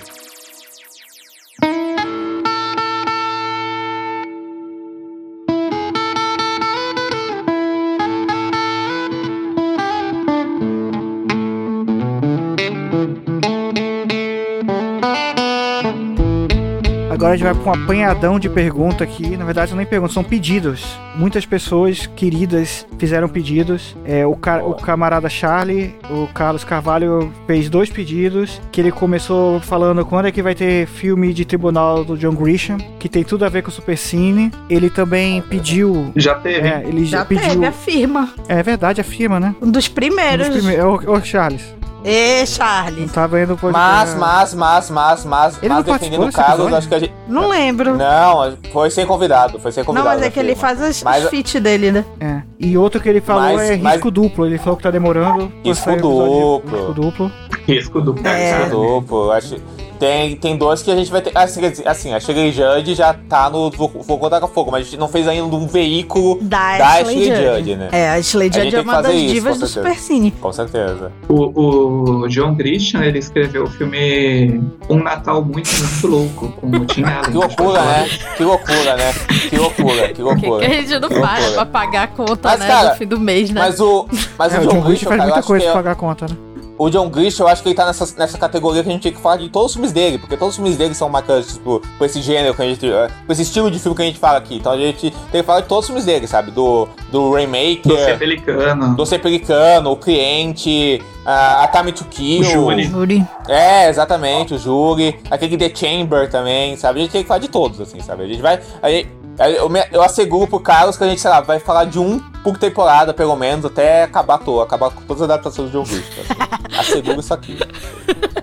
Speaker 1: Agora a gente vai para um apanhadão de pergunta aqui. Na verdade, não é pergunta, são pedidos. Muitas pessoas queridas fizeram pedidos. É, o, ca- o camarada Charlie, o Carlos Carvalho, fez dois pedidos. Que ele começou falando quando é que vai ter filme de tribunal do John Grisham, que tem tudo a ver com o Supercine. Ele também pediu.
Speaker 4: Já teve.
Speaker 1: É, ele já,
Speaker 2: Já
Speaker 1: pediu.
Speaker 2: teve, afirma.
Speaker 1: É verdade, afirma, né?
Speaker 2: Um dos primeiros.
Speaker 1: é Um dos primeiros. Ô, ô, Charles.
Speaker 2: Ê, Charlie.
Speaker 1: Não tava indo pro
Speaker 3: Mas, mas, mas, mas, mas,
Speaker 2: Ele
Speaker 3: mas
Speaker 2: não participou
Speaker 3: defendendo o
Speaker 2: desse
Speaker 3: Carlos,
Speaker 2: episódio?
Speaker 3: acho que a gente.
Speaker 2: Não lembro.
Speaker 3: Não, foi sem convidado, foi sem
Speaker 2: Não,
Speaker 3: convidado.
Speaker 2: mas é
Speaker 3: né,
Speaker 2: que ele
Speaker 3: filho?
Speaker 2: faz as,
Speaker 3: Mas-
Speaker 2: as feat dele, né?
Speaker 1: É. E outro que ele falou
Speaker 3: Mas-
Speaker 1: é risco
Speaker 3: mas-
Speaker 1: duplo. Ele falou que tá demorando. pra
Speaker 3: Risco
Speaker 1: sair o episódio de- Risco
Speaker 3: duplo.
Speaker 1: duplo.
Speaker 4: Risco duplo.
Speaker 3: É. Risco duplo. Acho... Tem, tem dois que a gente vai ter. Assim, quer dizer, assim a Shirley Judge já tá no. Vou, vou contar com fogo, mas a gente não fez ainda um veículo
Speaker 2: Da, Ashley
Speaker 3: Ashley
Speaker 2: Judd.
Speaker 3: Judd, né?
Speaker 2: É, a Ashley
Speaker 3: A gente
Speaker 2: Judd é
Speaker 3: tem que
Speaker 2: uma das
Speaker 3: fazer isso,
Speaker 2: divas
Speaker 3: com
Speaker 2: do
Speaker 3: certeza.
Speaker 2: Super Cine.
Speaker 3: Com certeza.
Speaker 4: O, o John Christian, ele escreveu o filme Um Natal Muito, Muito Louco, com o Tim Allen.
Speaker 3: [laughs] Que loucura, né? Que loucura, né? Que loucura, que loucura.
Speaker 2: Que é a gente não
Speaker 3: Que
Speaker 2: para pra
Speaker 3: loucura.
Speaker 2: pagar a conta,
Speaker 3: Mas,
Speaker 2: né?
Speaker 3: cara,
Speaker 2: no fim do mês, né?
Speaker 3: Mas o. Mas
Speaker 1: É,
Speaker 3: o John Grisham,
Speaker 1: faz
Speaker 3: cara, eu
Speaker 1: muita
Speaker 3: acho
Speaker 1: coisa
Speaker 3: que
Speaker 1: pra
Speaker 3: é-
Speaker 1: pagar a conta, né?
Speaker 3: O John Grisham, eu acho que ele tá nessa, nessa categoria que a gente tem que falar de todos os filmes dele, porque todos os filmes dele são marcantes por, por esse gênero que a gente. eh, por esse estilo de filme que a gente fala aqui. Então a gente tem que falar de todos os filmes dele, sabe? Do, do Rainmaker.
Speaker 4: Do Cepelicano.
Speaker 3: né? é. Do Cepelicano, o Cliente, a, a Time to Kill.
Speaker 4: O Júri.
Speaker 3: É, exatamente, o Júri. Aquele The Chamber também, sabe? A gente tem que falar de todos, assim, sabe? A gente vai. a gente- a- eu, me- eu asseguro pro Carlos que a gente, sei lá, vai falar de um por temporada, pelo menos, até acabar todo, acabar com todas as adaptações do John Grisham.
Speaker 2: [laughs]
Speaker 3: assim. Asseguro isso aqui.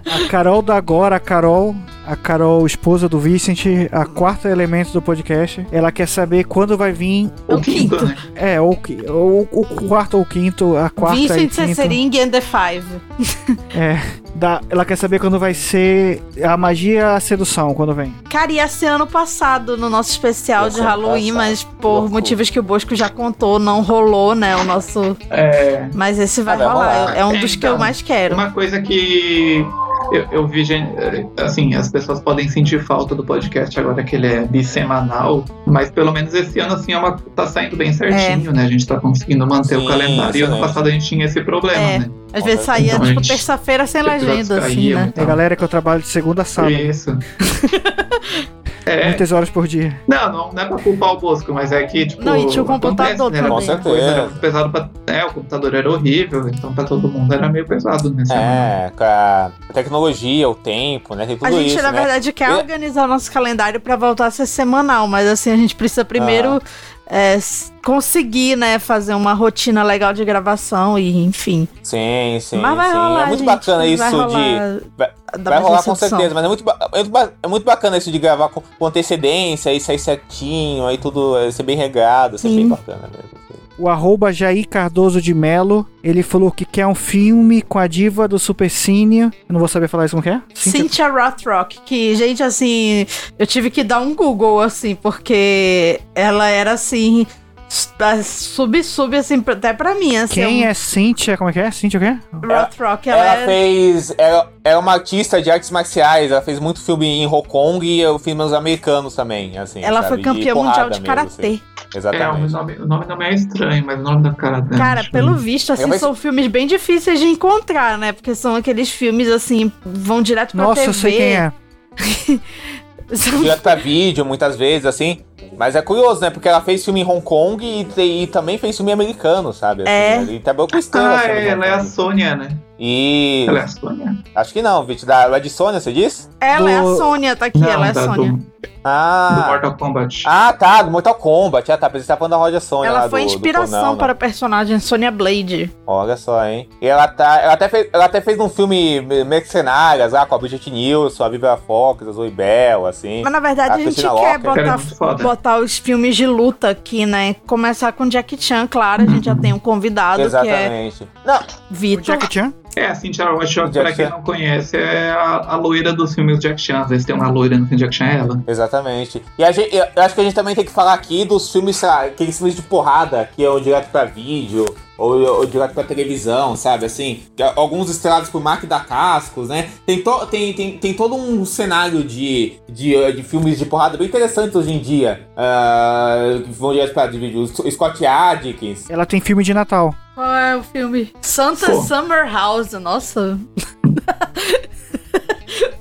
Speaker 1: A Carol da agora, a Carol, a Carol, esposa do Vicent, a quarta elemento do podcast, ela quer saber quando vai vir.
Speaker 4: O quinto, né?
Speaker 1: É, ou qui- ou- ou o quarto ou quinto, a quarta
Speaker 2: Vincent
Speaker 1: e quinto.
Speaker 2: Sessering and the Five.
Speaker 1: É. da- ela quer saber quando vai ser a magia e a sedução, quando vem.
Speaker 2: Cara, ia ser ano passado no nosso especial de Halloween, mas por motivos que o Bosco já contou, não rolou, né? O nosso.
Speaker 4: É.
Speaker 2: Mas esse vai,
Speaker 4: Ah, vai
Speaker 2: rolar.
Speaker 4: rolar.
Speaker 2: É um
Speaker 4: É,
Speaker 2: dos que
Speaker 4: então,
Speaker 2: eu mais quero.
Speaker 4: Uma coisa que eu, eu vi, gente, assim, as pessoas podem sentir falta do podcast agora que ele é bissemanal, mas pelo menos esse ano, assim, é uma, tá saindo bem
Speaker 2: É.
Speaker 4: certinho, né? A gente tá conseguindo manter o
Speaker 3: Sim,
Speaker 4: calendário e ano
Speaker 3: excelente.
Speaker 4: passado a gente tinha esse problema,
Speaker 2: É.
Speaker 4: né?
Speaker 2: Às vezes saía,
Speaker 4: Então,
Speaker 2: tipo,
Speaker 4: gente,
Speaker 2: terça-feira sem
Speaker 4: os episódios
Speaker 2: legenda, assim,
Speaker 4: caíam,
Speaker 2: né?
Speaker 3: Tá.
Speaker 1: É a galera que eu trabalho de segunda a sábado.
Speaker 2: [laughs]
Speaker 4: Isso. É,
Speaker 1: Muitas horas por dia.
Speaker 4: não, não, não é pra culpar o Bosco, mas é que, tipo.
Speaker 2: Não, e tinha o
Speaker 4: acontece,
Speaker 2: computador
Speaker 4: né? Era
Speaker 2: também.
Speaker 4: uma
Speaker 2: Com
Speaker 4: coisa,
Speaker 3: certeza.
Speaker 4: era muito pesado pra. É, o computador era horrível, então pra todo mundo era meio pesado, né?
Speaker 3: É, com a tecnologia, o tempo, né? Tem tudo
Speaker 2: a gente,
Speaker 3: isso.
Speaker 2: na
Speaker 3: né?
Speaker 2: verdade, quer
Speaker 3: Eu-
Speaker 2: organizar o nosso calendário pra voltar a ser semanal, mas assim, a gente precisa primeiro
Speaker 3: Ah.
Speaker 2: é, s- conseguir, né, fazer uma rotina legal de gravação e, enfim.
Speaker 3: Sim, sim,
Speaker 2: Mas vai
Speaker 3: sim.
Speaker 2: rolar,
Speaker 3: é muito
Speaker 2: gente,
Speaker 3: bacana
Speaker 2: vai
Speaker 3: isso
Speaker 2: rolar
Speaker 3: de. Vai,
Speaker 2: da
Speaker 3: vai rolar
Speaker 2: mais
Speaker 3: com
Speaker 2: recepção.
Speaker 3: certeza, mas é muito, ba- é muito ba- é muito bacana isso de gravar com, com antecedência e sair certinho, aí tudo é, ser bem regado, ser
Speaker 1: Sim.
Speaker 3: bem bacana mesmo. assim.
Speaker 1: O arroba Jair Cardoso de Melo, ele falou que quer um filme com a diva do Supercine. Eu não vou saber falar isso como que é?
Speaker 2: Cynthia Rothrock, que, gente, assim, eu tive que dar um Google, assim, porque ela era, assim, s- a- sub, sub, assim, pra- até pra mim, assim.
Speaker 1: Quem
Speaker 2: um-
Speaker 1: é Cynthia? Como é que é? Cynthia o quê?
Speaker 2: Tipo, Rothrock, ela,
Speaker 3: Ela,
Speaker 2: é...
Speaker 3: fez. Ela, ela é uma artista de artes marciais, ela fez muito filme em Hong Kong e eu- filmes americanos também, assim.
Speaker 2: Ela foi
Speaker 3: sabe?
Speaker 2: campeã
Speaker 3: porrada
Speaker 2: mundial de
Speaker 3: mesmo,
Speaker 2: karatê.
Speaker 3: assim.
Speaker 4: É, o
Speaker 3: Exatamente.
Speaker 4: nome, o nome não é estranho, mas o nome da cara é dela.
Speaker 2: Cara,
Speaker 1: Uhum.
Speaker 4: acho
Speaker 2: pelo
Speaker 4: que-
Speaker 2: visto, assim,
Speaker 4: É, mas-
Speaker 2: são filmes bem difíceis de encontrar, né? Porque são aqueles filmes, assim, vão direto pra
Speaker 1: Nossa,
Speaker 2: TV.
Speaker 1: eu sei
Speaker 2: [laughs]
Speaker 1: quem é.
Speaker 3: Direto pra vídeo, muitas vezes, assim. Mas é curioso, né? Porque ela fez filme em Hong Kong e, te- e também fez filme americano, sabe? Assim,
Speaker 4: É.
Speaker 3: né? E trabalhou com estrela.
Speaker 4: Ah, é, ela é a Sônia, né?
Speaker 3: E.
Speaker 4: Ela é a Sônia.
Speaker 3: Acho que não, Vit. Da, ela é de Sônia, você diz?
Speaker 2: Ela é a Sônia, tá aqui,
Speaker 3: Não,
Speaker 2: ela é a
Speaker 3: tá
Speaker 2: Sônia.
Speaker 3: Ah. Do
Speaker 4: Mortal Kombat.
Speaker 3: Ah, tá, do Mortal Kombat. Ah, tá. Pensei que você tá falando da Roger Sônia.
Speaker 2: Ela
Speaker 3: lá
Speaker 2: foi
Speaker 3: do- do
Speaker 2: inspiração
Speaker 3: Conan, né?
Speaker 2: para a personagem Sônia Blade.
Speaker 3: Olha só, hein? E ela tá. Ela até fez, ela até fez um filme Mercenárias lá com a Bridget Nilsson, a Viva Fox, a Zoe Bell, assim.
Speaker 2: Mas na verdade a, gente
Speaker 3: Christina
Speaker 2: quer
Speaker 3: Locker.
Speaker 2: botar, botar os filmes de luta aqui, né? Começar com Jack Chan, claro, a gente já tem um convidado
Speaker 3: Exatamente. que é. Não,
Speaker 2: Vitor.
Speaker 1: Jack Chan?
Speaker 4: É, a Cynthia Rothrock,
Speaker 3: Jack
Speaker 4: pra quem
Speaker 3: Chan.
Speaker 4: não conhece, é a, a loira dos filmes Jack Chan. Às vezes tem uma loira no filme Jack Chan, é ela.
Speaker 3: Exatamente. E a gente, eu acho que a gente também tem que falar aqui dos filmes, sei lá, aqueles filmes de porrada, que é o direto pra vídeo, ou, ou direto pra televisão, sabe? Assim, que a- alguns estrelados por Mark da Cascos, né? Tem, to, tem, tem, tem todo um cenário de, de, eh, de filmes de porrada bem interessantes hoje em dia. Ah, que vão direto pra vídeo. O Scott Adkins.
Speaker 1: Ela tem filme de Natal.
Speaker 2: Qual é o filme? Santa
Speaker 3: Pô.
Speaker 2: Summer House, nossa. [laughs]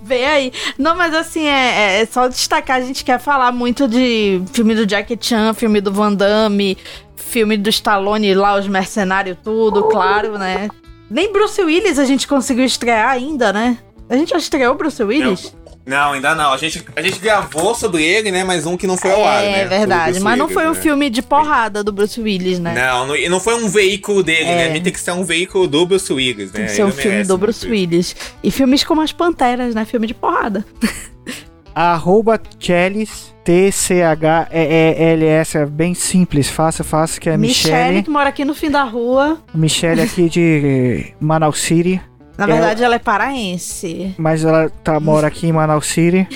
Speaker 2: Vem aí. Não, mas assim, é, é- é só destacar, a gente quer falar muito de filme do Jackie Chan, filme do Van Damme, filme do Stallone lá, os mercenários, tudo, claro, né? Nem Bruce Willis a gente conseguiu estrear ainda, né? A gente já estreou Bruce Willis?
Speaker 3: Não, ainda não. A gente, a gente gravou sobre ele, né? Mas um que não foi ao ar, né?
Speaker 2: É verdade,
Speaker 3: Sobre o
Speaker 2: mas não
Speaker 3: Bruce
Speaker 2: foi um
Speaker 3: Willis, né?
Speaker 2: filme de porrada do Bruce Willis, né?
Speaker 3: Não, não, e não foi um veículo dele,
Speaker 2: É.
Speaker 3: né? A gente tem que ser um veículo do Bruce Willis, né?
Speaker 2: Tem que ser um
Speaker 3: Ele
Speaker 2: filme
Speaker 3: merece
Speaker 2: do Bruce Willis. E filmes como As Panteras, né? Filme de porrada.
Speaker 1: Arroba Chelis, T-C-H-E-E-L-S. É bem simples, faça, faça, que é
Speaker 2: Michelle,
Speaker 1: Michele.
Speaker 2: que mora aqui no fim da rua.
Speaker 1: Michele aqui de eh, Manaus City.
Speaker 2: Na verdade, ela é paraense.
Speaker 1: mas ela tá, mora aqui em Manaus City.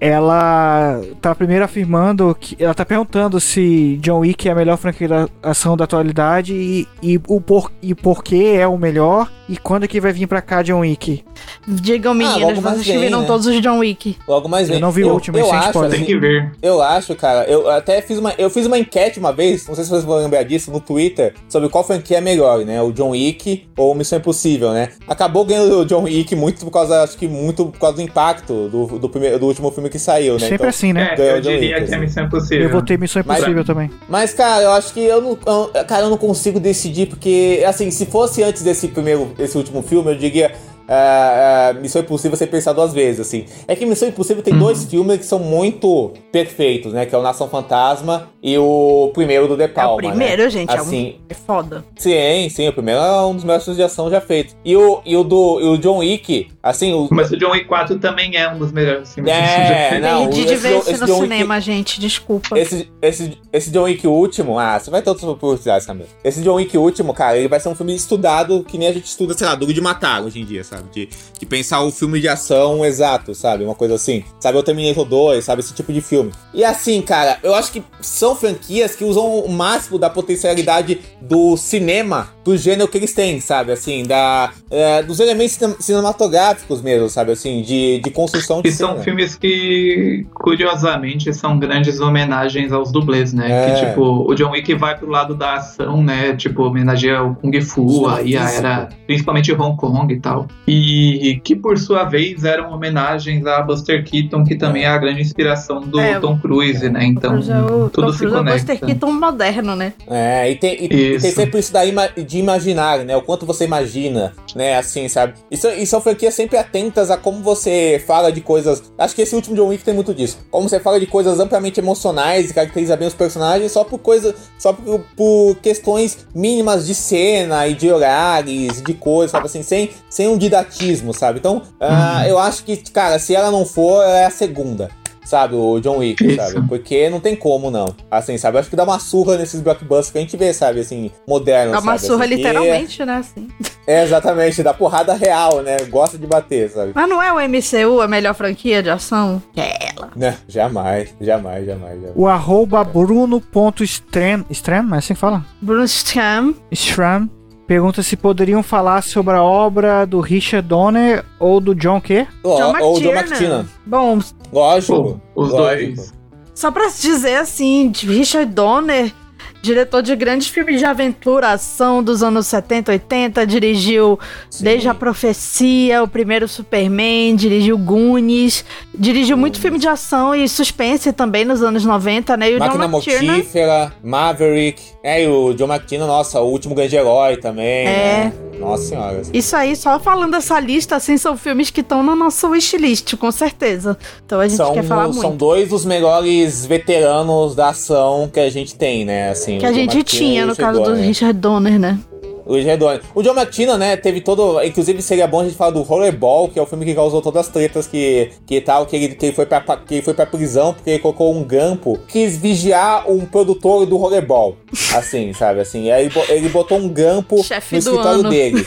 Speaker 1: ela tá primeiro afirmando que. Ela tá perguntando se John Wick é a melhor franquia da ação da atualidade e, e, o por, e por que é o melhor e quando é que vai vir pra cá John Wick.
Speaker 2: Digam, meninos,
Speaker 3: Ah, logo mais
Speaker 2: vocês
Speaker 3: vem,
Speaker 2: que viram
Speaker 3: né?
Speaker 2: todos os John Wick.
Speaker 3: Logo mais
Speaker 1: Eu
Speaker 3: vem.
Speaker 1: não vi o último,
Speaker 3: eu
Speaker 1: sem
Speaker 3: acho,
Speaker 1: spoiler.
Speaker 3: assim,
Speaker 1: Tem que ver.
Speaker 3: Eu acho, cara. Eu até fiz uma, eu fiz uma enquete uma vez, não sei se vocês vão lembrar disso, no Twitter, sobre qual franquia é melhor, né? O John Wick ou Missão Impossível, né? Acabou ganhando o John Wick muito por causa, acho que muito por causa do impacto do, do, primeiro, do último filme que saiu, né?
Speaker 1: Sempre assim, né?
Speaker 3: ganhou
Speaker 1: É, eu
Speaker 3: o John
Speaker 1: diria
Speaker 3: Wick,
Speaker 1: que é
Speaker 3: assim.
Speaker 4: Missão Impossível.
Speaker 1: Eu vou ter Missão
Speaker 3: Mas-
Speaker 1: Impossível também.
Speaker 3: Mas, cara, eu acho que eu não. eu- cara, eu não consigo decidir, porque, assim, se fosse antes desse primeiro, desse último filme, eu diria. ah, ah, Missão Impossível você pensar duas vezes, assim. É que Missão Impossível tem dois filmes que são muito perfeitos, né? Que é o Nação Fantasma e o primeiro do De Palma. né?
Speaker 2: É Primeiro, gente, é,
Speaker 3: assim,
Speaker 2: um... é foda.
Speaker 3: Sim, sim, o primeiro é um dos melhores filmes de ação já feito. E o, e o do e o John Wick, assim. O,
Speaker 4: Mas o John Wick 4 também é um dos melhores filmes.
Speaker 3: É, não,
Speaker 2: Perdi de
Speaker 3: esse John-
Speaker 2: ver isso
Speaker 3: esse
Speaker 2: no
Speaker 3: John Wick-
Speaker 2: cinema, gente, desculpa.
Speaker 3: Esse, esse, esse John Wick último, ah, você vai ter outras oportunidades, Camila. Esse John Wick último, cara, ele vai ser um filme estudado que nem a gente estuda, sei lá, Duro de Matar hoje em dia, sabe? De, de pensar o filme de ação exato, sabe? Uma coisa assim. Sabe, eu Terminator 2, sabe? Esse tipo de filme. E assim, cara, eu acho que são franquias que usam o máximo da potencialidade do cinema, do gênero que eles têm, sabe? Assim, da, é, dos elementos cine- cinematográficos mesmo, sabe? Assim, de, de construção de
Speaker 4: E são
Speaker 3: cena.
Speaker 4: filmes que, curiosamente, são grandes homenagens aos dublês, né?
Speaker 3: É.
Speaker 4: Que, tipo, o John Wick vai pro lado da ação, né? Tipo, homenageia o Kung Fu,
Speaker 3: Isso,
Speaker 4: aí a
Speaker 3: isso.
Speaker 4: era, principalmente Hong Kong e tal. E que, por sua vez, eram homenagens a Buster Keaton, que também é a grande inspiração do
Speaker 2: É,
Speaker 4: Tom Cruise, né? Então,
Speaker 2: Cruz é o-
Speaker 4: tudo
Speaker 2: Tom
Speaker 4: se
Speaker 2: Cruise é o
Speaker 4: conecta.
Speaker 2: Buster Keaton moderno, né?
Speaker 3: É, e tem, e- e tem
Speaker 4: Isso.
Speaker 3: sempre isso daí ima- de imaginário, né? O quanto você imagina, né? Assim, sabe? E, são- e são franquias sempre atentas a como você fala de coisas. Acho que esse último John Wick tem muito disso. Como você fala de coisas amplamente emocionais e caracteriza bem os personagens só por coisa. Só por, por questões mínimas de cena e de horários, de coisas, sabe? Assim, sem, sem um didatismo, sabe? Então, ah,
Speaker 4: Uhum.
Speaker 3: eu acho que, cara, se ela não for, ela é a segunda sabe, o John Wick,
Speaker 4: Isso.
Speaker 3: sabe? Porque não tem como, não. Assim, sabe? Eu acho que dá uma surra nesses blockbusters que a gente vê, sabe, assim, modernos.
Speaker 2: Dá É uma
Speaker 3: sabe?
Speaker 2: surra
Speaker 3: Assim, que-
Speaker 2: literalmente, né? Assim.
Speaker 3: É, exatamente, dá porrada real, né? Gosta de bater, sabe?
Speaker 2: Mas não é o MCU a melhor franquia de ação? É ela.
Speaker 3: Né? Jamais, jamais, jamais, jamais.
Speaker 1: O arroba bruno.stram, Stram, é assim que fala?
Speaker 2: Bruno Stram.
Speaker 1: Stram pergunta se poderiam falar sobre a obra do Richard Donner ou do John Kerr.
Speaker 3: Ó, Ou o John McTiernan.
Speaker 2: Bom,
Speaker 3: Lógico.
Speaker 4: Os
Speaker 3: lógico.
Speaker 4: dois.
Speaker 2: Só pra dizer assim, de Richard Donner, diretor de grandes filmes de aventura, ação dos anos 70, 80, dirigiu Desde a Profecia, o primeiro Superman, dirigiu Goonies, dirigiu muito filme de ação e suspense também nos anos 90, né? E o
Speaker 3: Máquina
Speaker 2: John McTiernan
Speaker 3: Mortífera, Maverick. É, e o John McTiernan, nossa, o último grande herói também.
Speaker 2: É.
Speaker 3: né? Nossa senhora.
Speaker 2: Isso aí, só falando essa lista, assim, são filmes que estão no nosso wishlist, com certeza. Então a gente
Speaker 3: São, um-
Speaker 2: quer falar
Speaker 3: são
Speaker 2: muito.
Speaker 3: dois dos melhores veteranos da ação que a gente tem, né? Assim,
Speaker 2: Que
Speaker 3: o
Speaker 2: a
Speaker 3: John
Speaker 2: gente
Speaker 3: McTiernan e
Speaker 2: tinha,
Speaker 3: o
Speaker 2: no
Speaker 3: Richard
Speaker 2: caso do
Speaker 3: Donner.
Speaker 2: Richard Donner, né?
Speaker 3: O Redone. O John McTiernan, né, teve todo... Inclusive, seria bom a gente falar do Rollerball, que é o filme que causou todas as tretas que, que tal, que ele, que, ele foi pra, pa- que ele foi pra prisão porque ele colocou um gampo. Quis vigiar um produtor
Speaker 2: [laughs]
Speaker 3: do Rollerball. Assim, sabe? Assim, e aí bo- ele botou um gampo
Speaker 2: Chefe
Speaker 3: no
Speaker 2: do
Speaker 3: escritório
Speaker 2: ano. [laughs]
Speaker 3: dele.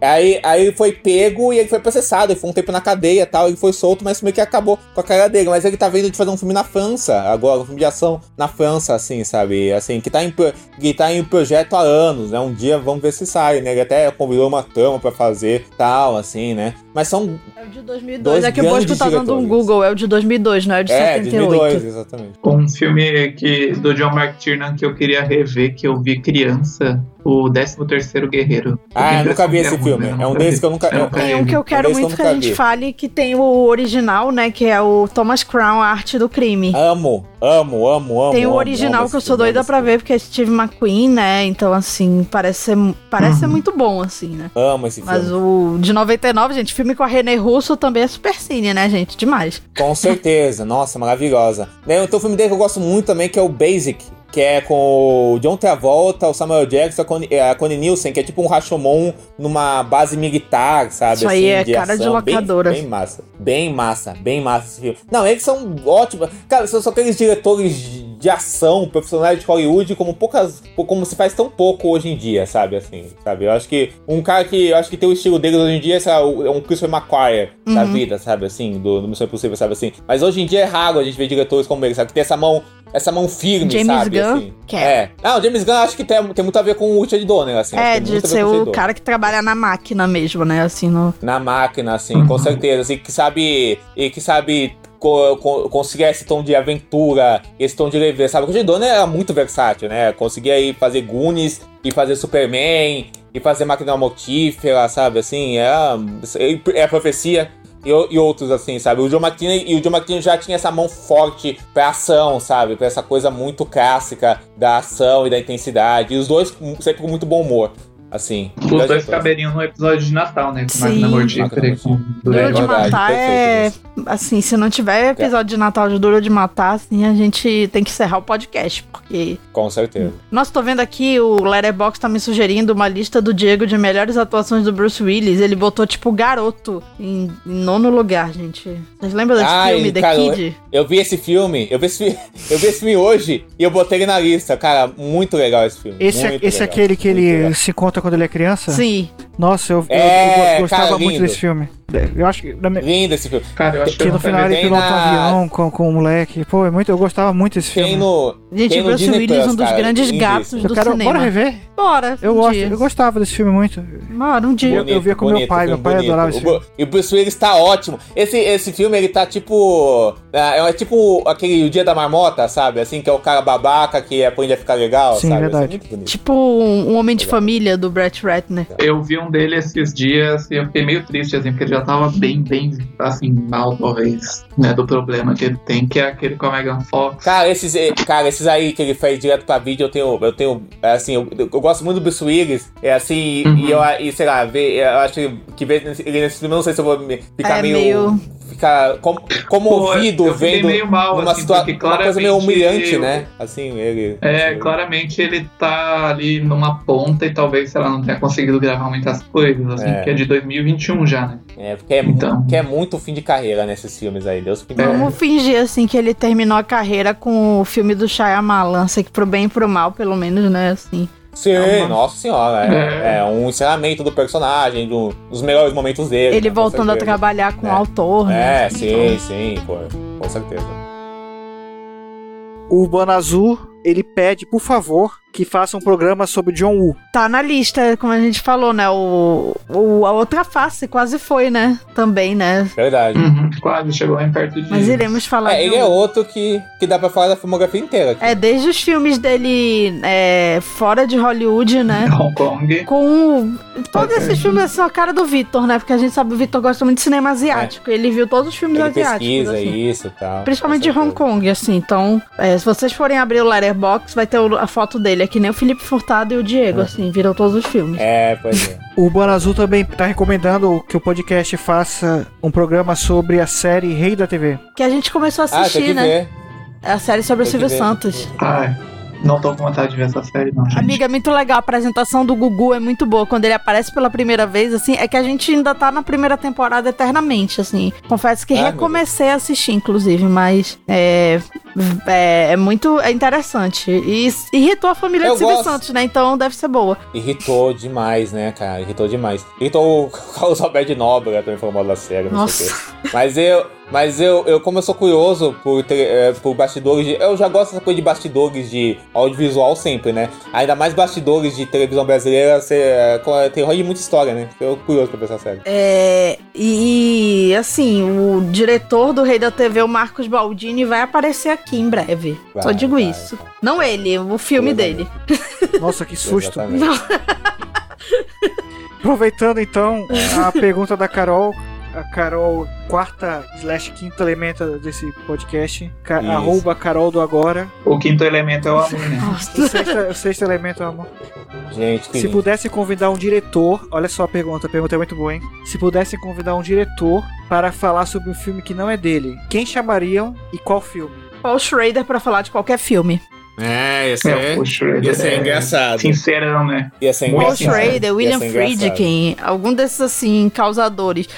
Speaker 3: Aí, aí ele foi pego e ele foi processado, ele foi um tempo na cadeia e tal, ele foi solto, mas meio que acabou com a carreira dele. Mas ele tá vendo de fazer um filme na França agora, um filme de ação na França, assim, sabe? Assim, que tá em, pro- que tá em projeto há anos, né? Um dia vamos ver se sai, né? Ele até convidou uma trama pra fazer tal, assim, né? Mas são.
Speaker 2: É o de 2002.
Speaker 3: Dois
Speaker 2: é que o Bosco
Speaker 3: grandes
Speaker 2: tá dando um
Speaker 3: diretores.
Speaker 2: Google, é o de 2002, não é o de
Speaker 3: É,
Speaker 2: 78.
Speaker 3: 2002, exatamente.
Speaker 4: Um filme que, do John McTiernan que eu queria rever, que eu vi criança, o 13º Guerreiro. É
Speaker 3: Ah, eu nunca vi esse filme. É um desses que eu nunca. eu-
Speaker 2: Tem um que eu quero
Speaker 3: desse
Speaker 2: muito que a
Speaker 3: nunca
Speaker 2: gente
Speaker 3: vi.
Speaker 2: fale, que tem o original, né? Que é o Thomas Crown, a arte do crime.
Speaker 3: Amo, amo, amo, amo.
Speaker 2: Tem o
Speaker 3: amo,
Speaker 2: original
Speaker 3: amo
Speaker 2: que eu
Speaker 3: esse
Speaker 2: sou
Speaker 3: filme,
Speaker 2: doida pra ver, porque é Steve McQueen, né? Então, assim, parece ser, parece
Speaker 3: Uhum.
Speaker 2: ser muito bom, assim, né?
Speaker 3: Amo esse filme.
Speaker 2: Mas o de 99, gente, filme com a René Russo também é super cine, né, gente? Demais.
Speaker 3: Com certeza, nossa, maravilhosa. Né, Tem um filme dele que eu gosto muito também, que é o Basic, que é com o John Travolta, o Samuel Jackson, a Connie, eh, a Connie Nielsen, que é tipo um Rashomon numa base militar, sabe? assim,
Speaker 2: Isso aí é cara de
Speaker 3: bem-
Speaker 2: locadora.
Speaker 3: Bem, massa, bem massa, bem massa esse filme. Não, eles são ótimos. Cara, são só aqueles diretores de de ação, profissionais de Hollywood, como poucas. como se faz tão pouco hoje em dia, sabe? Assim, sabe? Eu acho que um cara que. Eu acho que tem o estilo deles hoje em dia sei lá, o- é um Christopher McQuire da
Speaker 14: Uhum.
Speaker 3: vida vida, sabe, assim, do, do Missão Impossível, sabe, assim. Mas hoje em dia é raro a gente ver diretores como ele, sabe, que tem essa mão, essa mão firme,
Speaker 2: James
Speaker 3: sabe,
Speaker 2: Gunn,
Speaker 3: assim.
Speaker 2: que é-
Speaker 3: É. Não, o James Gunn acho que tem, tem muito a ver com o Richard Donner, assim. acho
Speaker 2: é,
Speaker 3: que
Speaker 2: de
Speaker 3: tem muito a ver
Speaker 2: ser
Speaker 3: com
Speaker 2: o
Speaker 3: Richard
Speaker 2: cara que trabalha na máquina mesmo, né? Assim, no...
Speaker 3: na máquina, assim, com certeza, assim, que sabe, e que sabe co- co- conseguir esse tom de aventura, esse tom de leveza, sabe? Porque o Dona era muito versátil, né? Conseguia aí fazer Goonies, e fazer Superman, e fazer Máquina Mortífera, sabe? Assim, era, é a profecia. E, o- e outros, assim, sabe? O John McTiernan, e o John McTiernan já tinha essa mão forte pra ação, sabe? Pra essa coisa muito clássica da ação e da intensidade. E os dois com- sempre com muito bom humor, assim.
Speaker 4: Os dois
Speaker 3: atores.
Speaker 4: caberinhos no episódio de Natal, né? Com
Speaker 3: Sim.
Speaker 4: Máquina Mortífera e com
Speaker 2: Duro de
Speaker 4: Duende.
Speaker 2: matar é. Assim, se não tiver episódio de Natal de Duro de Matar, assim, a gente tem que encerrar o podcast, porque.
Speaker 3: Com certeza.
Speaker 2: Nossa, tô vendo aqui, o Letterboxd tá me sugerindo uma lista do Diego de melhores atuações do Bruce Willis. Ele botou, tipo, garoto em, em nono lugar, gente. Vocês lembram desse
Speaker 3: Ai,
Speaker 2: filme, The
Speaker 3: cara,
Speaker 2: Kid?
Speaker 3: Eu, eu vi esse filme, eu vi esse, fi- [laughs] eu vi esse filme hoje e eu botei ele na lista. Cara, muito legal esse filme.
Speaker 1: Esse, é,
Speaker 3: muito
Speaker 1: esse é
Speaker 3: legal.
Speaker 1: aquele que ele se encontra quando ele é criança?
Speaker 2: Sim.
Speaker 1: Nossa, eu, eu-
Speaker 3: É,
Speaker 1: eu gostava
Speaker 3: cara,
Speaker 1: muito
Speaker 3: lindo.
Speaker 1: desse filme. Eu acho que. na minha-
Speaker 3: Lindo esse filme.
Speaker 4: Cara, eu acho
Speaker 1: que no final ele pilota um avião com, com o moleque. Pô, é muito, eu gostava muito desse filme.
Speaker 3: no,
Speaker 2: Gente, tem no Bruce Disney Willis, Plus, um dos cara, grandes lindíssimo. gatos do
Speaker 1: eu quero,
Speaker 2: cinema.
Speaker 1: Bora rever?
Speaker 2: Bora.
Speaker 1: Eu,
Speaker 2: um
Speaker 1: gosto,
Speaker 2: dia.
Speaker 1: eu gostava desse filme muito.
Speaker 2: Bora, um dia.
Speaker 1: Eu- eu via com meu pai, meu
Speaker 3: filme
Speaker 1: pai adorava esse
Speaker 3: O Bru- E o Bruce Willis tá ótimo. Esse, esse filme, ele tá tipo... É, é tipo aquele O Dia da Marmota, sabe? Assim, que é o cara babaca que aprende a ficar legal,
Speaker 1: Sim,
Speaker 3: sabe? é
Speaker 1: verdade.
Speaker 2: Tipo um, um homem de família do Brett Ratner.
Speaker 4: Eu vi um dele esses dias e eu fiquei meio triste, assim, porque ele já tava bem, bem, assim, mal, talvez, né, do problema que ele tem, que é aquele com a Megan Fox.
Speaker 3: Cara, esses, eh, cara, esses aí que ele fez direto pra vídeo, eu tenho. Eu tenho. Assim, eu, eu gosto muito do Bruce Willis. É assim, e-
Speaker 4: Uhum.
Speaker 3: e eu e, sei lá, ver, eu acho que ver nesse- ele nesse filme, eu não sei se eu vou me- ficar
Speaker 4: É,
Speaker 3: Tá meio.
Speaker 4: meio-
Speaker 3: Ficar com- comovido
Speaker 4: eu fiquei
Speaker 3: vendo
Speaker 4: meio mal,
Speaker 3: uma
Speaker 4: assim,
Speaker 3: situação.
Speaker 4: porque
Speaker 3: Uma coisa meio
Speaker 4: claramente
Speaker 3: humilhante,
Speaker 4: eu-
Speaker 3: né? Assim, ele.
Speaker 4: É, claramente ele tá ali numa ponta e talvez, sei lá, não tenha conseguido gravar muitas coisas, assim,
Speaker 3: É.
Speaker 4: porque é de 2021 já, né?
Speaker 3: É, porque é, mu-
Speaker 4: Então. É.
Speaker 3: que é muito fim de carreira nesses filmes aí, Deus que me
Speaker 2: Vamos fingir, assim, que ele terminou a carreira com o filme do Shyamalan. Sei que pro bem e pro mal, pelo menos, né, assim.
Speaker 3: Sim, nossa senhora. É, é um encerramento do personagem, do- dos melhores momentos dele.
Speaker 2: Ele
Speaker 3: né, com
Speaker 2: voltando a
Speaker 3: certeza.
Speaker 2: trabalhar com o autor, né?
Speaker 3: É, sim, sim, pô, com certeza.
Speaker 1: O Urbano Azul, ele pede, por favor, que faça um programa sobre John Woo.
Speaker 2: Tá na lista, como a gente falou, né? O, o- a outra face quase foi, né? Também, né?
Speaker 3: Verdade.
Speaker 4: Uhum, Quase chegou bem perto de.
Speaker 2: Mas iremos falar
Speaker 3: É,
Speaker 2: de
Speaker 3: ele
Speaker 2: um-
Speaker 3: é outro que, que dá pra falar da filmografia inteira. aqui.
Speaker 2: É, desde os filmes dele é, fora de Hollywood, né?
Speaker 4: Hong Kong.
Speaker 2: Com o... Todos esses filmes assim, são a cara do Vitor, né? Porque a gente sabe que o Vitor gosta muito de cinema asiático. Ele viu todos os filmes
Speaker 3: É. Ele
Speaker 2: asiáticos.
Speaker 3: pesquisa
Speaker 2: assim.
Speaker 3: isso e tal.
Speaker 2: Principalmente de Hong Kong, assim. Então, é, se vocês forem abrir o Letterboxd, vai ter o- a foto dele. É que nem o Felipe Furtado e o Diego, assim. Viram todos os filmes.
Speaker 3: É,
Speaker 2: [laughs]
Speaker 3: pois é.
Speaker 1: O Urbano Azul também tá recomendando que o podcast faça um programa sobre a série Rei da TV.
Speaker 2: Que a gente começou a
Speaker 1: Ah, tem
Speaker 2: assistir,
Speaker 1: que
Speaker 2: né?
Speaker 1: ver.
Speaker 2: É a série sobre o
Speaker 1: Tem que
Speaker 2: Silvio
Speaker 1: ver.
Speaker 2: Santos.
Speaker 4: Ai, não tô com vontade de ver essa série, não. gente.
Speaker 2: Amiga, é muito legal. A apresentação do Gugu é muito boa. Quando ele aparece pela primeira vez, assim, é que a gente ainda tá na primeira temporada eternamente, assim. Confesso que
Speaker 7: Ah, meu
Speaker 2: recomecei a assistir, inclusive, mas é, é, é muito é interessante. E s- irritou a família
Speaker 3: Eu
Speaker 2: de Silvio
Speaker 3: gosto.
Speaker 2: Santos, né? Então deve ser boa.
Speaker 3: Irritou demais, né, cara? Irritou demais. Irritou o [laughs] Carlos Alberto de Nóbrega também foi mal da série, não sei
Speaker 2: Nossa.
Speaker 3: o quê. Mas eu, mas eu, eu como eu sou curioso por, ter- eh, por bastidores de. Eu já gosto dessa coisa de bastidores de audiovisual sempre, né? Ainda mais bastidores de televisão brasileira, você, eh, com- tem roda de muita história, né? Eu curioso pra ver essa série.
Speaker 2: É, e, e, assim, o diretor do Rei da TV, o Marcos Baldini, vai aparecer aqui em breve. É, Só
Speaker 3: Vai,
Speaker 2: digo isso. Não ele, o filme dele.
Speaker 1: Nossa, que susto.
Speaker 3: Exatamente.
Speaker 1: Aproveitando então a pergunta da Carol. A Carol, quarta slash quinta elementa desse podcast. Ca
Speaker 4: Isso.
Speaker 1: arroba Carol do Agora.
Speaker 4: O quinto elemento é o amor, né?
Speaker 1: O sexta- o sexto elemento é o amor.
Speaker 3: Gente, que
Speaker 1: Se
Speaker 3: lindo.
Speaker 1: pudesse convidar um diretor, olha só a pergunta, a pergunta é muito boa, hein? Se pudesse convidar um diretor para falar sobre um filme que não é dele, quem chamariam e qual filme?
Speaker 2: Paul Schrader pra falar de qualquer filme.
Speaker 3: É, esse é,
Speaker 4: o Schroeder
Speaker 3: ia ser
Speaker 4: é
Speaker 3: engraçado.
Speaker 4: Sincerão, né?
Speaker 3: Ia ser
Speaker 2: Paul
Speaker 3: engraçado.
Speaker 2: Schrader,
Speaker 3: Ia
Speaker 2: William
Speaker 3: ser engraçado.
Speaker 2: Friedkin, algum desses assim, causadores.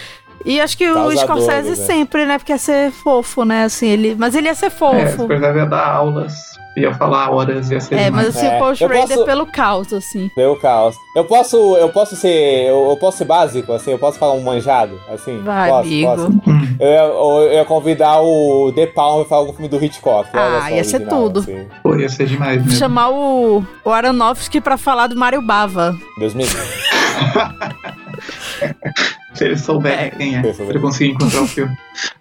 Speaker 2: E acho que o
Speaker 3: Causadores,
Speaker 2: Scorsese
Speaker 3: é.
Speaker 2: sempre, né? Porque ia ser fofo, né? Assim, ele... Mas ele ia ser
Speaker 4: É,
Speaker 2: fofo.
Speaker 4: depois ia dar aulas, ia falar horas, ia ser
Speaker 2: É,
Speaker 4: demais.
Speaker 2: mas assim, o Paul Schrader pelo caos, assim.
Speaker 3: Deu caos. Eu posso, eu posso ser, eu, eu posso ser básico, assim, eu posso falar um manjado, assim.
Speaker 2: Vai,
Speaker 3: posso,
Speaker 2: amigo.
Speaker 3: posso. Eu, ia- eu, eu ia convidar o The Palm pra algum filme do Hitchcock. olha
Speaker 2: Ah,
Speaker 3: só,
Speaker 2: ia ser
Speaker 3: original,
Speaker 2: tudo.
Speaker 3: assim.
Speaker 4: Pô, ia ser demais mesmo.
Speaker 2: Chamar o, o Aronofsky pra falar do Mario Bava.
Speaker 3: Deus me
Speaker 4: Se eles souberem quem é, se eu conseguir encontrar o filme.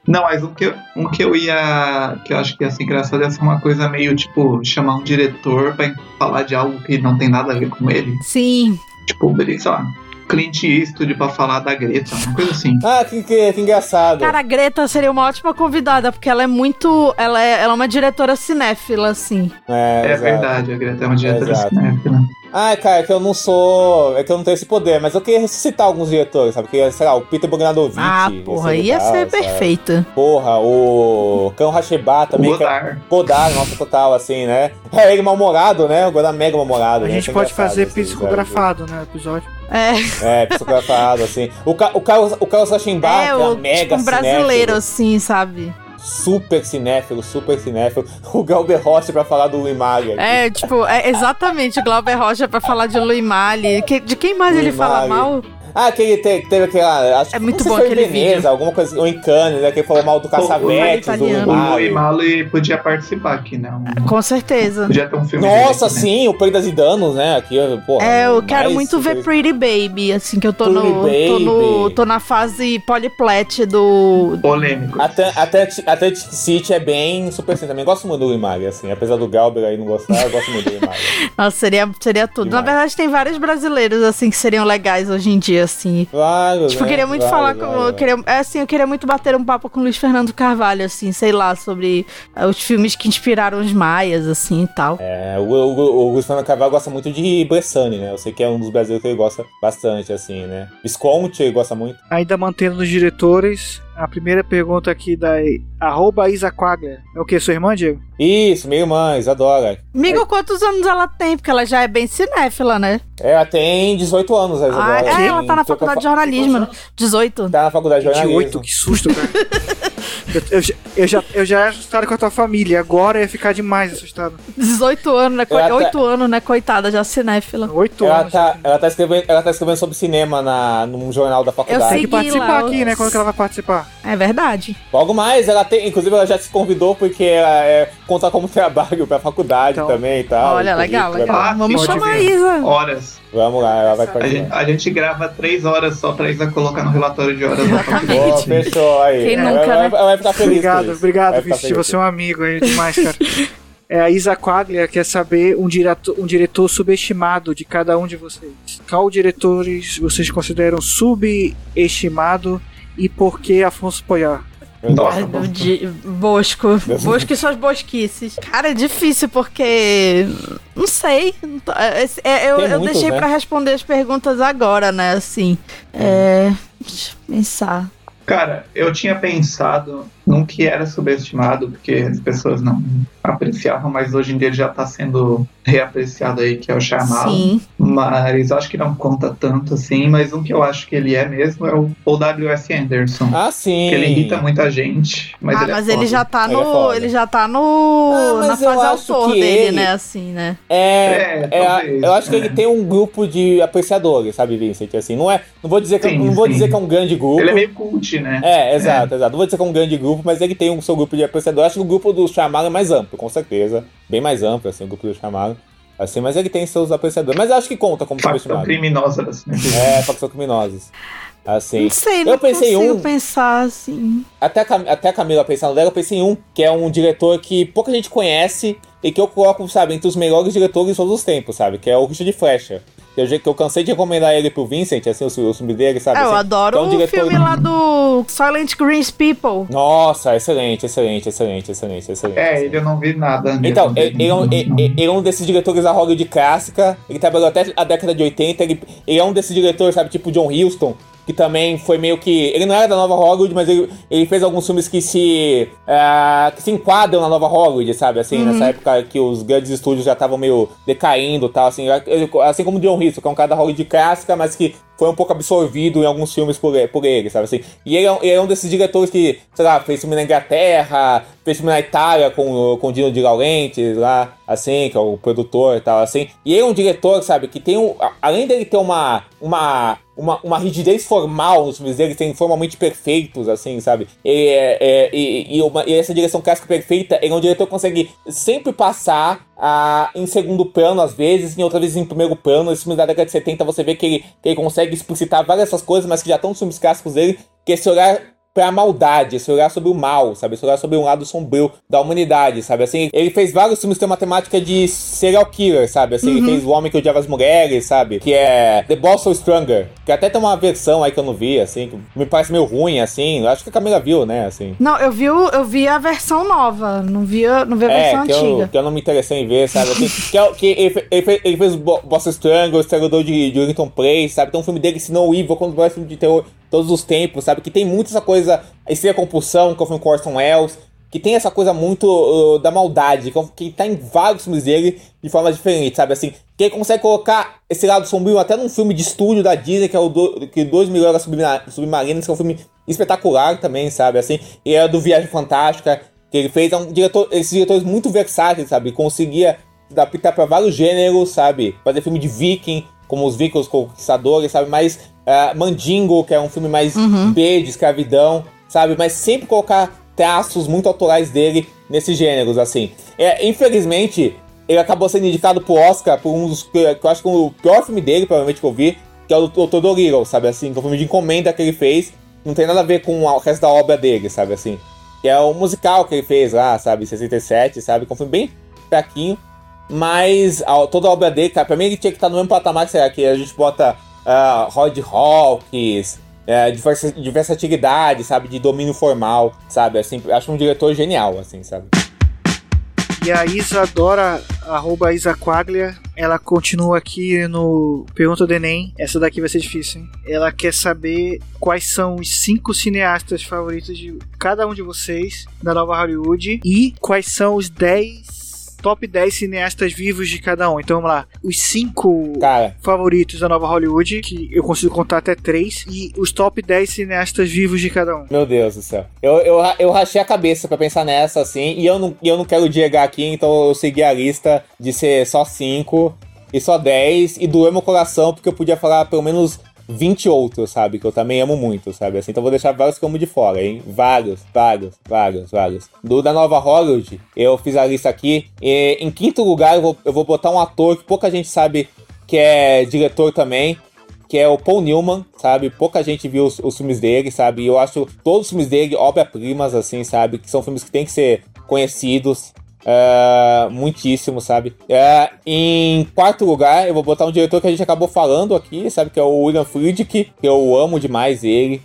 Speaker 4: Não, mas um que, eu- um que eu ia. que eu acho que ia ser engraçado ia ser uma coisa meio tipo chamar um diretor pra falar de algo que não tem nada a ver com ele.
Speaker 2: Sim.
Speaker 4: Tipo, sei lá, Clint Eastwood pra falar da Greta, uma coisa assim.
Speaker 3: [laughs] Ah, que, que, que engraçado.
Speaker 2: Cara, a Greta seria uma ótima convidada, porque ela é muito. Ela é, ela é uma diretora cinéfila, assim.
Speaker 3: É,
Speaker 4: É
Speaker 3: exato.
Speaker 4: verdade, a Greta é uma diretora né?
Speaker 3: Exato.
Speaker 4: cinéfila.
Speaker 3: Ah, cara, é que eu não sou. É que eu não tenho esse poder, mas eu queria ressuscitar alguns diretores, sabe? Que, sei lá, o Peter Bogdanovich.
Speaker 2: Ah, porra, ia
Speaker 3: é legal,
Speaker 2: ser
Speaker 3: sabe?
Speaker 2: perfeito.
Speaker 3: Porra, o Cão Hashibá também.
Speaker 4: O Godard.
Speaker 3: Que é... Godard, nossa, total, assim, né? É ele mal-humorado, né? O Godard mega mal-humorado.
Speaker 1: A
Speaker 3: né?
Speaker 1: gente
Speaker 3: Isso é
Speaker 1: pode
Speaker 3: engraçado,
Speaker 1: fazer
Speaker 3: assim,
Speaker 1: psicografado, né, o episódio.
Speaker 2: É.
Speaker 3: sabe? É, psicografado, assim. O, ca... o, Carlos... o Carlos Hashibá,
Speaker 2: É,
Speaker 3: que é
Speaker 2: o,
Speaker 3: um mega
Speaker 2: tipo, um brasileiro,
Speaker 3: cinéfilo,
Speaker 2: assim, sabe?
Speaker 3: Super cinéfilo, super cinéfilo. O Galber Rossi pra falar do Imaga.
Speaker 2: É, tipo, é exatamente o Glauber Rocha pra falar de um Luimali. de quem mais ele fala mal?
Speaker 3: Ah, que ele te- teve aquela. Acho, é
Speaker 2: muito
Speaker 3: não sei
Speaker 2: bom
Speaker 3: se foi em
Speaker 2: aquele
Speaker 3: Veneza, alguma coisa. Ou em Cannes, né? Que ele falou mal do Caçavetes, do
Speaker 4: O Louis
Speaker 3: Imaga.
Speaker 4: Malle podia participar aqui, né? Um-
Speaker 2: Com certeza.
Speaker 4: Podia ter um filme
Speaker 3: Nossa, sim, o Perdas e Danos, né? Aqui, porra.
Speaker 2: É, eu
Speaker 3: mais
Speaker 2: quero muito ver
Speaker 3: interessante.
Speaker 2: Pretty Baby, assim, que eu tô no,
Speaker 3: Pretty
Speaker 2: tô no.
Speaker 3: Baby.
Speaker 2: tô na fase poliplete do.
Speaker 4: Polêmico.
Speaker 3: Atlan- Atlantic, Atlantic City é bem super assim também. Gosto muito do Imag, assim. Apesar do Galber aí não gostar, eu gosto muito do
Speaker 2: [laughs]
Speaker 3: Imag.
Speaker 2: Nossa, seria, seria tudo. Na verdade, tem vários brasileiros, assim, que seriam legais hoje em dia, assim.
Speaker 3: Claro,
Speaker 2: Tipo, eu
Speaker 3: né?
Speaker 2: queria muito
Speaker 3: Claro,
Speaker 2: falar
Speaker 3: claro,
Speaker 2: com. Eu
Speaker 3: claro.
Speaker 2: queria, é assim, eu queria muito bater um papo com o Luiz Fernando Carvalho, assim, sei lá, sobre eh, os filmes que inspiraram os maias, assim e tal.
Speaker 3: É, o, o, o Gustavo Carvalho gosta muito de Bressane, né? Eu sei que é um dos brasileiros que ele gosta bastante, assim, né? Visconti ele gosta muito.
Speaker 1: Ainda mantendo nos diretores, a primeira pergunta aqui da I- arroba Isa Quaglia. É o que, sua irmã, Diego?
Speaker 3: Isso, minha irmã, Isadora.
Speaker 2: Amigo, quantos anos ela tem? Porque ela já é bem cinéfila, né?
Speaker 3: Ela tem 18 anos, a Isadora.
Speaker 2: Ah, é, ela tá na
Speaker 3: Então,
Speaker 2: faculdade de
Speaker 3: fa-
Speaker 2: jornalismo. né? 18.
Speaker 3: Tá na faculdade de jornalismo.
Speaker 1: 28, que susto, cara. [laughs] eu, eu já- eu já, eu já era assustado com a tua família, agora eu ia ficar demais assustado.
Speaker 2: 18 anos, né? Co-
Speaker 3: Ela tá-
Speaker 2: Oito anos, né? Coitada, já cinéfila.
Speaker 1: 8
Speaker 3: Ela
Speaker 1: é.
Speaker 3: tá, ela, tá escrevendo, ela tá escrevendo sobre cinema na, num jornal da faculdade.
Speaker 1: Tem
Speaker 2: segui
Speaker 1: que participar
Speaker 2: lá,
Speaker 1: aqui,
Speaker 2: eu-
Speaker 1: né? Quando que ela vai participar?
Speaker 2: É verdade.
Speaker 3: Logo mais, ela tem. Inclusive, ela já se convidou porque ela é, conta como trabalho pra faculdade
Speaker 1: Então,
Speaker 3: também e tal.
Speaker 2: Olha,
Speaker 3: E
Speaker 2: legal,
Speaker 3: currículo,
Speaker 2: legal.
Speaker 4: Ah,
Speaker 3: né?
Speaker 2: Ah, Vamos
Speaker 4: pode
Speaker 2: chamar a
Speaker 4: ver.
Speaker 2: Isa.
Speaker 4: Horas.
Speaker 3: Vamos lá, ela vai
Speaker 4: A gente,
Speaker 3: participar.
Speaker 4: a gente grava três horas só pra Isa colocar no relatório de horas.
Speaker 3: Boa, fechou aí.
Speaker 2: Quem
Speaker 3: ela,
Speaker 2: nunca,
Speaker 3: vai,
Speaker 2: né?
Speaker 3: ela vai ficar Tá feliz.
Speaker 1: Obrigado,
Speaker 3: com isso.
Speaker 1: obrigado,
Speaker 3: Vai ficar
Speaker 1: Vici.
Speaker 3: feliz.
Speaker 1: Você é um amigo aí demais, cara. [laughs] É, a Isa Quaglia quer saber um, direto- um diretor subestimado de cada um de vocês. Qual diretores vocês consideram subestimado e por que Afonso Poyar?
Speaker 3: tá
Speaker 2: Ai, do di- Bosco. Bosco e suas bosquices. Cara, é difícil porque. Não sei. Não tô- é- é- é- eu
Speaker 3: Tem
Speaker 2: eu
Speaker 3: muitos,
Speaker 2: deixei
Speaker 3: né?
Speaker 2: pra responder as perguntas agora, né? Assim. É. Deixa eu pensar.
Speaker 4: Cara, eu tinha pensado num que era subestimado, porque as pessoas não apreciavam, mas hoje em dia ele já tá sendo reapreciado aí, que é o chamado.
Speaker 2: Sim.
Speaker 4: Mas acho que não conta tanto assim, mas um que eu acho que ele é mesmo é o Paul W.S. Anderson.
Speaker 3: Ah, sim.
Speaker 4: Que ele irrita muita gente, mas
Speaker 2: ah,
Speaker 4: ele é
Speaker 2: mas ele
Speaker 4: foda.
Speaker 2: já tá
Speaker 3: Ele é
Speaker 2: no.
Speaker 3: foda.
Speaker 2: Ele já tá no.
Speaker 3: Ah, mas
Speaker 2: na
Speaker 3: eu
Speaker 2: fase
Speaker 3: acho
Speaker 2: autor
Speaker 3: que
Speaker 2: dele,
Speaker 3: ele-
Speaker 2: né? Assim, né?
Speaker 3: É,
Speaker 4: É,
Speaker 3: é,
Speaker 4: talvez,
Speaker 3: eu acho que
Speaker 4: é.
Speaker 3: ele tem um grupo de apreciadores, sabe, Vincent? Assim, não é, não vou dizer que, é-
Speaker 4: Sim,
Speaker 3: não vou
Speaker 4: sim.
Speaker 3: dizer que é um grande grupo.
Speaker 4: Ele é meio cult, né?
Speaker 3: É, exato, exato. Não vou dizer que é um grande grupo, mas ele tem um seu grupo de apreciadores. Acho que o grupo do Shyamalan é mais amplo, com certeza. Bem mais amplo, assim, o grupo do Shyamalan. Assim, mas ele tem seus apreciadores. Mas acho que conta como
Speaker 4: Facção
Speaker 3: subestimado.
Speaker 4: criminosa. Assim.
Speaker 3: É, facção criminosos. Assim.
Speaker 2: Não sei, não
Speaker 3: eu pensei em
Speaker 2: consigo
Speaker 3: um,
Speaker 2: pensar assim.
Speaker 3: até a, Cam- até a Camila pensando dela, eu pensei em um, que é um diretor que pouca gente conhece, e que eu coloco, sabe, entre os melhores diretores de todos os tempos, sabe? Que é o Richard Fleischer. Que eu, já- que eu cansei de recomendar ele pro Vincent, assim, os, os filmes dele, sabe?
Speaker 2: Ah, eu
Speaker 3: assim,
Speaker 2: adoro
Speaker 3: que é um
Speaker 2: o
Speaker 3: diretor-
Speaker 2: filme lá do Silent Green's People.
Speaker 3: Nossa, excelente, excelente, excelente, excelente, excelente.
Speaker 4: É, ele eu não vi nada. né?
Speaker 3: Então, ele, ele é um, ele- ele é um desses diretores da Hollywood clássica, ele trabalhou até a década de 80, ele, ele é um desses diretores, sabe, tipo John Huston, que também foi meio que... Ele não era da nova Hollywood, mas ele, ele fez alguns filmes que se ah, que se enquadram na nova Hollywood, sabe, assim,
Speaker 14: Uhum.
Speaker 3: nessa época que os grandes estúdios já estavam meio decaindo e tal, assim, ele- assim como John Huston, que é um cara da Hollywood clássica, mas que foi um pouco absorvido em alguns filmes por ele, por ele, sabe assim? E ele é, um- ele é um desses diretores que, sei lá, fez filme na Inglaterra, fez filme na Itália com, o- com o Dino de Laurentiis lá, assim, que é o produtor e tal, assim. E ele é um diretor, sabe, que tem um... a- Além dele ter uma... uma uma, uma rigidez formal nos filmes dele, tem formalmente perfeitos, assim, sabe? E, é- é- e- e uma- e essa direção clássica perfeita, ele é um diretor que consegue sempre passar ah, em segundo plano, às vezes, e outras vezes em primeiro plano. Esse filme da década de 70, você vê que ele, que ele consegue explicitar várias dessas coisas, mas que já estão nos filmes clássicos dele, que é esse olhar pra maldade, esse olhar sobre o mal, sabe? Esse olhar sobre um lado sombrio da humanidade, sabe? Assim, ele fez vários filmes que tem uma temática de serial killer, sabe? Assim, ele
Speaker 14: Uhum.
Speaker 3: fez O Homem que Odiava as Mulheres, sabe? Que é The Boston Stranger, que até tem uma versão aí que eu não vi, assim, que me parece meio ruim, assim. Eu Acho que a Camila viu, né, assim.
Speaker 2: Não, eu vi, o- eu vi a versão nova, não vi a, não vi a versão
Speaker 3: É, que eu,
Speaker 2: antiga.
Speaker 3: que eu não me interessei em ver, sabe? Assim, que é o- que ele, fe- ele fe- ele fez o Bo- Boss Strangle, o Estrangulador de, de Wellington Place, sabe? Tem um filme dele, se não o Evil, quando vai filme de terror todos os tempos, sabe? Que tem muito essa coisa, esse a compulsão, que é o filme com Orson Welles, que tem essa coisa muito uh, da maldade, que, é um- que tá em vários filmes dele de forma diferente, sabe? Assim, que ele consegue colocar esse lado sombrio até num filme de estúdio da Disney, que é o do, que Dois Mil Horas Submina- Submarinas, que é um filme espetacular também, sabe? Assim, e é do Viagem Fantástica, que ele fez é um diretor, esses diretores muito versáteis, sabe? Conseguia se adaptar para vários gêneros, sabe? Fazer filme de viking, como os vikings conquistadores, sabe? Mais ah, Mandingo, que é um filme mais B de escravidão, sabe? Mas sempre colocar traços muito autorais dele nesses gêneros, assim. É, infelizmente, ele acabou sendo indicado pro Oscar por um dos que que eu acho que o pior filme dele, provavelmente que eu vi, que é o Dr. Dolittle, sabe assim, que é um filme de encomenda que ele fez, não tem nada a ver com a- o resto da obra dele, sabe assim. Que é o musical que ele fez lá, sabe, em 67, sabe, que é um filme bem fraquinho, mas a- toda a obra dele, cara, pra mim ele tinha que estar no mesmo patamar que, sei lá, que a gente bota ah, Rod Hawkins, é, diversa, versatilidade, sabe, de domínio formal, sabe, assim, acho um diretor genial, assim, sabe.
Speaker 1: E a Isadora, arroba Isa Quaglia, ela continua aqui no Pergunta do Enem. Essa daqui vai ser difícil, hein? Ela quer saber quais são os cinco cineastas favoritos de cada um de vocês da nova Hollywood e quais são os 10 top 10 cineastas vivos de cada um. Então vamos lá. Os cinco favoritos da nova Hollywood, que eu consigo contar até três, e os top 10 cineastas vivos de cada um.
Speaker 3: Meu Deus do céu. Eu, eu, ra- eu rachei a cabeça pra pensar nessa, assim, e eu não, e eu não quero diegar aqui, então eu segui a lista de ser só 5 e só 10, e doeu meu coração, porque eu podia falar pelo menos 20 outros, sabe? Que eu também amo muito, sabe? Assim, então eu vou deixar vários que eu amo de fora, hein? Vários, vários, vários, vários. Do da nova Hollywood, eu fiz a lista aqui. E, em quinto lugar, eu vou, eu vou botar um ator que pouca gente sabe que é diretor também que é o Paul Newman, sabe? Pouca gente viu os, os filmes dele, sabe? E eu acho todos os filmes dele obra-primas, assim, sabe? Que são filmes que têm que ser conhecidos. ah, muitíssimo, sabe? Ah, em quarto lugar, eu vou botar um diretor que a gente acabou falando aqui, sabe? Que é o William Friedkin, que eu amo demais ele.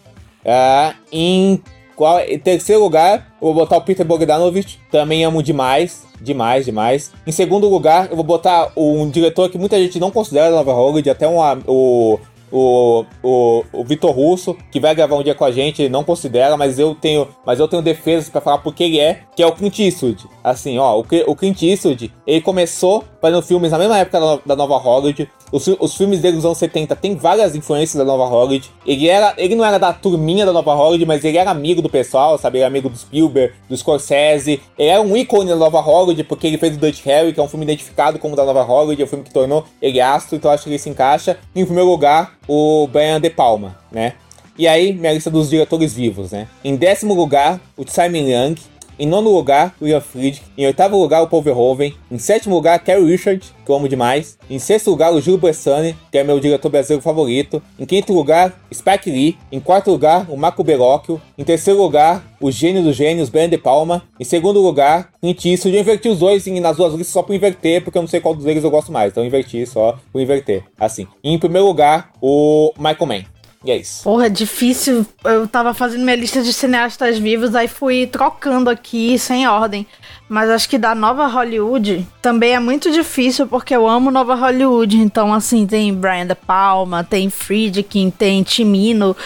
Speaker 3: Ah, em, qual- em terceiro lugar, eu vou botar o Peter Bogdanovich. Também amo demais. Demais, demais. Em segundo lugar, eu vou botar um diretor que muita gente não considera da Nova Hollywood, até um, am- o, o, o, o Vitor Russo, que vai gravar um dia com a gente, ele não considera, mas eu tenho, mas eu tenho defesas pra falar porque ele é, que é o Clint Eastwood. Assim, ó, o, Cli- o Clint Eastwood, ele começou fazendo filmes na mesma época da, no- da Nova Hollywood. Os, fi- os filmes dele dos anos 70 tem várias influências da Nova Hollywood. Ele era, ele não era da turminha da Nova Hollywood, mas ele era amigo do pessoal, sabe? Ele era amigo do Spielberg, do Scorsese. Ele era um ícone da Nova Hollywood porque ele fez o Dutch Harry, que é um filme identificado como da Nova Hollywood, é um filme que tornou ele astro, então acho que ele se encaixa. Em primeiro lugar, o Brian De Palma, né? E aí, minha lista dos diretores vivos, né? Em décimo lugar, o Simon Young. Em nono lugar, William Friedkin. Em oitavo lugar, o Paul Verhoeven. Em sétimo lugar, Terry Richard, que eu amo demais. Em sexto lugar, o Júlio Bressani, que é meu diretor brasileiro favorito. Em quinto lugar, Spike Lee. Em quarto lugar, o Marco Berocchio. Em terceiro lugar, o gênio dos gênios, Brian De Palma. Em segundo lugar, Clint Eastwood. Eu inverti os dois em- nas duas listas só pra inverter, porque eu não sei qual dos eles eu gosto mais. Então eu inverti só por inverter, assim. E em primeiro lugar, o Michael Mann. E é isso.
Speaker 2: Porra, difícil. Eu tava fazendo minha lista de cineastas vivos, aí fui trocando aqui sem ordem. Mas acho que da nova Hollywood também é muito difícil, porque eu amo nova Hollywood. Então, assim, tem Brian De Palma, tem Friedkin, tem Timino.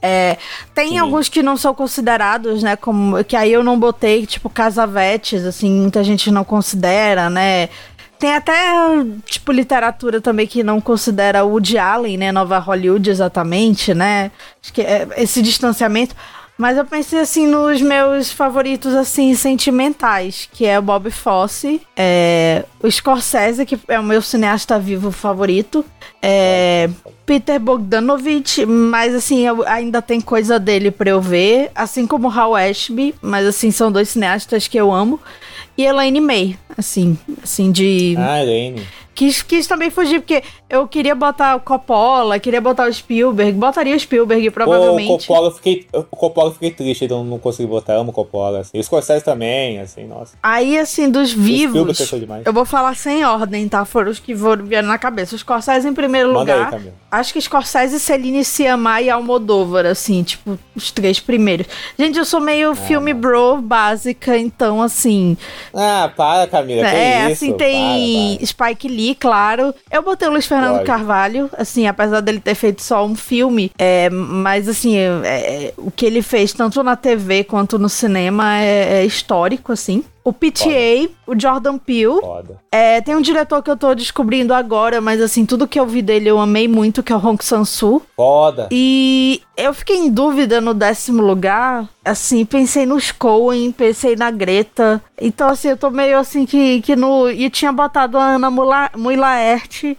Speaker 2: É, tem alguns que não são considerados, né? Como, que aí eu não botei, tipo, Casavetes, assim, muita gente não considera, né? Tem até, tipo, literatura também que não considera o Woody Allen, né? Nova Hollywood exatamente, né? Acho que é esse distanciamento. Mas eu pensei, assim, nos meus favoritos, assim, sentimentais, que é o Bob Fosse, é, o Scorsese, que é o meu cineasta vivo favorito, é, Peter Bogdanovich, mas, assim, eu- ainda tem coisa dele pra eu ver, assim como Hal Ashby, mas, assim, são dois cineastas que eu amo, e Elaine May, assim, assim, de...
Speaker 3: Ah, Elaine.
Speaker 2: Quis, quis também fugir, porque eu queria botar o Coppola, queria botar o Spielberg, botaria o Spielberg,
Speaker 3: Pô, o
Speaker 2: provavelmente.
Speaker 3: Coppola, eu fiquei, o Coppola eu fiquei triste, então não consegui botar. Eu amo o Coppola. Assim. E o Scorsese também, assim, nossa.
Speaker 2: Aí, assim, dos vivos,
Speaker 3: Spielberg é demais.
Speaker 2: eu vou falar sem ordem, tá? Foram os que foram vieram na cabeça. Os Scorsese em primeiro
Speaker 3: Manda aí,
Speaker 2: lugar.
Speaker 3: Camila.
Speaker 2: acho que Scorsese, Celine Siamar e Almodóvar, assim, tipo, os três primeiros. Gente, eu sou meio filme bro básica, então, assim...
Speaker 3: Ah, para, Camila, que
Speaker 2: É,
Speaker 3: isso?
Speaker 2: assim, tem Spike Lee, claro. Eu botei o Luiz Fernando
Speaker 3: Lógico.
Speaker 2: Carvalho, assim, apesar dele ter feito só um filme, é, mas, assim, é, é, o que ele fez tanto na TV quanto no cinema é, é histórico, assim. O PTA, o Jordan Peele. É, tem um diretor que eu tô descobrindo agora, mas, assim, tudo que eu vi dele eu amei muito, que é o Hong Sang-soo.
Speaker 3: Foda.
Speaker 2: E eu fiquei em dúvida no décimo lugar. Assim, pensei nos Coen, pensei na Greta. Então, assim, eu tô meio assim que, que no. E tinha botado a Ana Mula- Mui Laerte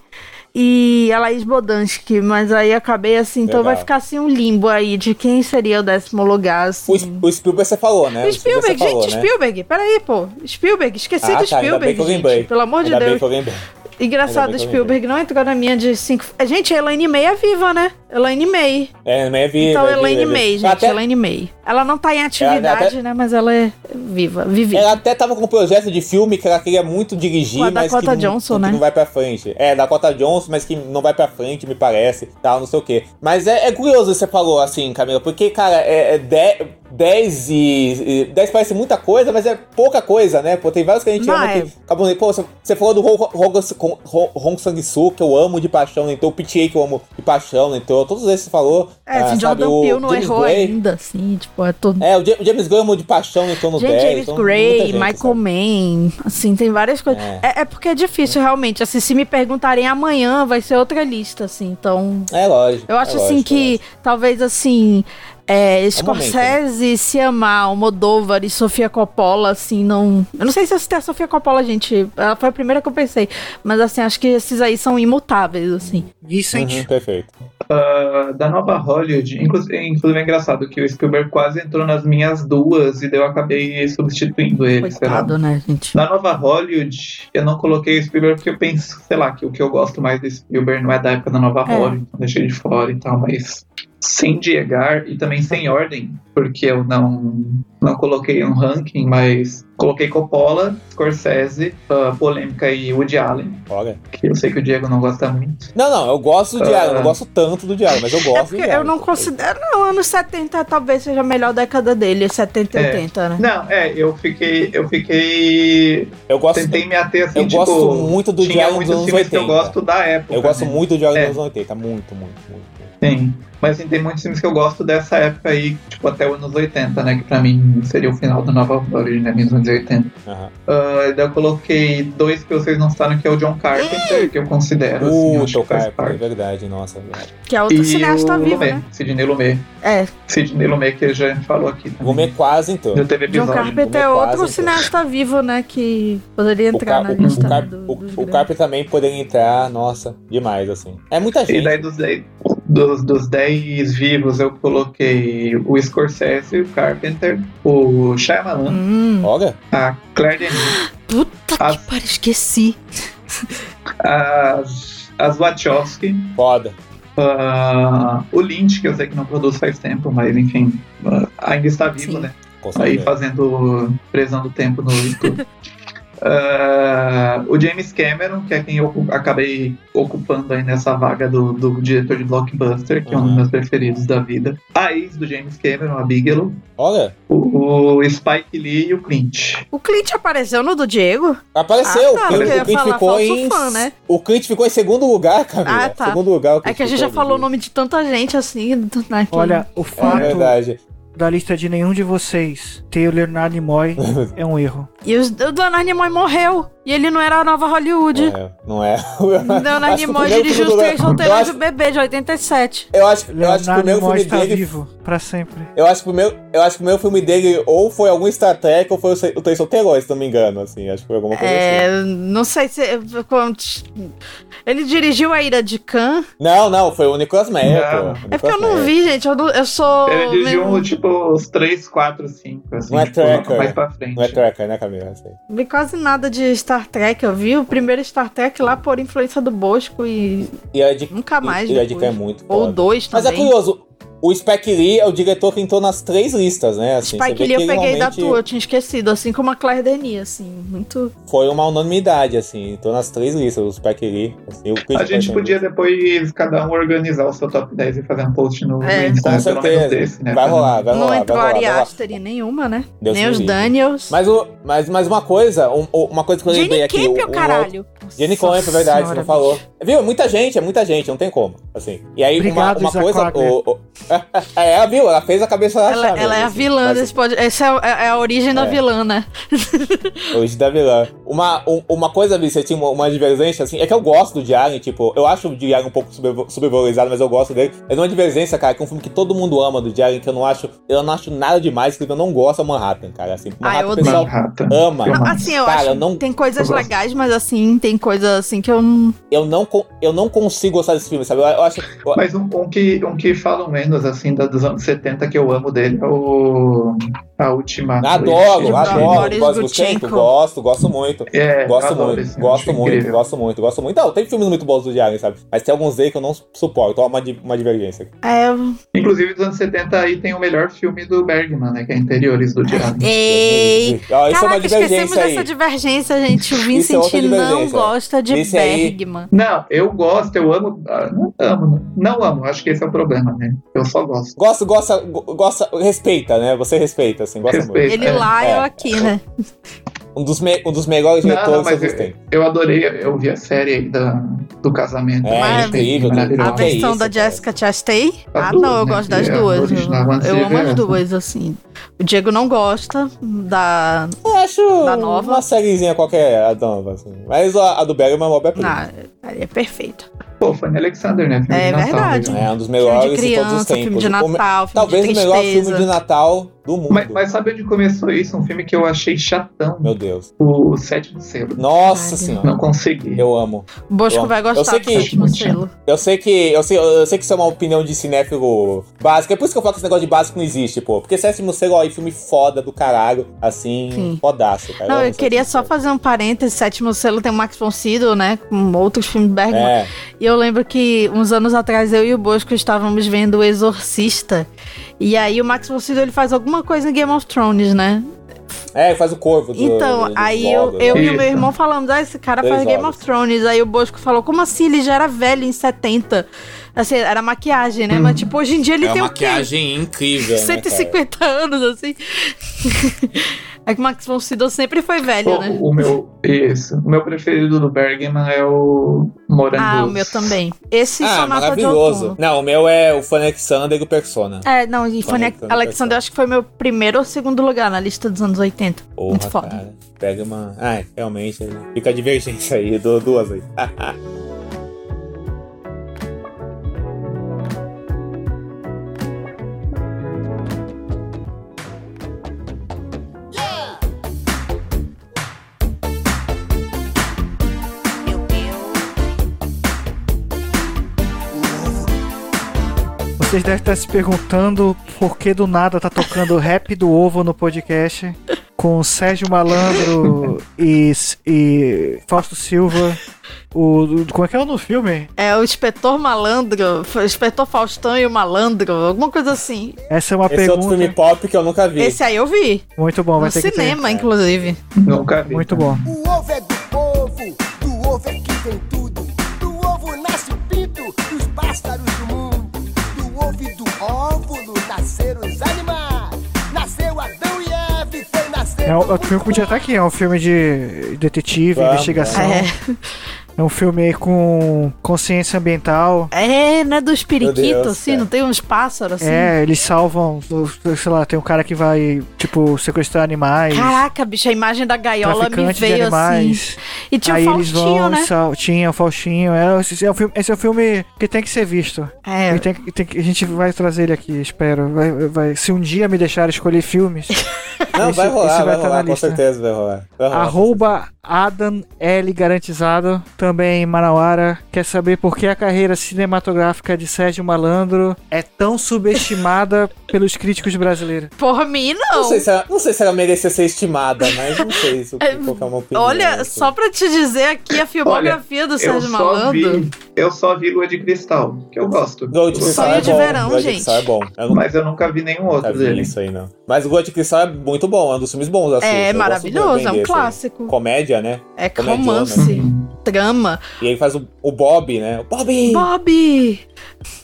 Speaker 2: e a Laís Bodansky, mas aí acabei assim. Então vai
Speaker 3: Legal.
Speaker 2: ficar assim um limbo aí de quem seria o décimo lugar. Assim.
Speaker 3: O, o Spielberg você falou, né?
Speaker 2: O Spielberg,
Speaker 3: você falou,
Speaker 2: gente,
Speaker 3: né?
Speaker 2: Spielberg, peraí, pô. Spielberg, esqueci
Speaker 3: ah,
Speaker 2: do
Speaker 3: tá, ainda
Speaker 2: Spielberg.
Speaker 3: bem que eu lembrei.
Speaker 2: gente, pelo amor de
Speaker 3: Ainda
Speaker 2: Deus.
Speaker 3: Bem que eu lembrei.
Speaker 2: Engraçado,
Speaker 3: Ainda bem que eu
Speaker 2: Spielberg não entrou na minha de cinco. Gente, a Elaine May é viva, né? Elaine May.
Speaker 3: É, mas é viva,
Speaker 2: Então,
Speaker 3: é viva,
Speaker 2: Elaine
Speaker 3: é viva.
Speaker 2: May, gente,
Speaker 3: Até-
Speaker 2: Elaine May. Ela não tá em atividade,
Speaker 3: Ela até-
Speaker 2: né? Mas ela é viva, vivida.
Speaker 3: Ela até tava com um projeto de filme que ela queria muito dirigir,
Speaker 2: Com a
Speaker 3: mas
Speaker 2: Dakota
Speaker 3: que,
Speaker 2: Johnson,
Speaker 3: não, que
Speaker 2: né?
Speaker 3: não vai pra frente. É, Dakota Johnson, mas que não vai pra frente, me parece, tal, não sei o quê. Mas é, é curioso você falou assim, Camila, porque, cara, é, é de- 10 e... e 10 parece muita coisa, mas é pouca coisa, né? Pô, tem vários que a gente
Speaker 2: Não,
Speaker 3: ama
Speaker 2: é.
Speaker 3: que acabam... Pô, você, você falou do Hong- Hong- Hong Hong Sang-soo, que eu amo de paixão, então o PTA que eu amo de paixão, então todos esses você falou.
Speaker 2: É,
Speaker 3: ah,
Speaker 2: assim,
Speaker 3: sabe,
Speaker 2: Jordan
Speaker 3: o
Speaker 2: Peele não
Speaker 3: James
Speaker 2: errou
Speaker 3: Gray.
Speaker 2: ainda, assim, tipo, é todo.
Speaker 3: É, o Ja- o James Gray eu amo de paixão, então no
Speaker 2: Gente,
Speaker 3: 10.
Speaker 2: James
Speaker 3: então, muita
Speaker 2: Gray,
Speaker 3: gente,
Speaker 2: Michael Mann, assim, tem várias coisas.
Speaker 3: É.
Speaker 2: É. é porque é difícil, realmente. Assim, se me perguntarem amanhã, vai ser outra lista, assim, então.
Speaker 3: É lógico.
Speaker 2: Eu acho
Speaker 3: é
Speaker 2: assim
Speaker 3: lógico, um
Speaker 2: que talvez assim é,
Speaker 3: né?
Speaker 2: Scorsese, Siamar, Almodóvar e Sofia Coppola, assim, não. Eu não sei se eu citei a Sofia Coppola, gente. Ela foi a primeira que eu pensei. Mas assim, acho que esses aí são imutáveis, assim.
Speaker 1: Vicente.
Speaker 3: Uhum, perfeito.
Speaker 4: Ah, da nova Hollywood, inclu- inclusive é engraçado que o Spielberg quase entrou nas minhas duas e daí eu acabei substituindo ele.
Speaker 2: Coitado, né, gente?
Speaker 4: Da nova Hollywood, eu não coloquei o Spielberg porque eu penso, sei lá, que o que eu gosto mais do Spielberg não é da época da nova
Speaker 2: É.
Speaker 4: Hollywood, então deixei de fora e tal, mas sem diegar e também sem ordem, porque eu não, não coloquei um ranking, mas coloquei Coppola, Scorsese, ah, Polêmica e Woody Allen,
Speaker 3: Olha.
Speaker 4: que eu sei que o Diego não gosta muito.
Speaker 3: Não, não, eu gosto do diário,
Speaker 4: Ah.
Speaker 3: não gosto tanto do diário, mas eu
Speaker 2: É
Speaker 3: gosto
Speaker 2: porque
Speaker 3: do diário.
Speaker 2: eu não considero. Não, anos 70 talvez seja a melhor década dele, 70 e
Speaker 4: É.
Speaker 2: 80, né?
Speaker 4: Não, é, eu fiquei. Eu fiquei.
Speaker 3: Eu gosto.
Speaker 4: Tentei me ater assim,
Speaker 3: eu
Speaker 4: tipo,
Speaker 3: gosto muito do
Speaker 4: tinha
Speaker 3: diário dos
Speaker 4: muitos
Speaker 3: anos
Speaker 4: filmes que
Speaker 3: 80.
Speaker 4: eu gosto da época.
Speaker 3: Eu gosto
Speaker 4: né?
Speaker 3: muito do diário
Speaker 4: É.
Speaker 3: dos anos 80, muito, muito, muito.
Speaker 4: Sim. Mas assim, tem muitos filmes que eu gosto dessa época aí, tipo, até os anos 80, né? Que pra mim seria o final do Nova Origem, né? Nos anos 80.
Speaker 3: Aham.
Speaker 4: Ah, daí eu coloquei dois que vocês não sabem, que é o John Carpenter, que eu considero. assim,
Speaker 3: Uh,
Speaker 4: acho que faz
Speaker 3: tocar, é
Speaker 4: parte.
Speaker 3: verdade, nossa.
Speaker 2: Que é outro
Speaker 4: e
Speaker 2: cineasta
Speaker 4: o
Speaker 2: vivo,
Speaker 4: Lumet,
Speaker 2: né?
Speaker 4: Sidney Lumet.
Speaker 2: É.
Speaker 4: Sidney Lumet, que já falou aqui. também.
Speaker 3: Lumet quase entrou.
Speaker 4: Já teve
Speaker 2: John
Speaker 4: episódio.
Speaker 2: Carpenter é
Speaker 4: então.
Speaker 2: outro cineasta vivo, né? Que poderia
Speaker 3: O,
Speaker 2: entrar
Speaker 3: Car-
Speaker 2: na
Speaker 3: o,
Speaker 2: lista.
Speaker 3: Car- o- o Carpenter também poderia entrar, nossa, demais, assim. É muita gente.
Speaker 4: E daí dos, dos, dos 10 vivos, eu coloquei o Scorsese, o Carpenter, o Shyamalan,
Speaker 2: Hum.
Speaker 3: Olha.
Speaker 4: a Claire Denis,
Speaker 2: Puta que pariu, esqueci.
Speaker 4: as, as Wachowski.
Speaker 3: Foda.
Speaker 4: o Lynch, que eu sei que não produz faz tempo, mas enfim, ah, ainda está vivo, né?
Speaker 3: Com
Speaker 4: Aí
Speaker 3: certeza.
Speaker 4: fazendo. prezando o tempo no estudo. Ah, o James Cameron, que é quem eu ocu- acabei ocupando aí nessa vaga do, do diretor de Blockbuster, que é um dos meus preferidos da vida. A ex do James Cameron, a Bigelow.
Speaker 3: Olha.
Speaker 4: O, o Spike Lee e o Clint.
Speaker 2: O Clint apareceu no do Diego?
Speaker 3: Apareceu,
Speaker 2: Ah, tá,
Speaker 3: o
Speaker 2: eu
Speaker 3: Clint,
Speaker 2: ia
Speaker 3: o Clint
Speaker 2: falar,
Speaker 3: ficou
Speaker 2: falso
Speaker 3: em.
Speaker 2: fã, né?
Speaker 3: O Clint ficou em segundo lugar, Camila.
Speaker 2: Ah, tá.
Speaker 3: Segundo lugar. o
Speaker 2: É
Speaker 3: Clint
Speaker 2: que a gente
Speaker 3: ficou
Speaker 2: já
Speaker 3: no
Speaker 2: falou o nome de tanta gente assim. do- naquele-
Speaker 1: Olha, o fato
Speaker 3: verdade.
Speaker 1: da lista de nenhum de vocês ter o Leonardo Nimoy é um erro.
Speaker 2: E os- o Leonard Nimoy morreu. E ele não era a nova Hollywood.
Speaker 3: É, não é. [laughs]
Speaker 2: Leonardo
Speaker 3: Acho que o
Speaker 2: Nimoy
Speaker 3: primeiro
Speaker 2: dirigiu
Speaker 3: filme
Speaker 2: os
Speaker 3: do
Speaker 2: três
Speaker 3: Leonardo-
Speaker 2: roteiros
Speaker 3: Eu
Speaker 2: do bebê de 87.
Speaker 3: Eu acho, eu acho que o
Speaker 1: Leonardo
Speaker 3: primeiro
Speaker 1: Nimoy
Speaker 3: filme
Speaker 1: está
Speaker 3: dele.
Speaker 1: vivo pra sempre.
Speaker 3: Eu acho, que o meu, eu acho que o meu filme dele ou foi algum Star Trek ou foi o Se- o Três Solteiros, se não me engano, assim. Acho que foi alguma coisa assim.
Speaker 2: É, não sei se. quant- Ele dirigiu a Ira de Khan.
Speaker 3: Não, não, foi o Nicolas Meyer, pô.
Speaker 2: É porque eu não vi, gente. Eu, não- eu sou.
Speaker 4: Ele dirigiu
Speaker 3: um-
Speaker 2: meio-
Speaker 4: tipo os 3, 4, 5, assim,
Speaker 3: Não é
Speaker 4: tipo,
Speaker 3: tracker.
Speaker 4: mais pra frente.
Speaker 3: Não é tracker, né, Camila? Assim.
Speaker 2: Vi quase nada de Star Trek. Eu vi o primeiro Star Trek lá por influência do Bosco e.
Speaker 3: E a de,
Speaker 2: Nunca mais
Speaker 3: E a de
Speaker 2: depois.
Speaker 3: Khan é muito
Speaker 2: Ou
Speaker 3: foda.
Speaker 2: dois
Speaker 3: Mas é
Speaker 2: também.
Speaker 3: curioso, o Spike Lee é o diretor que entrou nas três listas, né? Assim, você
Speaker 2: Spike
Speaker 3: vê
Speaker 2: Lee eu
Speaker 3: que ele
Speaker 2: peguei da
Speaker 3: realmente
Speaker 2: tua, eu tinha esquecido. Assim como a Claire Denis, assim. Muito.
Speaker 3: Foi uma unanimidade, assim, entrou nas três listas, o Spike Lee. assim, o Chris
Speaker 4: A gente
Speaker 3: Pratt,
Speaker 4: podia depois cada um organizar o seu top 10 e fazer um post no,
Speaker 2: É.
Speaker 4: no Insta,
Speaker 3: Com
Speaker 4: pelo menos
Speaker 3: certeza.
Speaker 4: desse, né?
Speaker 3: Vai rolar, vai
Speaker 2: não
Speaker 3: rolar, vai
Speaker 2: entrou
Speaker 3: rolar.
Speaker 2: Ari
Speaker 3: vai rolar.
Speaker 2: Aster em nenhuma, né?
Speaker 3: Deus
Speaker 2: Nem
Speaker 3: me
Speaker 2: os
Speaker 3: livre.
Speaker 2: Daniels.
Speaker 3: Mas, o, mas, mas uma coisa, um- um- uma coisa que eu lembrei
Speaker 2: Jenny
Speaker 3: aqui.
Speaker 2: Campion,
Speaker 3: um- um
Speaker 2: caralho.
Speaker 3: outro- Jenny Campion, é verdade, você
Speaker 2: Senhora,
Speaker 3: não falou. Viu? É muita gente, é muita gente, não tem como. Assim. E aí,
Speaker 1: Obrigado,
Speaker 3: uma, uma
Speaker 1: Isaac
Speaker 3: coisa.
Speaker 1: Wagner.
Speaker 3: o- [laughs] o- é, ela viu, ela fez a cabeça da
Speaker 2: Ela,
Speaker 3: chave,
Speaker 2: ela é a
Speaker 3: assim,
Speaker 2: vilã
Speaker 3: mas-
Speaker 2: desse podcast. Essa é, a- é a origem da
Speaker 3: É.
Speaker 2: vilã, né?
Speaker 3: Hoje da vilã. Uma, um- uma coisa, Vi, você tinha uma, uma divergência, assim, é que eu gosto do Diário, tipo, eu acho o Diário um pouco subvo- subvalorizado, mas eu gosto dele. Mas uma divergência, cara, que é um filme que todo mundo ama do Diário, que eu não acho, eu não acho nada demais, que eu não gosto é Manhattan, cara. Assim, Manhattan,
Speaker 2: Ah, eu
Speaker 3: o
Speaker 2: odeio.
Speaker 3: pessoal
Speaker 4: Manhattan.
Speaker 3: ama.
Speaker 2: Não, assim, eu
Speaker 3: cara,
Speaker 2: acho
Speaker 3: eu
Speaker 2: que
Speaker 3: não,
Speaker 2: tem coisas
Speaker 3: eu gosto.
Speaker 2: legais, mas assim, tem coisa assim que eu não.
Speaker 3: eu não, con- eu não consigo gostar desse filme, sabe? Eu, eu acho. eu-
Speaker 4: Mas um, um que, um que falam menos, assim, da- dos anos 70 que eu amo dele é o. A Ultimato.
Speaker 3: Adoro,
Speaker 4: Esse
Speaker 3: adoro,
Speaker 2: Boris
Speaker 3: gosto
Speaker 2: Gutchenko.
Speaker 3: Gutchenko, gosto, gosto muito.
Speaker 4: É,
Speaker 3: gosto
Speaker 4: adoro
Speaker 3: muito,
Speaker 4: esse filme,
Speaker 3: gosto
Speaker 4: acho
Speaker 3: muito,
Speaker 4: incrível.
Speaker 3: gosto muito, gosto muito. Não, tem filmes muito bons do Diário, sabe? Mas tem alguns aí que eu não suporto, ó, uma, di- uma divergência.
Speaker 2: É.
Speaker 4: Inclusive, dos anos 70 aí tem o melhor filme do Bergman, né? Que é Interiores do Diabo.
Speaker 2: Ei!
Speaker 3: Ó, isso é uma
Speaker 2: Caraca, esquecemos
Speaker 3: divergência aí.
Speaker 2: dessa divergência, gente. O
Speaker 3: Isso é outra
Speaker 2: Vincent não
Speaker 3: divergência.
Speaker 2: gosta de
Speaker 3: Esse aí-
Speaker 2: Bergman.
Speaker 4: Não, eu gosto, eu amo. ah, Não amo, não amo, acho que esse é o problema, né? Eu só gosto.
Speaker 3: Gosta, gosta, go- gosta, respeita, né? Você respeita, assim, gosta
Speaker 4: Respeito.
Speaker 2: Ele
Speaker 4: É,
Speaker 2: lá,
Speaker 3: é.
Speaker 2: eu aqui, né?
Speaker 3: muito. Um dos, me- um dos melhores
Speaker 4: Não, não,
Speaker 3: diretores que
Speaker 4: mas é-
Speaker 3: vocês
Speaker 4: eu,
Speaker 3: têm.
Speaker 4: eu adorei, eu vi a série aí da, do casamento.
Speaker 3: É,
Speaker 4: Mas-
Speaker 3: incrível, né?
Speaker 4: maravilhoso.
Speaker 2: A
Speaker 3: Que é
Speaker 2: versão
Speaker 3: isso,
Speaker 2: da Jessica Chastain?
Speaker 4: As
Speaker 2: ah,
Speaker 4: duas,
Speaker 2: não, eu
Speaker 4: né,
Speaker 2: gosto
Speaker 4: que
Speaker 2: das
Speaker 4: é a
Speaker 2: duas.
Speaker 4: original, a
Speaker 2: Eu, eu amo
Speaker 4: antiga.
Speaker 2: as duas, assim. O Diego não gosta da.
Speaker 3: Eu acho
Speaker 2: Da nova.
Speaker 3: uma sériezinha qualquer, a nova, assim. Mas a, a do Bergman é uma obra
Speaker 2: Ah, é perfeito.
Speaker 4: Pô, Fanny Alexander, né? Filme
Speaker 2: É
Speaker 4: de Natal,
Speaker 2: verdade.
Speaker 4: né?
Speaker 3: É um dos
Speaker 2: Filme
Speaker 3: melhores
Speaker 2: de
Speaker 3: de todos os
Speaker 2: criança,
Speaker 3: tempos.
Speaker 2: filme de
Speaker 3: O me-
Speaker 2: Natal, filme
Speaker 3: Talvez
Speaker 2: de
Speaker 3: o melhor filme de
Speaker 2: tristeza.
Speaker 3: Natal do mundo.
Speaker 4: Mas, mas sabe onde começou isso? Um filme que eu achei chatão.
Speaker 3: Meu Deus.
Speaker 4: O Sétimo Selo.
Speaker 3: Nossa
Speaker 2: Caralho.
Speaker 3: senhora.
Speaker 4: Não consegui.
Speaker 3: Eu amo.
Speaker 2: Bosco
Speaker 3: Eu-
Speaker 2: vai
Speaker 3: eu
Speaker 2: gostar
Speaker 3: sei
Speaker 2: do
Speaker 3: que-
Speaker 2: sétimo
Speaker 3: [laughs]
Speaker 2: selo.
Speaker 3: Eu sei que. Eu sei, eu sei que isso é uma opinião de cinéfilo básica. É por isso que eu falo que esse negócio de básico não existe, pô. Porque Sétimo Selo, ó, é filme foda do caralho. Assim,
Speaker 2: Sim.
Speaker 3: fodaço, cara.
Speaker 2: Não,
Speaker 3: amo
Speaker 2: eu queria só
Speaker 3: Sétimo
Speaker 2: fazer um parênteses. Sétimo selo tem o Max von Sydow, né? Com outros filmes de
Speaker 3: Selo.
Speaker 2: Bergman.
Speaker 3: É.
Speaker 2: E eu lembro que uns anos atrás eu e o Bosco estávamos vendo O Exorcista. E aí o Max von Sydow ele faz alguma coisa em Game of Thrones, né?
Speaker 3: É, faz o corvo do,
Speaker 2: Então,
Speaker 3: do- do
Speaker 2: aí
Speaker 3: Zorro,
Speaker 2: eu, eu
Speaker 3: né?
Speaker 2: e o meu irmão falamos, ah, esse cara
Speaker 3: Dois
Speaker 2: faz Game
Speaker 3: olhos.
Speaker 2: of Thrones. Aí o Bosco falou, como assim? Ele já era velho em 70. Assim, era maquiagem, né? Mas tipo, hoje em dia ele
Speaker 3: É uma
Speaker 2: tem o quê?
Speaker 3: maquiagem incrível, né, cara?
Speaker 2: 150 anos, assim. é que o Max von Sydow sempre foi velho, né?
Speaker 4: O, o meu. Isso. O meu preferido do Bergman é o Morangos.
Speaker 2: Ah, o meu também. Esse
Speaker 3: Ah,
Speaker 2: Sonata de Outono.
Speaker 3: maravilhoso. Não, o meu é o Fan Alexander e o Persona.
Speaker 2: É, não, e
Speaker 3: Fone
Speaker 2: Fanny
Speaker 3: Alexander.
Speaker 2: Alexander, eu acho que foi meu primeiro ou segundo lugar na lista dos anos 80.
Speaker 3: Porra,
Speaker 2: Muito foda.
Speaker 3: cara. Pega uma. Ai, realmente, fica a divergência aí, du- duas aí. Ah,
Speaker 1: Vocês devem estar se perguntando por que do nada tá tocando rap do ovo no podcast com o Sérgio Malandro e, e Fausto Silva. O, como é que é o no filme?
Speaker 2: É o Inspetor Malandro, o Inspetor Faustão e o Malandro, alguma coisa assim.
Speaker 1: Essa é uma
Speaker 3: Esse é
Speaker 1: pergunta.
Speaker 3: outro filme pop que eu nunca vi.
Speaker 2: Esse aí eu vi.
Speaker 1: Muito bom, vai
Speaker 2: No
Speaker 1: ter que ter.
Speaker 2: cinema, inclusive.
Speaker 1: Nunca vi. Muito bom.
Speaker 14: O ovo é do povo, do ovo é que vem tudo. Do ovo nasce o pinto e os pássaros do mundo. Do ovo e do óvulo nasceram os animais. Nasceu Adão e Eve, foi nascer.
Speaker 1: É, o, o filme podia estar aqui, é um filme de detetive,
Speaker 3: Vamos.
Speaker 1: investigação.
Speaker 2: É.
Speaker 1: É. um filme aí com consciência ambiental.
Speaker 2: É, né? Dos periquitos,
Speaker 1: Deus,
Speaker 2: assim, não tem uns pássaros assim.
Speaker 1: É, eles salvam, sei lá, tem um cara que vai, tipo, sequestrar animais.
Speaker 2: Caraca, bicho, a imagem da gaiola me
Speaker 1: traficante de
Speaker 2: veio assim.
Speaker 1: animais.
Speaker 2: E tinha
Speaker 1: Aí
Speaker 2: o
Speaker 1: eles
Speaker 2: Faustinho,
Speaker 1: vão,
Speaker 2: né?
Speaker 1: sal- Tinha o Faustinho. É, esse, é um filme, esse é um filme que tem que ser visto.
Speaker 2: É.
Speaker 1: Ele tem que- tem que- a gente vai trazer ele aqui, espero. Vai, vai- se um dia me deixar escolher
Speaker 2: [laughs]
Speaker 1: filmes.
Speaker 2: é-
Speaker 3: Não,
Speaker 1: esse-
Speaker 3: vai rolar,
Speaker 1: esse
Speaker 3: vai,
Speaker 1: tá
Speaker 3: rolar,
Speaker 1: na
Speaker 3: com
Speaker 1: lista.
Speaker 3: certeza vai rolar. Vai rolar.
Speaker 1: Arroba Adam L Garantizado, também em Manauara, quer saber por que a carreira cinematográfica de Sérgio Malandro é tão subestimada [laughs] pelos críticos brasileiros.
Speaker 2: Por mim, não. É,
Speaker 3: Não sei, se ela, não sei se ela merecia ser estimada, mas não sei se qualquer uma opinião. assim.
Speaker 2: Olha, só pra te dizer aqui a filmografia do Sérgio Malandro.
Speaker 4: eu só vi Lua de Cristal, que eu gosto.
Speaker 3: Gol de Cristal
Speaker 2: Sonho
Speaker 3: é
Speaker 2: de
Speaker 3: bom.
Speaker 2: verão,
Speaker 3: Gol
Speaker 2: gente.
Speaker 3: de Cristal é bom. Eu não-
Speaker 4: Mas eu nunca vi nenhum outro
Speaker 3: Nunca vi
Speaker 4: dele.
Speaker 3: isso aí, não. Mas o Gol de Cristal é muito bom, é um dos filmes bons. Assim,
Speaker 2: É
Speaker 3: Eu gosto
Speaker 2: maravilhoso, é
Speaker 3: bem
Speaker 2: um
Speaker 3: desse aí.
Speaker 2: clássico.
Speaker 3: Comédia, né?
Speaker 2: É
Speaker 3: Comediona.
Speaker 2: romance, drama.
Speaker 3: E ele faz o, o Bob, né? O Bob!
Speaker 2: Bob!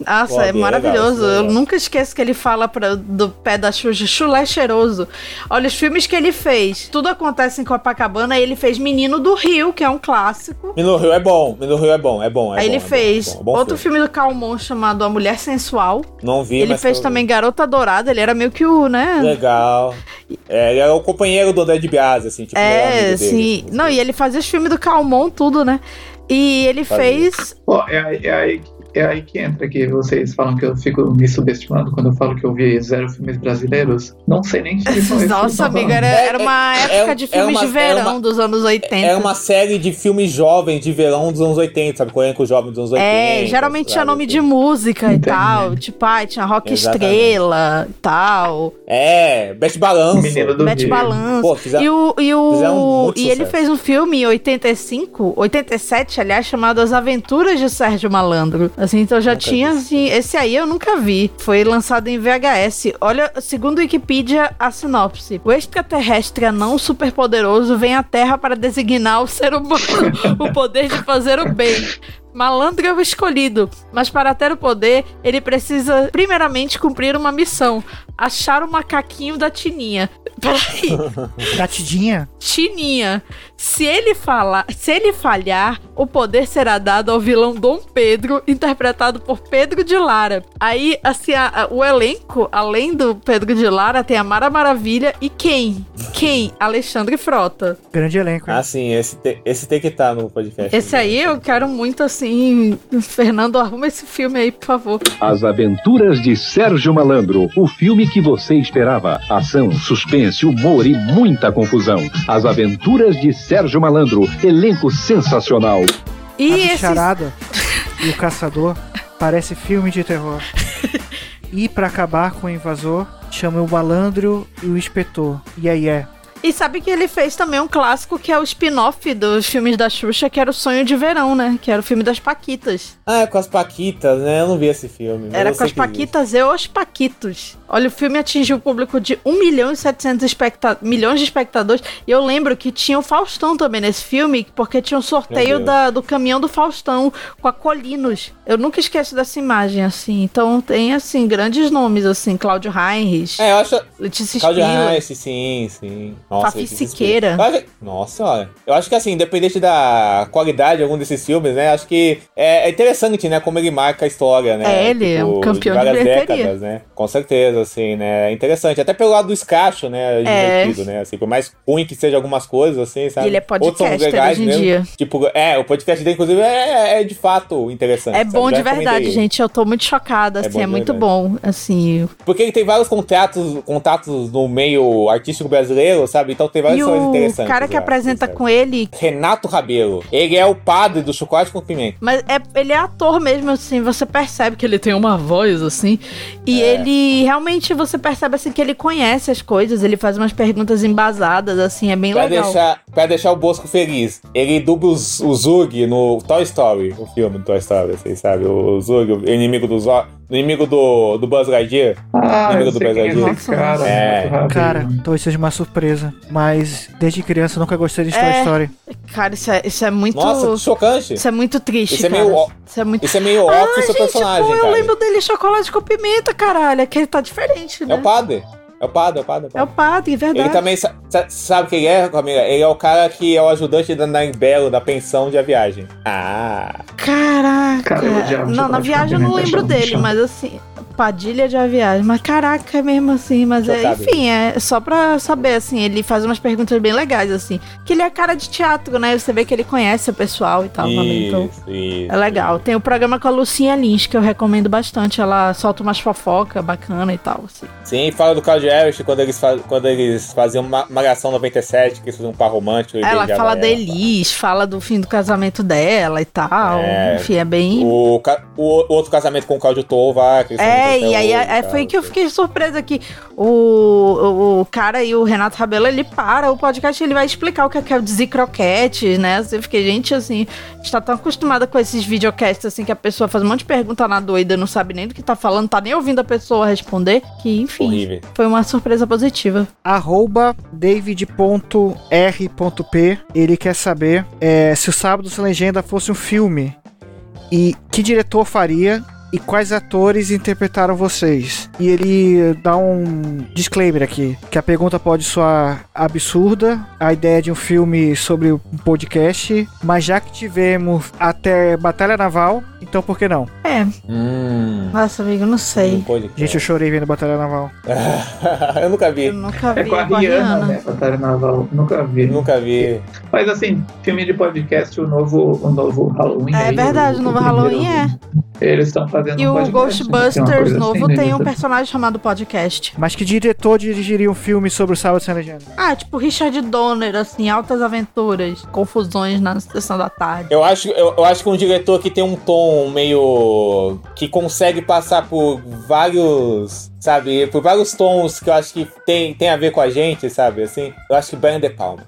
Speaker 2: Nossa,
Speaker 3: Bob,
Speaker 2: é
Speaker 3: é
Speaker 2: maravilhoso.
Speaker 3: legal, é
Speaker 2: eu
Speaker 3: legal.
Speaker 2: nunca esqueço que ele fala pra- do pé da Xuxa, chulé cheiroso. Olha, os filmes que ele fez. Tudo acontece em Copacabana e ele fez Menino do Rio, que é um clássico.
Speaker 3: Menino Rio é bom, Menino Rio é bom, é bom. é
Speaker 2: Aí
Speaker 3: bom,
Speaker 2: ele
Speaker 3: é bom,
Speaker 2: fez
Speaker 3: é bom, é bom
Speaker 2: outro filme. do Calmon chamado A Mulher Sensual.
Speaker 3: Não vi,
Speaker 2: ele
Speaker 3: mas tá
Speaker 2: fez
Speaker 3: eu-
Speaker 2: também Garota Dourada, ele era meio que o, né?
Speaker 3: Legal. É, ele é o companheiro do André de Biase, assim, tipo, ele o
Speaker 2: É,
Speaker 3: amigo dele.
Speaker 2: sim. Não, e ele fazia os filmes do Calmon, tudo, né? E ele
Speaker 4: Fazia.
Speaker 2: fez.
Speaker 4: Ó, é, aí- é aí, é aí que entra que vocês falam que eu fico me subestimando quando eu falo que eu vi zero filmes brasileiros. Não sei nem que filme é esse que
Speaker 2: Nossa,
Speaker 4: eu tô
Speaker 2: amigo, era,
Speaker 4: falando.
Speaker 2: era uma
Speaker 3: é-
Speaker 2: época
Speaker 3: é
Speaker 2: de filmes
Speaker 3: uma-
Speaker 2: de verão
Speaker 3: é uma-
Speaker 2: dos anos 80.
Speaker 3: É uma série de filmes jovens de verão dos anos 80, sabe? Coreano com jovem dos anos 80.
Speaker 2: É, geralmente tinha
Speaker 3: sabe? assim.
Speaker 2: nome de música e tal. Tipo, ai, tinha Rock
Speaker 3: Exatamente.
Speaker 2: Estrela e tal.
Speaker 3: É, Bete Balanço.
Speaker 4: Menino do
Speaker 2: Bete Balanço.
Speaker 3: Pô, fizeram-
Speaker 2: e o, e,
Speaker 3: fizeram
Speaker 2: o,
Speaker 3: muito
Speaker 2: e ele
Speaker 3: sucesso.
Speaker 2: fez um filme em 85, 87, aliás, chamado As Aventuras de Sérgio Malandro. Assim, então já tinha, assim, esse aí eu nunca vi. Foi lançado em VHS. Olha, segundo Wikipedia, a sinopse. O extraterrestre anão superpoderoso vem à Terra para designar o ser humano [laughs] o poder de fazer o bem. Malandro é o escolhido, mas para ter o poder, ele precisa primeiramente cumprir uma missão: achar o macaquinho da Tininha. Peraí,
Speaker 1: Gatidinha?
Speaker 2: Tininha. Se ele falar, se ele falhar, o poder será dado ao vilão Dom Pedro, interpretado por Pedro de Lara. Aí, assim, a- a- o elenco, além do Pedro de Lara, tem a Mara Maravilha e quem? Quem? Alexandre Frota.
Speaker 1: Grande elenco.
Speaker 3: Ah, sim, esse, te- esse tem que estar no podcast.
Speaker 2: Esse aí eu quero muito assim, Fernando, arruma esse filme aí, por favor.
Speaker 8: As Aventuras de Sérgio Malandro, o filme que você esperava. Ação, suspense, humor e muita confusão. As Aventuras de Sérgio Malandro, elenco sensacional.
Speaker 2: E
Speaker 1: a
Speaker 2: esse-
Speaker 1: bicharada e o caçador parece filme de terror. E pra acabar com o invasor, chama o malandro e o inspetor. E aí é.
Speaker 2: E sabe que ele fez também um clássico que é o spin-off dos filmes da Xuxa, que era o Sonho de Verão, né? Que era o filme das Paquitas.
Speaker 3: Ah, é com as Paquitas, né? Eu não vi esse filme. mas
Speaker 2: Era
Speaker 3: eu
Speaker 2: com
Speaker 3: sei
Speaker 2: as
Speaker 3: que existe.
Speaker 2: Paquitas e os Paquitos. Olha, o filme atingiu o público de 1 milhão e 700 especta milhões de espectadores. E eu lembro que tinha o Faustão também nesse filme, porque tinha um
Speaker 3: Meu
Speaker 2: sorteio
Speaker 3: Deus.
Speaker 2: da- do caminhão do Faustão com a Colinos. Eu nunca esqueço dessa imagem, assim. Então tem, assim, grandes nomes, assim. Cláudio Heinrich,
Speaker 3: É, eu acho.
Speaker 2: Letícia
Speaker 3: Cláudio
Speaker 2: Spiller.
Speaker 3: Reis, sim, sim. Nossa,
Speaker 2: Fafi
Speaker 3: esse filme.
Speaker 2: Siqueira.
Speaker 3: Eu acho- Nossa, olha. Eu acho que assim, independente da qualidade de algum desses filmes, né? Acho que é, é interessante, né? Como ele marca a história, né?
Speaker 2: É, ele é um campeão de
Speaker 3: várias
Speaker 2: bilheteria.
Speaker 3: décadas, né? Com certeza, assim, né? É interessante. Até pelo lado do escacho, né?
Speaker 2: É.
Speaker 3: É divertido, né? Assim, por mais ruim que seja algumas coisas, assim, sabe?
Speaker 2: Ele é
Speaker 3: Outros são
Speaker 2: podcaster
Speaker 3: legais
Speaker 2: hoje em dia.
Speaker 3: Tipo, é, o podcast dele, inclusive, é, é de fato interessante.
Speaker 2: É
Speaker 3: sabe?
Speaker 2: bom
Speaker 3: Já
Speaker 2: de verdade,
Speaker 3: recomendei.
Speaker 2: gente. Eu tô muito chocada, assim,
Speaker 3: bom
Speaker 2: é,
Speaker 3: de
Speaker 2: muito
Speaker 3: verdade.
Speaker 2: bom. Assim,
Speaker 3: Porque ele tem vários contatos, contatos no meio artístico brasileiro, sabe? Então tem várias
Speaker 2: E
Speaker 3: coisas
Speaker 2: o
Speaker 3: interessantes.
Speaker 2: cara que
Speaker 3: lá,
Speaker 2: apresenta
Speaker 3: sabe?
Speaker 2: com ele,
Speaker 3: Renato Rabelo. Ele é o padre do chocolate com pimenta.
Speaker 2: mas é, ele é ator mesmo, assim, você percebe que ele tem uma voz, assim, e
Speaker 3: É.
Speaker 2: ele realmente, você percebe, assim, que ele conhece as coisas, ele faz umas perguntas embasadas, assim, é bem
Speaker 3: Pra
Speaker 2: legal.
Speaker 3: deixar, pra deixar o Bosco feliz. Ele dubla os- o Zug no Toy Story, o filme do Toy Story, vocês sabem. O Zug, o inimigo do Zo- inimigo do, do Buzz Lightyear.
Speaker 1: Ah,
Speaker 3: inimigo
Speaker 1: eu sei quem é esse cara,
Speaker 3: É.
Speaker 4: Ah,
Speaker 1: Cara, talvez seja uma surpresa, mas desde criança eu nunca gostei de Toy
Speaker 2: É.
Speaker 1: Story.
Speaker 2: Cara, isso é, isso é muito...
Speaker 1: Nossa, que
Speaker 3: chocante.
Speaker 2: Isso é muito triste,
Speaker 1: Isso é
Speaker 2: cara.
Speaker 1: meio ó-
Speaker 2: isso é muito...
Speaker 3: isso é meio
Speaker 2: ah,
Speaker 3: óbvio seu
Speaker 2: gente,
Speaker 3: personagem,
Speaker 2: pô, eu
Speaker 3: cara.
Speaker 2: lembro dele chocolate com pimenta, caralho, é que ele tá diferente, né?
Speaker 3: É o padre. É o padre, é o padre. É o padre.
Speaker 2: É o padre, é verdade.
Speaker 3: Ele também sa- sa- sabe quem é, Camila? Ele é o cara que é o ajudante da Nain Belo da pensão de a viagem. Ah.
Speaker 2: Caraca.
Speaker 3: Cara, eu odiava
Speaker 2: não, na
Speaker 3: chocolate
Speaker 2: viagem eu
Speaker 3: com
Speaker 2: não
Speaker 3: pimenta,
Speaker 2: lembro
Speaker 3: achava muito
Speaker 2: dele,
Speaker 3: chato.
Speaker 2: mas assim, Padilha de viagem. Mas caraca, é mesmo assim, mas é,
Speaker 3: Chocado.
Speaker 2: enfim, é só pra saber, assim, ele faz umas perguntas bem legais, assim. Que ele é cara de teatro, né? Você vê que ele conhece o pessoal e tal, também, então.
Speaker 3: Isso, isso.
Speaker 2: É legal. Tem o programa com a Lucinha Lins, que eu recomendo bastante. Ela solta umas fofoca bacana e tal, assim.
Speaker 3: Sim, fala do Claudio Erich quando eles, fa- quando eles faziam uma Malhação 97, que eles faziam um par romântico. e
Speaker 2: Ela
Speaker 3: beijava
Speaker 2: fala
Speaker 3: ela.
Speaker 2: da Elis, fala do fim do casamento dela e tal.
Speaker 3: É.
Speaker 2: Enfim, é bem.
Speaker 3: O, ca- o outro casamento com o Claudio Tova. que eles são
Speaker 2: É,
Speaker 3: juntos até
Speaker 2: e aí,
Speaker 3: hoje,
Speaker 2: aí
Speaker 3: tá?
Speaker 2: foi que eu fiquei surpresa que o, o, o cara e o Renato Rabelo, ele para o podcast, ele vai explicar o que é, que é o dizer croquetes, né? Assim, Eu fiquei, gente, assim, a gente tá tão acostumada com esses videocasts, assim, que a pessoa faz um monte de pergunta na doida, não sabe nem do que tá falando, tá nem ouvindo a pessoa responder, que, enfim,
Speaker 3: Horrível.
Speaker 2: foi uma surpresa positiva.
Speaker 1: Arroba david.r.p. Ele quer saber é, se o Sábado Sem Legenda fosse um filme. E que diretor faria e quais atores interpretaram vocês? E ele dá um disclaimer aqui, que a pergunta pode soar absurda, a ideia de um filme sobre um podcast, mas já que tivemos até Batalha Naval, então por que não?
Speaker 2: É.
Speaker 3: Hum.
Speaker 2: Nossa, amigo, não sei.
Speaker 1: Gente, eu chorei vendo Batalha Naval.
Speaker 3: [laughs] eu nunca vi.
Speaker 2: Nunca
Speaker 4: É
Speaker 2: vi
Speaker 4: com a Rihanna, né? Batalha Naval. Nunca vi.
Speaker 3: Nunca vi.
Speaker 4: Mas assim, filme de podcast, o novo, o novo Halloween.
Speaker 2: É
Speaker 4: aí,
Speaker 2: verdade, o novo
Speaker 4: primeiro,
Speaker 2: Halloween é.
Speaker 4: Eles estão fazendo
Speaker 2: E
Speaker 4: um
Speaker 2: o
Speaker 4: podcast, né? Tem uma
Speaker 2: Ghostbusters
Speaker 4: coisa
Speaker 2: novo
Speaker 4: assim, né?
Speaker 2: tem um personagem chamado podcast.
Speaker 1: Mas que diretor dirigiria um filme sobre o Sábado Sem Legenda?
Speaker 2: Ah, tipo Richard Donner, assim, altas aventuras, confusões na sessão da tarde.
Speaker 3: Eu acho, eu, eu acho que um diretor que tem um tom meio. que consegue passar por vários. sabe? Por vários tons que eu acho que tem, tem a ver com a gente, sabe? Assim, eu acho que Brian De Palma.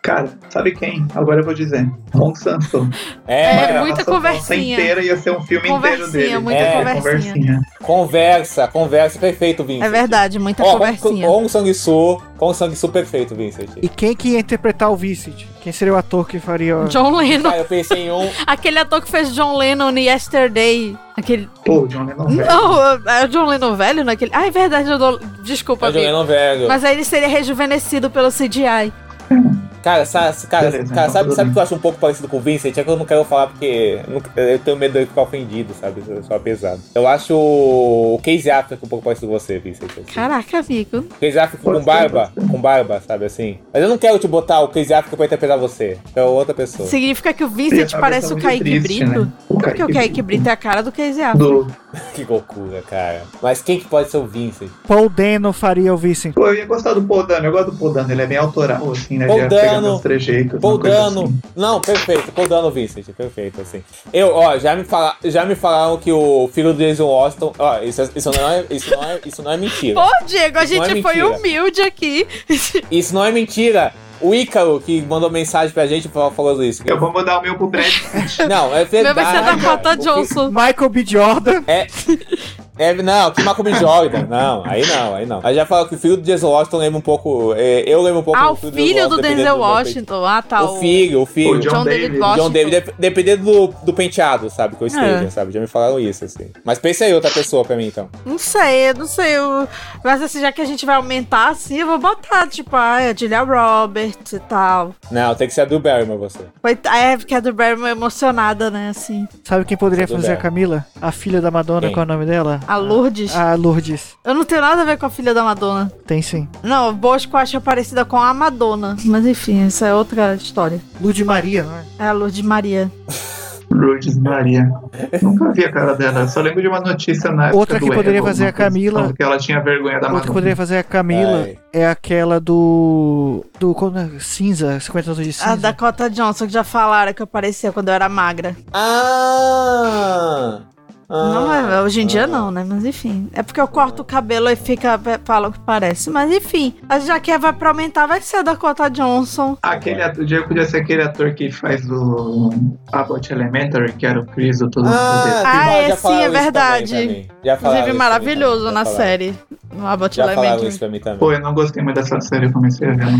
Speaker 4: Cara, sabe quem? Agora eu vou dizer. Monsanto.
Speaker 3: É,
Speaker 4: Uma
Speaker 2: muita
Speaker 4: gravação
Speaker 2: conversinha.
Speaker 4: inteira ia ser um filme inteiro
Speaker 2: Conversinha,
Speaker 4: dele. É,
Speaker 2: muita conversinha.
Speaker 3: Conversa, conversa, perfeito, Vincent.
Speaker 2: É verdade, muita
Speaker 3: Ó,
Speaker 2: conversinha.
Speaker 3: Com, com sangue su, com sangue su, perfeito, Vincent.
Speaker 1: E quem que ia interpretar o Vincent? Quem seria o ator que faria...
Speaker 2: John Lennon. [laughs]
Speaker 3: Ah, eu pensei em um.
Speaker 2: Aquele ator que fez John Lennon em Yesterday. Aquele.
Speaker 4: Pô, é John Lennon velho.
Speaker 2: Não, é o John Lennon velho naquele. Ah, é verdade, eu dou... desculpa.
Speaker 3: É o John
Speaker 2: amigo.
Speaker 3: Lennon velho.
Speaker 2: Mas aí ele seria rejuvenescido pelo CGI.
Speaker 3: Cara, sa- cara,
Speaker 4: então,
Speaker 3: cara, sabe, sabe o que eu acho um pouco parecido com o Vincent? É que eu não quero falar porque eu não- eu tenho medo de ficar ofendido, sabe? Eu sou pesado. Eu acho o Casey Affleck um pouco parecido com você, Vincent. assim.
Speaker 2: Caraca, amigo.
Speaker 3: O Casey Affleck com barba, com barba, sabe assim? Mas eu não quero te botar o Casey Affleck pra interpretar você. É outra pessoa.
Speaker 2: Significa que o
Speaker 3: Eu ia
Speaker 2: Vincent
Speaker 3: falar
Speaker 2: parece o
Speaker 3: muito
Speaker 2: Kaique
Speaker 3: triste,
Speaker 2: Brito?
Speaker 3: né? O
Speaker 2: Porque o
Speaker 3: Kaique
Speaker 2: Kaique Brito é a cara do Casey Affleck.
Speaker 3: que loucura, cara. Mas quem que pode ser o Vincent?
Speaker 1: Paul Dano faria o Vincent.
Speaker 4: Pô, eu ia gostar do Paul Dano, eu gosto do Paul Dano, ele é bem autoral, assim, né?
Speaker 3: Paul
Speaker 4: Ele ia pegando
Speaker 3: Dano,
Speaker 4: os trejeitos.
Speaker 3: Paul
Speaker 4: uma coisa assim.
Speaker 3: Dano. Não, perfeito. Paul Dano Vincent, perfeito, assim. Eu, ó, já me, fala, já me falaram que o filho do Jason Austin. Ó, isso, isso, não, é, isso, não, é, isso não é mentira.
Speaker 2: Pô, Diego, a
Speaker 3: Isso não
Speaker 2: gente
Speaker 3: é
Speaker 2: foi
Speaker 3: mentira.
Speaker 2: humilde aqui.
Speaker 3: Isso não é mentira. O Ícaro, que mandou mensagem pra gente, falou falou isso. Eu
Speaker 4: vou mandar o meu pro Brad.
Speaker 3: [laughs] Não, é
Speaker 2: [laughs] Meu tá
Speaker 3: verdade.
Speaker 2: vai ser Dakota Johnson.
Speaker 1: Michael B. Jordan.
Speaker 3: É, é, não, que Michael B. Jordan. Não, aí não, aí não. Aí já falou que o filho do Denzel Washington lembra um pouco. é, eu lembro um pouco
Speaker 2: Ah, o filho
Speaker 3: do
Speaker 2: do
Speaker 3: Washington,
Speaker 2: Denzel
Speaker 3: dependendo meu peito.
Speaker 2: Washington. Ah, tá.
Speaker 3: O filho, o filho.
Speaker 2: o John John David David. Washington.
Speaker 3: John David, é- dep- dependendo do, do penteado, sabe? Que eu esteja,
Speaker 2: É.
Speaker 3: sabe? Já me falaram isso, assim. Mas pensa aí outra pessoa pra mim, então.
Speaker 2: Não sei, eu não sei. eu- Mas assim, já que a gente vai aumentar, assim, eu vou botar, tipo, ah, a Julia Roberts e tal.
Speaker 3: Não, tem que ser a Bill Barrymore, você.
Speaker 2: Foi, é, porque a do Barry emocionada, né, assim.
Speaker 1: Sabe quem poderia
Speaker 3: Tudo
Speaker 1: fazer a
Speaker 3: bem.
Speaker 1: Camila? A filha da Madonna,
Speaker 3: Quem?
Speaker 1: qual é o nome dela?
Speaker 3: Ah,
Speaker 2: A Lourdes?
Speaker 1: A Lourdes.
Speaker 2: Eu não tenho nada a ver com a filha da Madonna.
Speaker 1: Tem sim.
Speaker 2: Não, Bosco acha parecida com a Madonna. Mas enfim, essa é outra história.
Speaker 3: Tá
Speaker 1: Lourdes Maria, né?
Speaker 2: É a Lourdes Maria.
Speaker 4: Lourdes Maria. Nunca vi a cara dela. Eu só lembro de uma notícia na época
Speaker 1: Outra que
Speaker 4: do
Speaker 1: poderia
Speaker 4: Ego,
Speaker 1: fazer
Speaker 4: uma
Speaker 1: a Camila-
Speaker 4: questão Que ela tinha vergonha da
Speaker 1: Outra que poderia
Speaker 4: Madonna.
Speaker 1: fazer a Camila
Speaker 4: Ai.
Speaker 1: é aquela do. do. como é? cinza, 50 anos de cinza.
Speaker 2: A Dakota Johnson, que já falaram que eu parecia quando eu era magra.
Speaker 3: Ah!
Speaker 2: Não é, hoje em dia não, né? Mas enfim. É porque eu corto o cabelo e fica. falam que parece. Mas enfim. Mas Já que vai pra aumentar, vai ser a Dakota Johnson.
Speaker 4: Aquele ator, o Diego podia ser aquele ator que faz o Abbott Elementary, que era o Chris do Todo Poder.
Speaker 2: Ah,
Speaker 3: já
Speaker 2: é sim,
Speaker 3: falaram
Speaker 2: é
Speaker 3: isso
Speaker 4: também pra mim.
Speaker 2: verdade.
Speaker 3: Já falaram
Speaker 2: Inclusive,
Speaker 3: isso
Speaker 2: maravilhoso
Speaker 3: também, já
Speaker 2: na
Speaker 3: falaram.
Speaker 2: série. No Abbott
Speaker 3: Já falaram
Speaker 2: Elementary.
Speaker 3: isso pra mim também.
Speaker 4: Pô, eu não gostei muito dessa série, eu comecei a ver, não,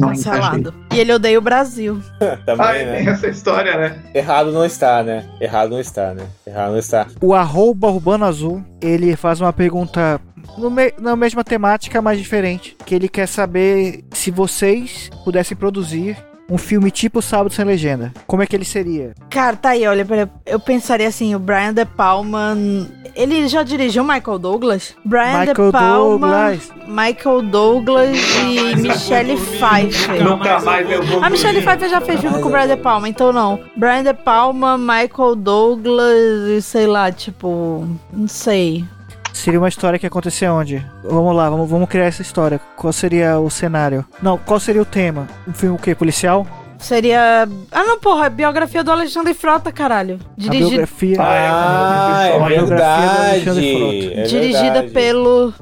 Speaker 4: não encaixei.
Speaker 2: Cancelado. E ele odeia o Brasil.
Speaker 3: Também,
Speaker 4: Ah,
Speaker 3: né?
Speaker 4: tem essa história, né?
Speaker 3: Errado não está, né? Errado não está, né? Errado não está.
Speaker 1: O arroba Urbano Azul, ele faz uma pergunta no me- na mesma temática, mas diferente. Que ele quer saber se vocês pudessem produzir um filme tipo Sábado Sem Legenda. Como é que ele seria?
Speaker 2: Cara, tá aí, olha, pera- eu pensaria assim, o Brian De Palma, ele já dirigiu Michael Douglas? Brian
Speaker 1: Michael
Speaker 2: De Palma,
Speaker 1: Douglas.
Speaker 2: Michael Douglas e Michelle
Speaker 1: É,
Speaker 2: Pfeiffer.
Speaker 4: Nunca mais eu vou
Speaker 2: A Michelle
Speaker 4: dormir.
Speaker 2: Pfeiffer já fez filme com o Brian De Palma, então não. Brian De Palma, Michael Douglas e sei lá, tipo, não sei.
Speaker 1: Seria uma história que aconteceu onde? Vamos lá, vamos, vamos criar essa história. Qual seria o cenário? Não, qual seria o tema? Um filme o quê? Policial?
Speaker 2: Seria. Ah, não, porra, é biografia do Alexandre Frota, caralho.
Speaker 1: A
Speaker 2: Dirigido,
Speaker 1: biografia.
Speaker 3: Ah,
Speaker 1: A biografia
Speaker 3: é
Speaker 1: do Alexandre
Speaker 3: verdade.
Speaker 1: Frota.
Speaker 3: É
Speaker 2: dirigida
Speaker 3: verdade.
Speaker 2: pelo.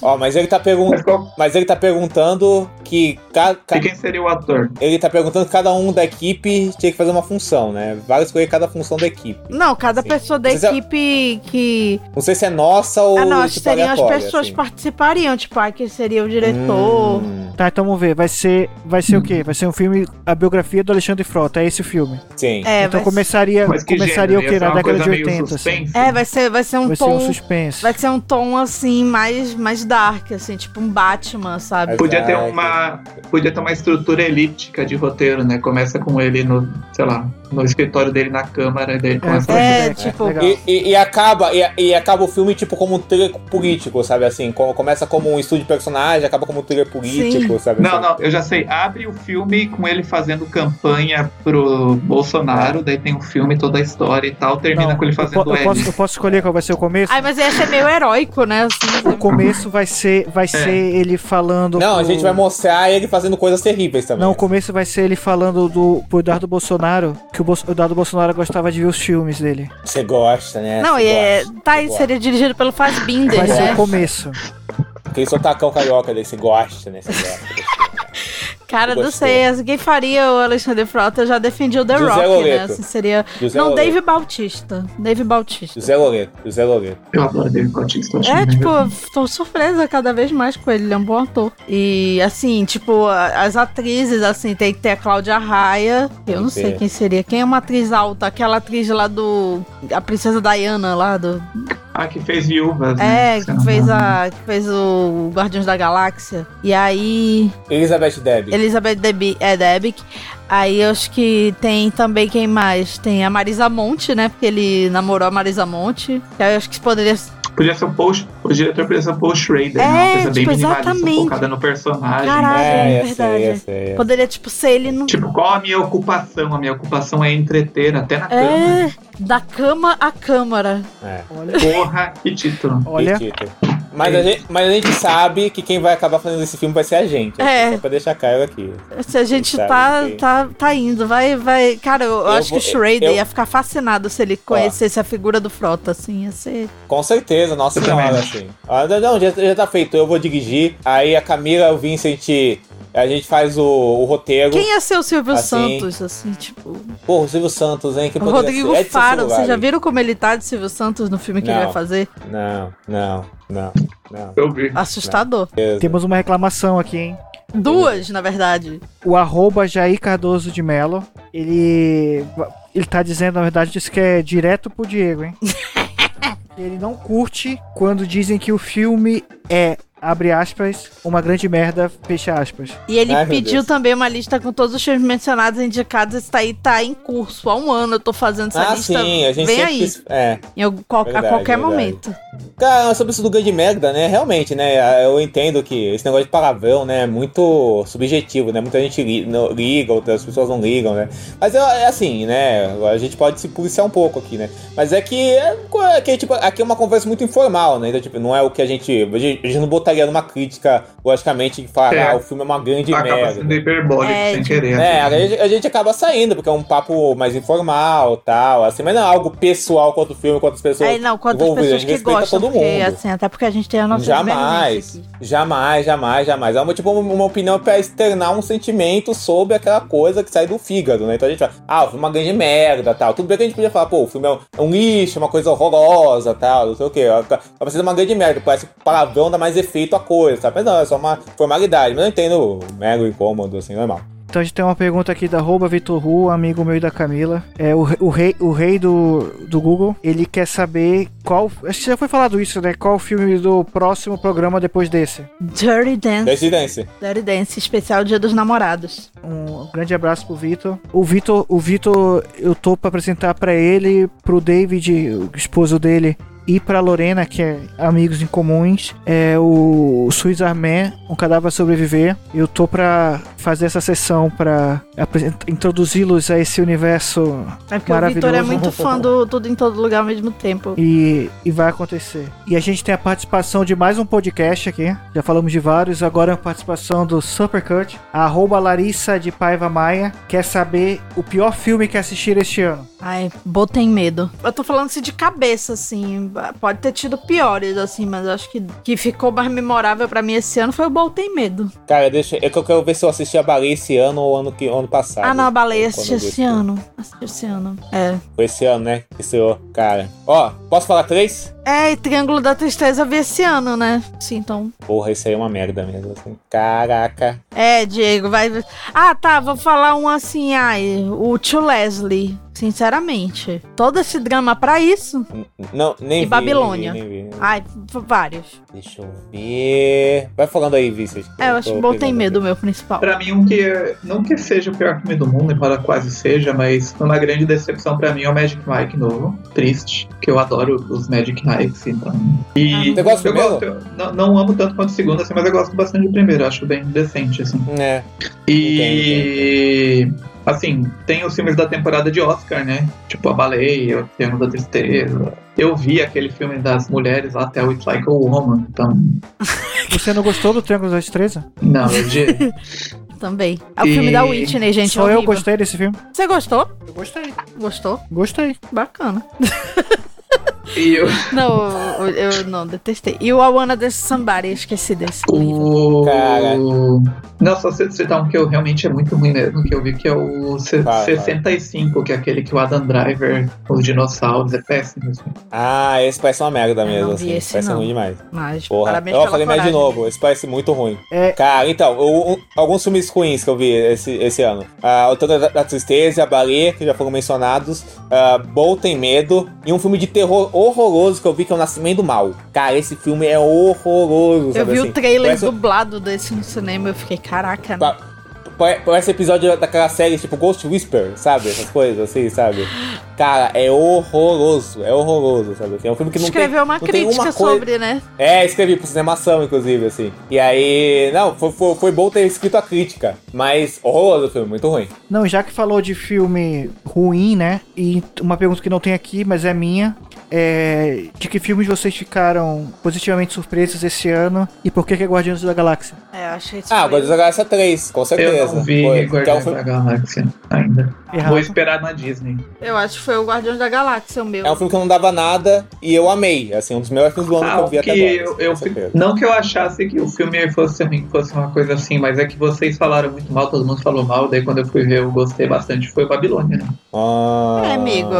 Speaker 3: Ó, mas ele tá perguntando. Mas ele tá perguntando que. Ca... ca-
Speaker 4: E quem seria o ator?
Speaker 3: Ele tá perguntando que cada um da equipe tinha que fazer uma função, né? Vale escolher cada função da equipe.
Speaker 2: Não, cada
Speaker 3: Sim.
Speaker 2: pessoa da
Speaker 3: Vocês já-
Speaker 2: equipe que.
Speaker 3: Não sei se é nossa ou.
Speaker 2: Ah, não, acho que
Speaker 3: tipo,
Speaker 2: seriam as
Speaker 3: aleatória,
Speaker 2: pessoas
Speaker 3: assim. Hum.
Speaker 2: que participariam, tipo, ah, que seria o diretor.
Speaker 1: Tá, então vamos ver. Vai ser, vai ser o quê? Vai ser um filme, a biografia do Alexandre Frota. É esse o filme.
Speaker 3: Sim.
Speaker 2: É,
Speaker 1: então
Speaker 2: vai-
Speaker 1: começaria, começaria o quê?
Speaker 4: é
Speaker 1: Na década de 80. assim.
Speaker 2: É, vai ser, vai ser um
Speaker 1: Vai ser
Speaker 2: tom.
Speaker 1: um suspense.
Speaker 2: vai ser um tom assim, mais, mais dark, assim, tipo um Batman, sabe?
Speaker 4: Podia ter uma. Podia ter uma estrutura elíptica de roteiro, né? Começa com ele no, sei lá, no escritório dele na câmara e daí começa
Speaker 2: É, tipo.
Speaker 3: E, e- e acaba, e, e acaba o filme tipo como um thriller político, sabe? Assim, como- começa como um estudo de personagem, acaba como um thriller político,
Speaker 1: É.
Speaker 3: sabe?
Speaker 4: Não,
Speaker 3: Assim.
Speaker 4: não, eu já sei. Abre o filme com ele fazendo campanha pro Bolsonaro, daí tem o filme, toda a história e tal, termina com ele
Speaker 1: Eu, po-
Speaker 4: fazendo
Speaker 1: eu
Speaker 4: L.
Speaker 1: posso, eu posso escolher qual vai ser o começo?
Speaker 2: Ai, mas ia ser meio heróico, né? Assim,
Speaker 1: O começo vai ser,
Speaker 4: É.
Speaker 1: vai ser ele falando.
Speaker 3: Não, a
Speaker 1: pro-
Speaker 3: gente vai mostrar ele fazendo coisas terríveis também.
Speaker 1: Não, o começo vai ser ele falando do pro Eduardo Bolsonaro que o, Bolso- o Eduardo Bolsonaro gostava de ver os filmes dele.
Speaker 3: Você gosta, né?
Speaker 2: não,
Speaker 3: Você
Speaker 2: e é,
Speaker 3: gosta,
Speaker 2: tá
Speaker 3: você
Speaker 2: aí,
Speaker 3: gosta.
Speaker 2: seria dirigido pelo Fazbinder,
Speaker 1: Vai ser o
Speaker 2: né?
Speaker 1: começo.
Speaker 3: Aquele sotacão carioca dele, você gosta, né? Você
Speaker 2: [laughs]
Speaker 3: gosta.
Speaker 2: Cara, não
Speaker 3: Gostou.
Speaker 2: sei, assim, quem faria o Alexandre Frota já defendia o The
Speaker 3: José
Speaker 2: Rock, né?
Speaker 3: Loreto.
Speaker 2: Assim, seria.
Speaker 3: José
Speaker 2: não,
Speaker 3: Loreto.
Speaker 2: Dave Bautista. Dave Bautista.
Speaker 3: José Loreto, José Loreto.
Speaker 4: Eu adoro David Bautista. acho
Speaker 2: É,
Speaker 4: ele
Speaker 2: tipo,
Speaker 4: legal.
Speaker 2: tô surpresa cada vez mais com ele, ele é um bom ator. E, assim, tipo, a- as atrizes, assim, tem que ter a Cláudia Raia. Eu não
Speaker 7: que
Speaker 2: sei
Speaker 7: ter.
Speaker 2: quem seria. Quem é uma atriz alta? Aquela atriz lá do. A Princesa Diana lá do.
Speaker 4: Ah, que fez viúvas. né?
Speaker 2: É, que fez a. que fez o Guardiões da Galáxia. E aí.
Speaker 3: Elizabeth Debbie.
Speaker 2: Elizabeth Debi, é Debicki. Aí eu acho que tem também quem mais? Tem a Marisa Monte, né? Porque ele namorou a Marisa Monte. Aí eu acho que poderia
Speaker 4: Podia ser o Paul, o diretor podia ser o Paul
Speaker 2: É,
Speaker 4: Schrader, né? Uma coisa bem
Speaker 2: tipo,
Speaker 4: minimalista,
Speaker 2: exatamente.
Speaker 4: focada no personagem. né?
Speaker 2: Caralho,
Speaker 3: É,
Speaker 2: é,
Speaker 3: eu sei,
Speaker 2: verdade.
Speaker 3: eu sei, eu
Speaker 2: Poderia, tipo, ser ele no.
Speaker 4: Tipo, qual a minha ocupação? A minha ocupação é entreter, até na cama. né?
Speaker 2: é, da cama à câmara.
Speaker 3: É.
Speaker 4: Porra, que título.
Speaker 1: Olha.
Speaker 3: Que título. Mas a, gente, mas a gente sabe que quem vai acabar fazendo esse filme vai ser a gente. assim,
Speaker 2: É.
Speaker 3: Só pra deixar claro aqui.
Speaker 2: Se a gente
Speaker 3: Sabe
Speaker 2: tá,
Speaker 3: que-
Speaker 2: tá, tá indo, vai, vai. Cara, eu, eu
Speaker 3: Eu
Speaker 2: acho
Speaker 3: vou-
Speaker 2: que o Schrader
Speaker 3: eu-
Speaker 2: ia ficar fascinado se ele conhecesse a figura do Frota, assim, ia ser.
Speaker 3: Com certeza, nossa
Speaker 4: Eu
Speaker 3: senhora,
Speaker 4: também.
Speaker 3: assim. Ah, não, não, já, já tá feito, eu vou dirigir. Aí a Camila, o Vincent, a gente faz o, o roteiro.
Speaker 2: Quem é? ia ser o Silvio
Speaker 3: Assim.
Speaker 2: Santos, assim, tipo.
Speaker 3: Porra, o Silvio Santos, hein? Quem
Speaker 2: O
Speaker 3: poderia
Speaker 2: Rodrigo
Speaker 3: ser? Edson
Speaker 2: Faro, vocês
Speaker 3: Celulari.
Speaker 2: já viram como ele tá de Silvio Santos no filme que ele
Speaker 3: Não.
Speaker 2: vai fazer?
Speaker 3: Não, não, não, não.
Speaker 4: Eu vi.
Speaker 2: Assustador.
Speaker 1: Temos uma reclamação aqui, hein?
Speaker 2: Duas, na verdade.
Speaker 1: o arroba Jair Cardoso de Mello, ele. Ele tá dizendo, na verdade, diz que é direto pro Diego, hein? ele não curte quando dizem que o filme é abre aspas, uma grande merda, fecha aspas.
Speaker 2: E ele pediu também uma lista com todos os filmes mencionados e indicados. Isso aí tá em curso. Há um ano eu tô fazendo essa
Speaker 3: Ah,
Speaker 2: lista.
Speaker 3: sim, a gente
Speaker 2: Vem
Speaker 3: sempre
Speaker 2: aí.
Speaker 3: quis- é.
Speaker 2: Em algum- qual-
Speaker 3: Verdade,
Speaker 2: a qualquer
Speaker 3: verdade.
Speaker 2: momento.
Speaker 3: Cara, sobre isso do grande merda, né? Realmente, né? Eu entendo que esse negócio de palavrão, né? É muito subjetivo, né? Muita gente li- não- liga, outras pessoas não ligam, né? Mas é, é assim, né? A gente pode se policiar um pouco aqui, né? Mas é que, é, co- é que, tipo, aqui é uma conversa muito informal, né? Então, tipo, não é o que a gente. A gente, a gente não botaria numa crítica, logicamente, de falar,
Speaker 4: É.
Speaker 3: ah, o filme é uma grande
Speaker 4: Acaba
Speaker 3: merda.
Speaker 4: sendo hiperbólico sem
Speaker 2: tipo,
Speaker 4: querer. assim.
Speaker 3: É, a gente, a gente acaba saindo, porque é um papo mais informal tal, assim, mas não é algo pessoal quanto o filme, quanto as pessoas.
Speaker 2: É, não, quantas
Speaker 3: envolvidas,
Speaker 2: pessoas
Speaker 3: a gente
Speaker 2: que
Speaker 3: respeita
Speaker 2: gostam.
Speaker 3: todo
Speaker 2: Porque,
Speaker 3: mundo.
Speaker 2: assim, até porque a gente tem a nossa
Speaker 3: Jamais, jamais, jamais, jamais. É uma, tipo uma opinião pra externar um sentimento sobre aquela coisa que sai do fígado, né? Então a gente fala, ah, o filme é uma grande merda, tal. Tudo bem que a gente podia falar, pô, o filme é um, é um lixo, uma coisa horrorosa, tal, não sei o quê. É, Vai ser uma grande merda, parece que o palavrão dá mais efeito à coisa, sabe? Mas não, é só uma formalidade. Mas eu entendo o mega incômodo, assim, normal.
Speaker 1: Então a gente tem uma pergunta aqui da arroba Vitor Ru, amigo meu e da Camila. É o, re- o rei, o rei do, do Google, ele quer saber qual. Acho que já foi falado isso, né? Qual o filme do próximo programa depois desse?
Speaker 2: Dirty Dance.
Speaker 3: Dirty Dance.
Speaker 2: Dirty Dance, especial Dia dos Namorados.
Speaker 1: Um grande abraço pro Vitor. O Vitor, o Vitor, eu tô pra apresentar pra ele, pro David, o esposo dele, e pra Lorena, que é amigos em comuns, é o Swiss Armé, um cadáver a sobreviver. Eu tô pra fazer essa sessão pra apresent- introduzi-los a esse universo
Speaker 2: É porque o
Speaker 1: maravilhoso.
Speaker 2: Vitor é muito fã do Tudo em Todo Lugar ao mesmo tempo.
Speaker 1: E, e vai acontecer. E a gente tem a participação de mais um podcast aqui. Já falamos de vários. Agora a participação do Supercut. A arroba Larissa de Paiva Maia quer saber o pior filme que assistir este ano.
Speaker 2: Ai, botem medo. Eu tô falando isso de cabeça, assim. Pode ter tido piores, assim, mas eu acho que que ficou mais memorável pra mim esse ano foi o Botem Medo.
Speaker 3: Cara, deixa, é que eu quero ver se eu assisti a baleia esse ano ou ano, que, ano passado.
Speaker 2: ah, não, a baleia
Speaker 3: Quando
Speaker 2: assisti
Speaker 3: eu vi
Speaker 2: esse ano. Assisti esse ano. É.
Speaker 3: Foi esse ano, né? Esse ano, cara. Ó, posso falar três?
Speaker 2: É, e Triângulo da Tristeza eu vi esse ano, né? Sim, então.
Speaker 3: Porra, isso aí é uma merda mesmo. assim. Caraca.
Speaker 2: É, Diego, vai. Ah, tá, vou falar um assim, ai, o tio Leslie. Sinceramente. Todo esse drama pra isso?
Speaker 3: Não, nem
Speaker 2: e
Speaker 3: vi,
Speaker 2: Babilônia.
Speaker 3: nem vi, nem vi, nem vi.
Speaker 2: Ai, v- vários.
Speaker 3: Deixa eu ver. Vai falando aí, Vicente.
Speaker 2: É, eu acho que
Speaker 3: tô
Speaker 2: Botem
Speaker 3: pegando.
Speaker 2: Medo, meu principal.
Speaker 4: Pra mim, um que é- não que seja o pior filme do mundo, embora quase seja, mas uma grande decepção pra mim é o Magic Mike novo. Triste, que eu adoro os Magic Mikes, então. E
Speaker 3: Você gosta
Speaker 4: eu
Speaker 3: do
Speaker 4: gosto, eu não, não amo tanto quanto o segundo, assim, mas eu gosto bastante do primeiro, eu acho bem decente, assim.
Speaker 3: É.
Speaker 4: E. Assim, tem os filmes da temporada de Oscar, né? Tipo A Baleia, O Termo da Tristeza. Eu vi aquele filme das mulheres lá até o It's Like a Woman, então.
Speaker 1: Você não gostou do Triângulo da Tristeza?
Speaker 4: Não, eu odiei.
Speaker 3: [laughs]
Speaker 2: Também. É o filme
Speaker 4: E-
Speaker 2: da Whitney, gente. é
Speaker 1: Só eu
Speaker 2: horrível.
Speaker 1: gostei desse filme.
Speaker 2: Você gostou?
Speaker 1: Eu gostei.
Speaker 2: Gostou?
Speaker 1: Gostei.
Speaker 2: Bacana.
Speaker 4: E eu.
Speaker 2: Não, eu, eu não detestei. E o Awana desse Somebody, eu esqueci desse.
Speaker 4: O... Não, só c- citar um que eu realmente é muito ruim mesmo, que eu vi que é o c-
Speaker 3: Vai, vai.
Speaker 4: 65, que é aquele que o Adam Driver, os dinossauros, é péssimo. assim.
Speaker 3: Ah, esse parece uma merda mesmo.
Speaker 4: não
Speaker 3: assim.
Speaker 4: vi esse,
Speaker 3: parece
Speaker 4: não.
Speaker 3: ruim demais.
Speaker 2: Mas,
Speaker 3: Porra.
Speaker 4: parabéns
Speaker 3: eu
Speaker 4: pela
Speaker 3: falei mais de
Speaker 4: coragem.
Speaker 3: novo, esse parece muito ruim.
Speaker 1: É.
Speaker 3: Cara, então, eu- um- alguns filmes ruins que eu vi esse, esse ano. Ah, o Toda da, da Tristeza, a Baleia, que já foram mencionados. ah, Bol Tem Medo. E um filme de terror horroroso que eu vi, que é o Nascimento do Mal. Cara, esse filme é horroroso.
Speaker 2: Eu
Speaker 3: sabe,
Speaker 2: vi
Speaker 3: assim? Tá,
Speaker 2: o trailer
Speaker 3: Parece um-
Speaker 2: dublado desse no cinema, eu fiquei, caraca.
Speaker 3: Pa- pa- Parece episódio daquela série tipo Ghost Whisper, sabe? Essas coisas assim, sabe? Cara, é horroroso, é horroroso, sabe? assim? É um filme que não
Speaker 2: Escreveu
Speaker 3: tem,
Speaker 2: uma
Speaker 3: não tem
Speaker 2: crítica
Speaker 3: uma coisa-
Speaker 2: sobre, né?
Speaker 3: É, escrevi pro Cinemação, inclusive, assim. E aí, não, foi, foi, foi bom ter escrito a crítica, mas horroroso o filme, muito ruim.
Speaker 1: Não, já que falou de filme ruim, né? E uma pergunta que não tem aqui, mas é minha. É, de que filmes vocês ficaram positivamente surpresos esse ano e por que que é Guardiões da Galáxia?
Speaker 2: É, eu achei isso.
Speaker 3: Ah, Guardiões da Galáxia 3, com certeza.
Speaker 4: Eu não vi
Speaker 3: Foi- que é um
Speaker 4: Guardiões
Speaker 3: filme-
Speaker 4: da Galáxia ainda. Vou esperar na Disney.
Speaker 2: Eu acho que foi o Guardião da Galáxia, o meu.
Speaker 3: É um filme que eu não dava nada e eu amei. Assim, um dos melhores filmes do ano que eu vi
Speaker 4: que
Speaker 3: até agora.
Speaker 4: Ah, eu, eu fi- não que eu achasse que o filme fosse ruim, fosse uma coisa assim, mas é que vocês falaram muito mal, todo mundo falou mal, daí quando eu fui ver eu gostei bastante, foi Babilônia. né?
Speaker 3: Ah.
Speaker 2: É, amigo.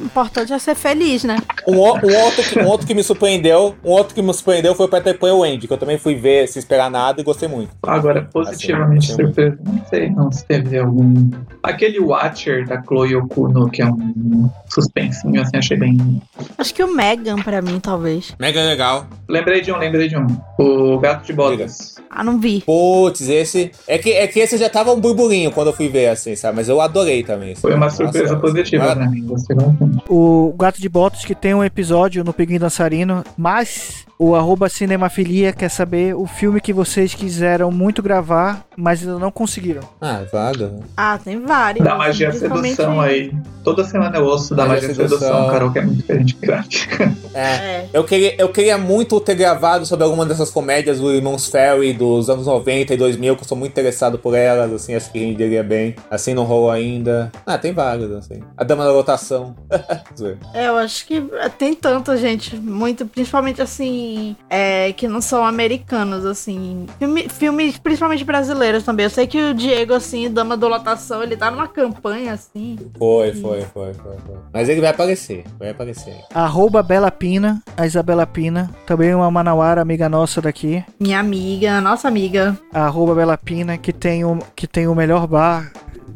Speaker 2: O importante é ser feliz, né?
Speaker 3: Um, o- um outro que, um outro que me surpreendeu, um outro que me surpreendeu foi o Peter Pan e o Andy, que eu também fui ver sem esperar nada e gostei muito.
Speaker 4: Agora, positivamente
Speaker 3: Assim, eu gostei
Speaker 4: surpreso, não sei não se teve algum. Aquele Watcher da Chloe Okuno, que é um suspensinho, assim, achei bem
Speaker 2: Acho que o Megan pra mim, talvez.
Speaker 3: Mega legal.
Speaker 4: Lembrei de um, lembrei de um. O Gato de Botas.
Speaker 2: Ah, não vi.
Speaker 3: Putz, esse. É que, é que esse já tava um burburinho quando eu fui ver, assim, sabe? Mas eu adorei também.
Speaker 4: Foi uma surpresa positiva né? pra mim. Gostei bastante.
Speaker 1: O Gato de Botas, que tem um episódio no Pinguim Dançarino, mas o arroba Cinemafilia quer saber o filme que vocês quiseram muito gravar, mas ainda não conseguiram.
Speaker 3: Ah, vado.
Speaker 2: Ah, tem vários.
Speaker 4: Da magia à
Speaker 2: Principalmente-
Speaker 4: sedução aí. Toda semana eu ouço da
Speaker 3: Magia
Speaker 4: magia
Speaker 3: à
Speaker 4: à sedução,
Speaker 3: Sedução.
Speaker 4: Carol, que é muito diferente de crack.
Speaker 3: É. Eu, queria, eu queria muito ter gravado sobre alguma dessas comédias do Irmãos Ferry dos anos 90 e 2000, que eu sou muito interessado por elas, assim, acho que renderia bem. Assim não rolou ainda. Ah, tem vários, assim. A Dama da Lotação. [laughs] Zoeira.
Speaker 2: É, eu acho que tem tanta gente, muito, principalmente assim, é, que não são americanos, assim. Filme- filmes, principalmente brasileiros também. Eu sei que o Diego, assim, Dama do Lotação, ele tá numa campanha, assim.
Speaker 3: foi, foi, foi, foi, foi. Mas ele vai aparecer, vai aparecer.
Speaker 1: Arroba Bela Pina, a Isabela Pina, também uma manauara amiga nossa daqui.
Speaker 2: Minha amiga, nossa amiga.
Speaker 1: A arroba Bela Pina, que tem o, que tem o melhor bar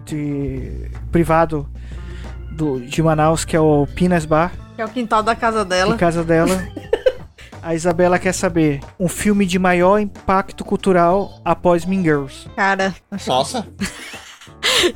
Speaker 1: de privado do, de Manaus, que é o Pinas Bar,
Speaker 2: Que é o quintal da casa dela.
Speaker 1: em casa dela. A Isabela quer saber um filme de maior impacto cultural após Mean Girls.
Speaker 2: Cara,
Speaker 3: Nossa.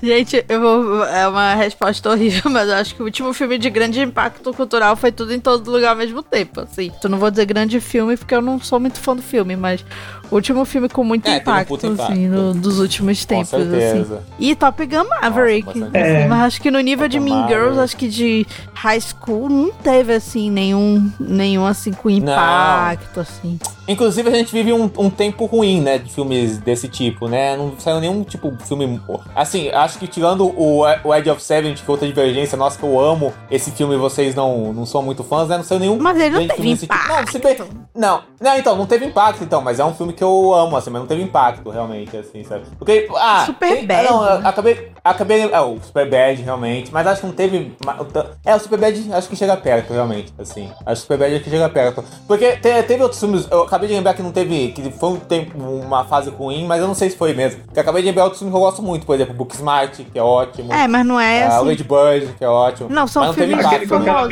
Speaker 2: gente, eu vou. É uma resposta horrível, [laughs] mas eu acho que o último filme de grande impacto cultural foi tudo em todo lugar ao mesmo tempo, assim. Eu não vou dizer grande filme, porque eu não sou muito fã do filme, mas o último filme com muito
Speaker 3: É, tem um
Speaker 2: impacto,
Speaker 3: puta impacto.
Speaker 2: assim, no- dos últimos tempos, assim.
Speaker 3: certeza.
Speaker 2: E Top Gun Maverick,
Speaker 3: bastante.
Speaker 2: assim,
Speaker 3: É.
Speaker 2: mas acho que no nível de Mean
Speaker 3: Maverick.
Speaker 2: Girls, acho que de High School não teve, assim, nenhum, nenhum assim, com impacto, assim.
Speaker 3: Inclusive, a gente vive um, um tempo ruim, né? De filmes desse tipo, né? Não saiu nenhum tipo de filme. Assim, acho que tirando o, o Edge of Seven, que foi outra divergência, nossa, que eu amo esse filme, vocês não, não são muito fãs, né? Não saiu nenhum.
Speaker 2: Mas ele não
Speaker 3: grande
Speaker 2: teve
Speaker 3: filme desse tipo. Não, se bem- não, não, então, não teve impacto, então, mas é um filme que eu amo, assim, mas não teve impacto, realmente, assim, sabe? Porque. Ah,
Speaker 2: Super
Speaker 3: tem-
Speaker 2: Bad,
Speaker 3: Ah, não,
Speaker 2: né?
Speaker 3: eu acabei. Acabei. É, o Super Bad, realmente, mas acho que não teve. ma- o tan- É, o Super Bad acho que chega perto, realmente, assim. Acho que o Super Bad acho que chega perto. Porque te- teve outros filmes, eu acabei de lembrar que não teve. Que foi um tempo, uma fase ruim, mas eu não sei se foi mesmo. Porque acabei de lembrar outros filmes que eu gosto muito, por exemplo, Book Smart, que é ótimo.
Speaker 2: É, mas não é,
Speaker 3: Ah,
Speaker 2: assim-
Speaker 3: Lady Bird, que é ótimo.
Speaker 2: Não, são
Speaker 3: mas não teve
Speaker 2: filmes
Speaker 3: impacto,
Speaker 4: [laughs] Aquele com
Speaker 3: né?
Speaker 4: aquela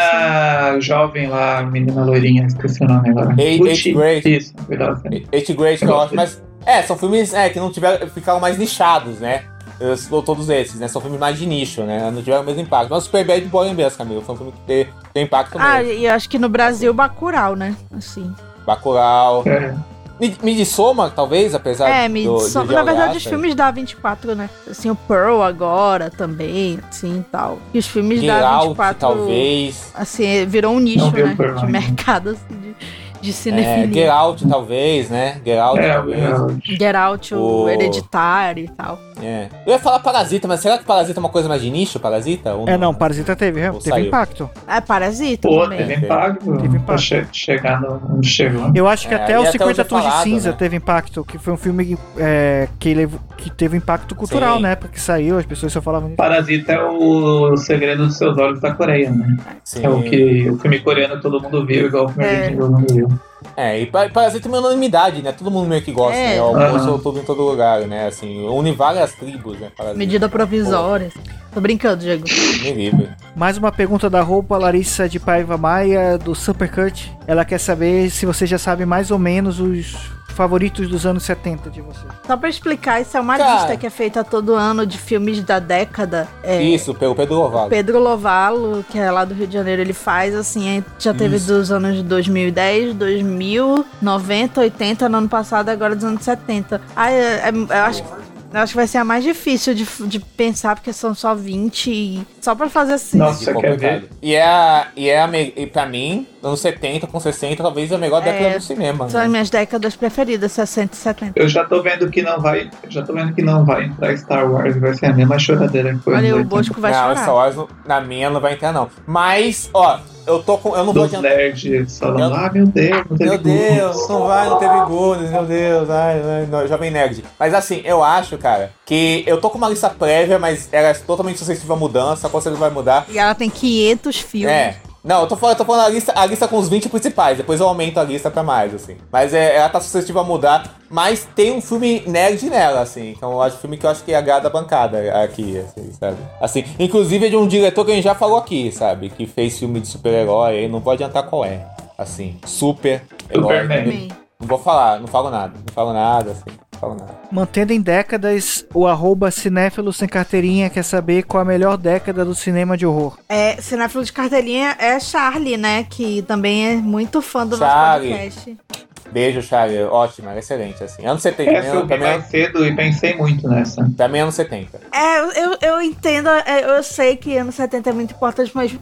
Speaker 4: menina jovem lá, menina loirinha, esqueci o nome agora.
Speaker 3: Eight- Eight Grade.
Speaker 4: Isso, verdade.
Speaker 3: Eight Grade, que eu acho, mas. É, são filmes é, que não tiveram. ficaram mais nichados, né? Eu sou todos esses, né? São filmes mais de nicho, né? Não tiveram o mesmo impacto. Mas Superbad e Boy mesmo, Camilo. Foi um filme que te- tem, impacto
Speaker 2: Ah,
Speaker 3: mesmo.
Speaker 2: e eu acho que no Brasil, Bacurau, né? Assim.
Speaker 3: Bacurau.
Speaker 4: É,
Speaker 3: Mi- Midsommar, talvez, apesar
Speaker 2: é,
Speaker 3: Tá, do-
Speaker 2: me
Speaker 3: do
Speaker 2: só- na
Speaker 3: Jaulas,
Speaker 2: verdade, os
Speaker 3: né?
Speaker 2: filmes da 24, né? Assim, o Pearl agora também, assim e tal. E os filmes
Speaker 3: Get
Speaker 2: da
Speaker 3: Out,
Speaker 2: 24.
Speaker 3: talvez.
Speaker 2: Assim, virou um
Speaker 3: Não
Speaker 2: nicho,
Speaker 3: vi o
Speaker 2: né?
Speaker 3: Pearl
Speaker 2: De
Speaker 3: ainda.
Speaker 2: mercado, assim, de, de
Speaker 3: É, Get
Speaker 2: cinefilia.
Speaker 3: Out, talvez, né? Get Out,
Speaker 4: É,
Speaker 3: talvez.
Speaker 4: Get
Speaker 2: Get Out, o
Speaker 3: O-
Speaker 2: Hereditário e tal.
Speaker 3: É. Eu ia falar Parasita, mas será que Parasita é uma coisa mais de nicho, Parasita? Ou né?
Speaker 1: É não, Parasita teve, é, teve
Speaker 3: saiu.
Speaker 1: impacto.
Speaker 2: É, Parasita
Speaker 4: Pô,
Speaker 2: também.
Speaker 4: teve impacto. Pra che- chegar no, onde chegou.
Speaker 1: Eu
Speaker 3: É,
Speaker 1: acho que até os 50 Tons de
Speaker 3: falado,
Speaker 1: Cinza
Speaker 3: né?
Speaker 1: teve impacto, que foi um filme é, que, levou- que teve impacto cultural,
Speaker 4: Sim.
Speaker 1: né? Porque saiu, as pessoas só falavam disso.
Speaker 4: Parasita é o segredo dos seus olhos da Coreia, né?
Speaker 3: Sim.
Speaker 4: É o que o filme coreano todo mundo viu, igual o filme
Speaker 3: É.
Speaker 4: argentino todo mundo viu.
Speaker 3: É, e pa- Parasita é uma unanimidade, né? Todo mundo meio que gosta,
Speaker 2: É.
Speaker 3: né? O almoço
Speaker 4: Aham.
Speaker 3: é tudo em todo lugar, né? Assim, une várias tribos, né? Parasita.
Speaker 2: Medida provisória. assim. Tô brincando, Diego.
Speaker 3: Me livre.
Speaker 1: Mais uma pergunta da roupa Larissa de Paiva Maia, do Supercut. Ela quer saber se você já sabe mais ou menos os favoritos dos anos 70 de você.
Speaker 2: Só pra explicar, isso é uma
Speaker 1: Cara.
Speaker 2: lista que é feita todo ano de filmes da década. É,
Speaker 3: Isso, pelo Pedro Lovato.
Speaker 2: Pedro Lovalo, que é lá do Rio de Janeiro, ele faz assim, é- já teve
Speaker 3: Isso.
Speaker 2: dos anos de 2010, 2000, 90, 80, no ano passado, agora dos anos 70. Ah, é- é- eu acho que. Eu acho que vai ser a mais difícil de, f- de pensar, porque são só 20 e. Só pra fazer assim.
Speaker 3: E complicado. E é, a- e é a me- e pra mim, anos 70 com 60, talvez a melhor década
Speaker 2: É,
Speaker 3: do cinema.
Speaker 2: São
Speaker 3: né?
Speaker 2: as minhas décadas preferidas, 60 e 70.
Speaker 4: Eu já tô vendo que não vai. eu Já tô vendo que não vai entrar Star Wars, vai ser a mesma choradeira que foi.
Speaker 2: Olha,
Speaker 4: nos
Speaker 2: o
Speaker 4: 80.
Speaker 2: Bosco vai
Speaker 3: não,
Speaker 2: chorar.
Speaker 3: Star Wars não- na minha não vai entrar, não. Mas, ó, eu tô com. Eu não vou
Speaker 4: Dos
Speaker 3: adiantar.
Speaker 4: nerds falando, ah, meu Deus, não teve
Speaker 3: Meu Deus, não vai, não teve Goonies, meu Deus, ai, ai, não, jovem nerd. Mas assim, eu acho, cara, que eu tô com uma lista prévia, mas ela é totalmente suscetível à mudança, com certeza vai mudar.
Speaker 2: E ela tem 500 filmes.
Speaker 3: É. Não, eu tô falando, eu tô falando a, lista, a lista com os 20 principais, depois eu aumento a lista pra mais, assim. Mas é, ela tá suscetível a mudar, mas tem um filme nerd nela, assim. Então eu acho um filme que eu acho que agrada a bancada aqui, assim, sabe? Assim, inclusive é de um diretor que a gente já falou aqui, sabe? Que fez filme de super-herói, aí não vou adiantar qual é. Assim, super
Speaker 4: Superman.
Speaker 3: herói. Não vou falar, não falo nada, não falo nada, assim, não falo nada.
Speaker 1: Mantendo em décadas o arroba cinéfilo sem carteirinha quer saber qual a melhor década do cinema de horror.
Speaker 2: É, cinéfilo de carteirinha é Charlie, né? Que também é muito fã do
Speaker 3: Charlie.
Speaker 2: nosso podcast.
Speaker 3: Beijo, Charlie. Ótima, excelente, assim. Anos 70,
Speaker 4: Essa eu vi É, mais cedo e pensei muito nessa.
Speaker 3: Também um anos 70.
Speaker 2: É, eu- eu, eu entendo, é, eu sei que anos 70 é muito importante, mas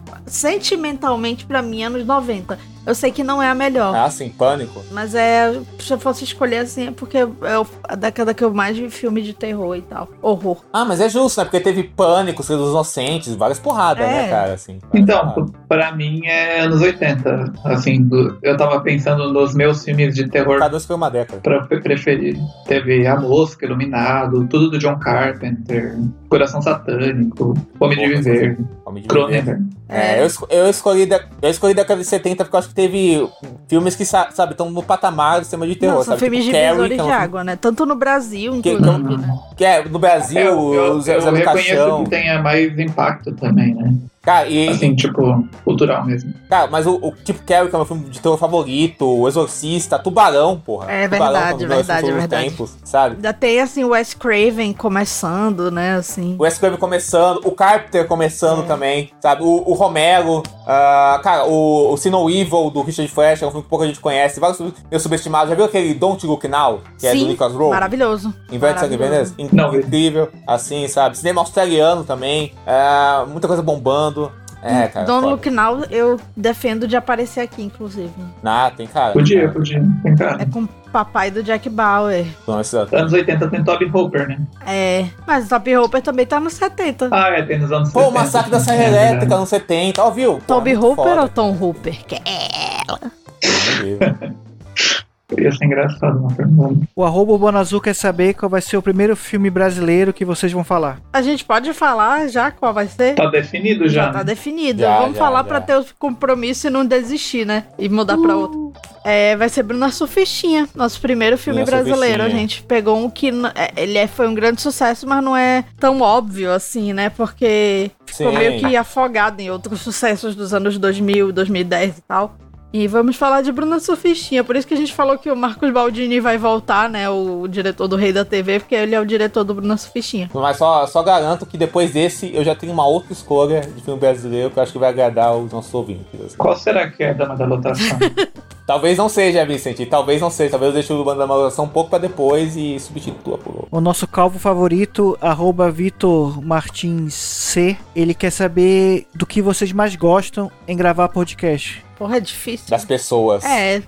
Speaker 2: sentimentalmente, pra mim, anos 90. Eu sei que não é a melhor.
Speaker 3: Ah, sim, pânico.
Speaker 2: Mas é, se eu fosse escolher assim, é porque é o- a década que eu mais vi filme de terror e tal. Horror.
Speaker 3: Ah, mas é justo, né? Porque teve pânico, Silêncio dos inocentes, várias porradas,
Speaker 2: É.
Speaker 3: né, cara? Assim,
Speaker 4: Então, pra mim é anos 80. Assim, do- eu tava pensando nos meus filmes de terror.
Speaker 3: Cada foi uma década.
Speaker 4: Pra pre- preferir. Teve A Mosca, Iluminado, tudo do John Carpenter, Coração Satânico, Homem de Viver,
Speaker 3: Homem de
Speaker 4: Cronenberg.
Speaker 3: É, eu, esco- eu escolhi da, eu escolhi da década de 70 porque eu acho que teve filmes que, sa- sabe, estão no patamar do cinema de terror,
Speaker 2: não, são
Speaker 3: sabe?
Speaker 2: filmes
Speaker 3: tipo,
Speaker 2: de
Speaker 3: Carrie,
Speaker 2: visores
Speaker 3: que é um
Speaker 2: de
Speaker 3: filme-
Speaker 2: água, né? Tanto no Brasil,
Speaker 3: Que,
Speaker 2: inclusive.
Speaker 3: que, é um- que é no Brasil,
Speaker 4: eu,
Speaker 3: o Zé,
Speaker 4: eu
Speaker 3: Zé do
Speaker 4: reconheço
Speaker 3: Caixão.
Speaker 4: que tenha mais impacto também, né?
Speaker 3: Cara, e,
Speaker 4: Assim, tipo, cultural mesmo.
Speaker 3: cara, mas o, o Tipo Carrie, que é o meu filme de terror favorito, O Exorcista, Tubarão, porra.
Speaker 2: É
Speaker 3: Tubarão,
Speaker 2: verdade,
Speaker 3: um dos melhores
Speaker 2: verdade,
Speaker 3: filmes de todos os Tempos, sabe?
Speaker 2: Ainda tem assim o Wes Craven começando, né? Assim.
Speaker 3: O SPM começando, o Carpenter começando também, sabe? O, o Romero, ah, cara, o, o Sino Evil do Richard Flesh, é um filme que pouca gente conhece, vários sub- meus subestimados. Já viu aquele Don't Look Now, que é do
Speaker 2: Sim,
Speaker 3: Nicholas Rowe?
Speaker 2: maravilhoso.
Speaker 3: Inverte Sangue Veneza?
Speaker 2: Maravilhoso.
Speaker 3: In- Incrível, assim, sabe? Cinema australiano também, ah, muita coisa bombando. É, cara.
Speaker 2: Hum, Don't
Speaker 3: foda.
Speaker 2: Look Now, eu defendo de aparecer aqui, inclusive. É
Speaker 3: Ah, tem cara.
Speaker 4: Podia, podia. Tem cara.
Speaker 2: Papai do Jack Bauer.
Speaker 3: Não, esse- é-
Speaker 4: Anos 80 tem Toby Hooper, né?
Speaker 2: É. Mas o Top Hopper também tá nos 70.
Speaker 4: Ah, é, tem nos anos assim, é
Speaker 3: Pô, o Massacre da Serra Elétrica, anos 70, ó, viu?
Speaker 2: Toby
Speaker 3: Pô, muito
Speaker 2: Hooper
Speaker 3: foda.
Speaker 2: ou Tom Hooper? Que é ela.
Speaker 4: Ia ser engraçado, não pergunta.
Speaker 1: O arroba Urbano Azul quer saber qual vai ser o primeiro filme brasileiro que vocês vão falar.
Speaker 2: A gente pode falar já qual vai ser?
Speaker 4: Tá definido
Speaker 2: Já
Speaker 4: já.
Speaker 2: tá definido.
Speaker 1: Já, já,
Speaker 2: Vamos falar
Speaker 1: já.
Speaker 2: pra ter o compromisso e não desistir, né? E mudar pra outro. É, vai ser Bruna Surfistinha, nosso primeiro filme
Speaker 7: Bruna
Speaker 2: brasileiro. A
Speaker 7: Surfistinha.
Speaker 2: gente pegou um que n- é, ele é- foi um grande sucesso, mas não é tão óbvio assim, né? Porque ficou
Speaker 7: Sim.
Speaker 2: meio que afogado em outros [laughs] sucessos dos anos 2000, 2010 e tal. E vamos falar de Bruna Surfistinha. Por isso que a gente falou que o Marcos Baldini vai voltar, né? O diretor do Rei da TV, porque ele é o diretor do Bruna Surfistinha.
Speaker 3: Mas só, só garanto que depois desse eu já tenho uma outra escolha de filme brasileiro que eu acho que vai agradar os nossos ouvintes. assim.
Speaker 4: Qual será que é a Dama da
Speaker 2: [laughs]
Speaker 4: Lotação?
Speaker 3: Talvez não seja, Vicente. Talvez não seja. Talvez eu deixe o Banda da Maldição um pouco pra depois e substitua por outro.
Speaker 1: O nosso calvo favorito, arroba Vitor Martins C, ele quer saber do que vocês mais gostam em gravar podcast.
Speaker 2: Porra, é difícil.
Speaker 3: das pessoas. [laughs]
Speaker 2: É.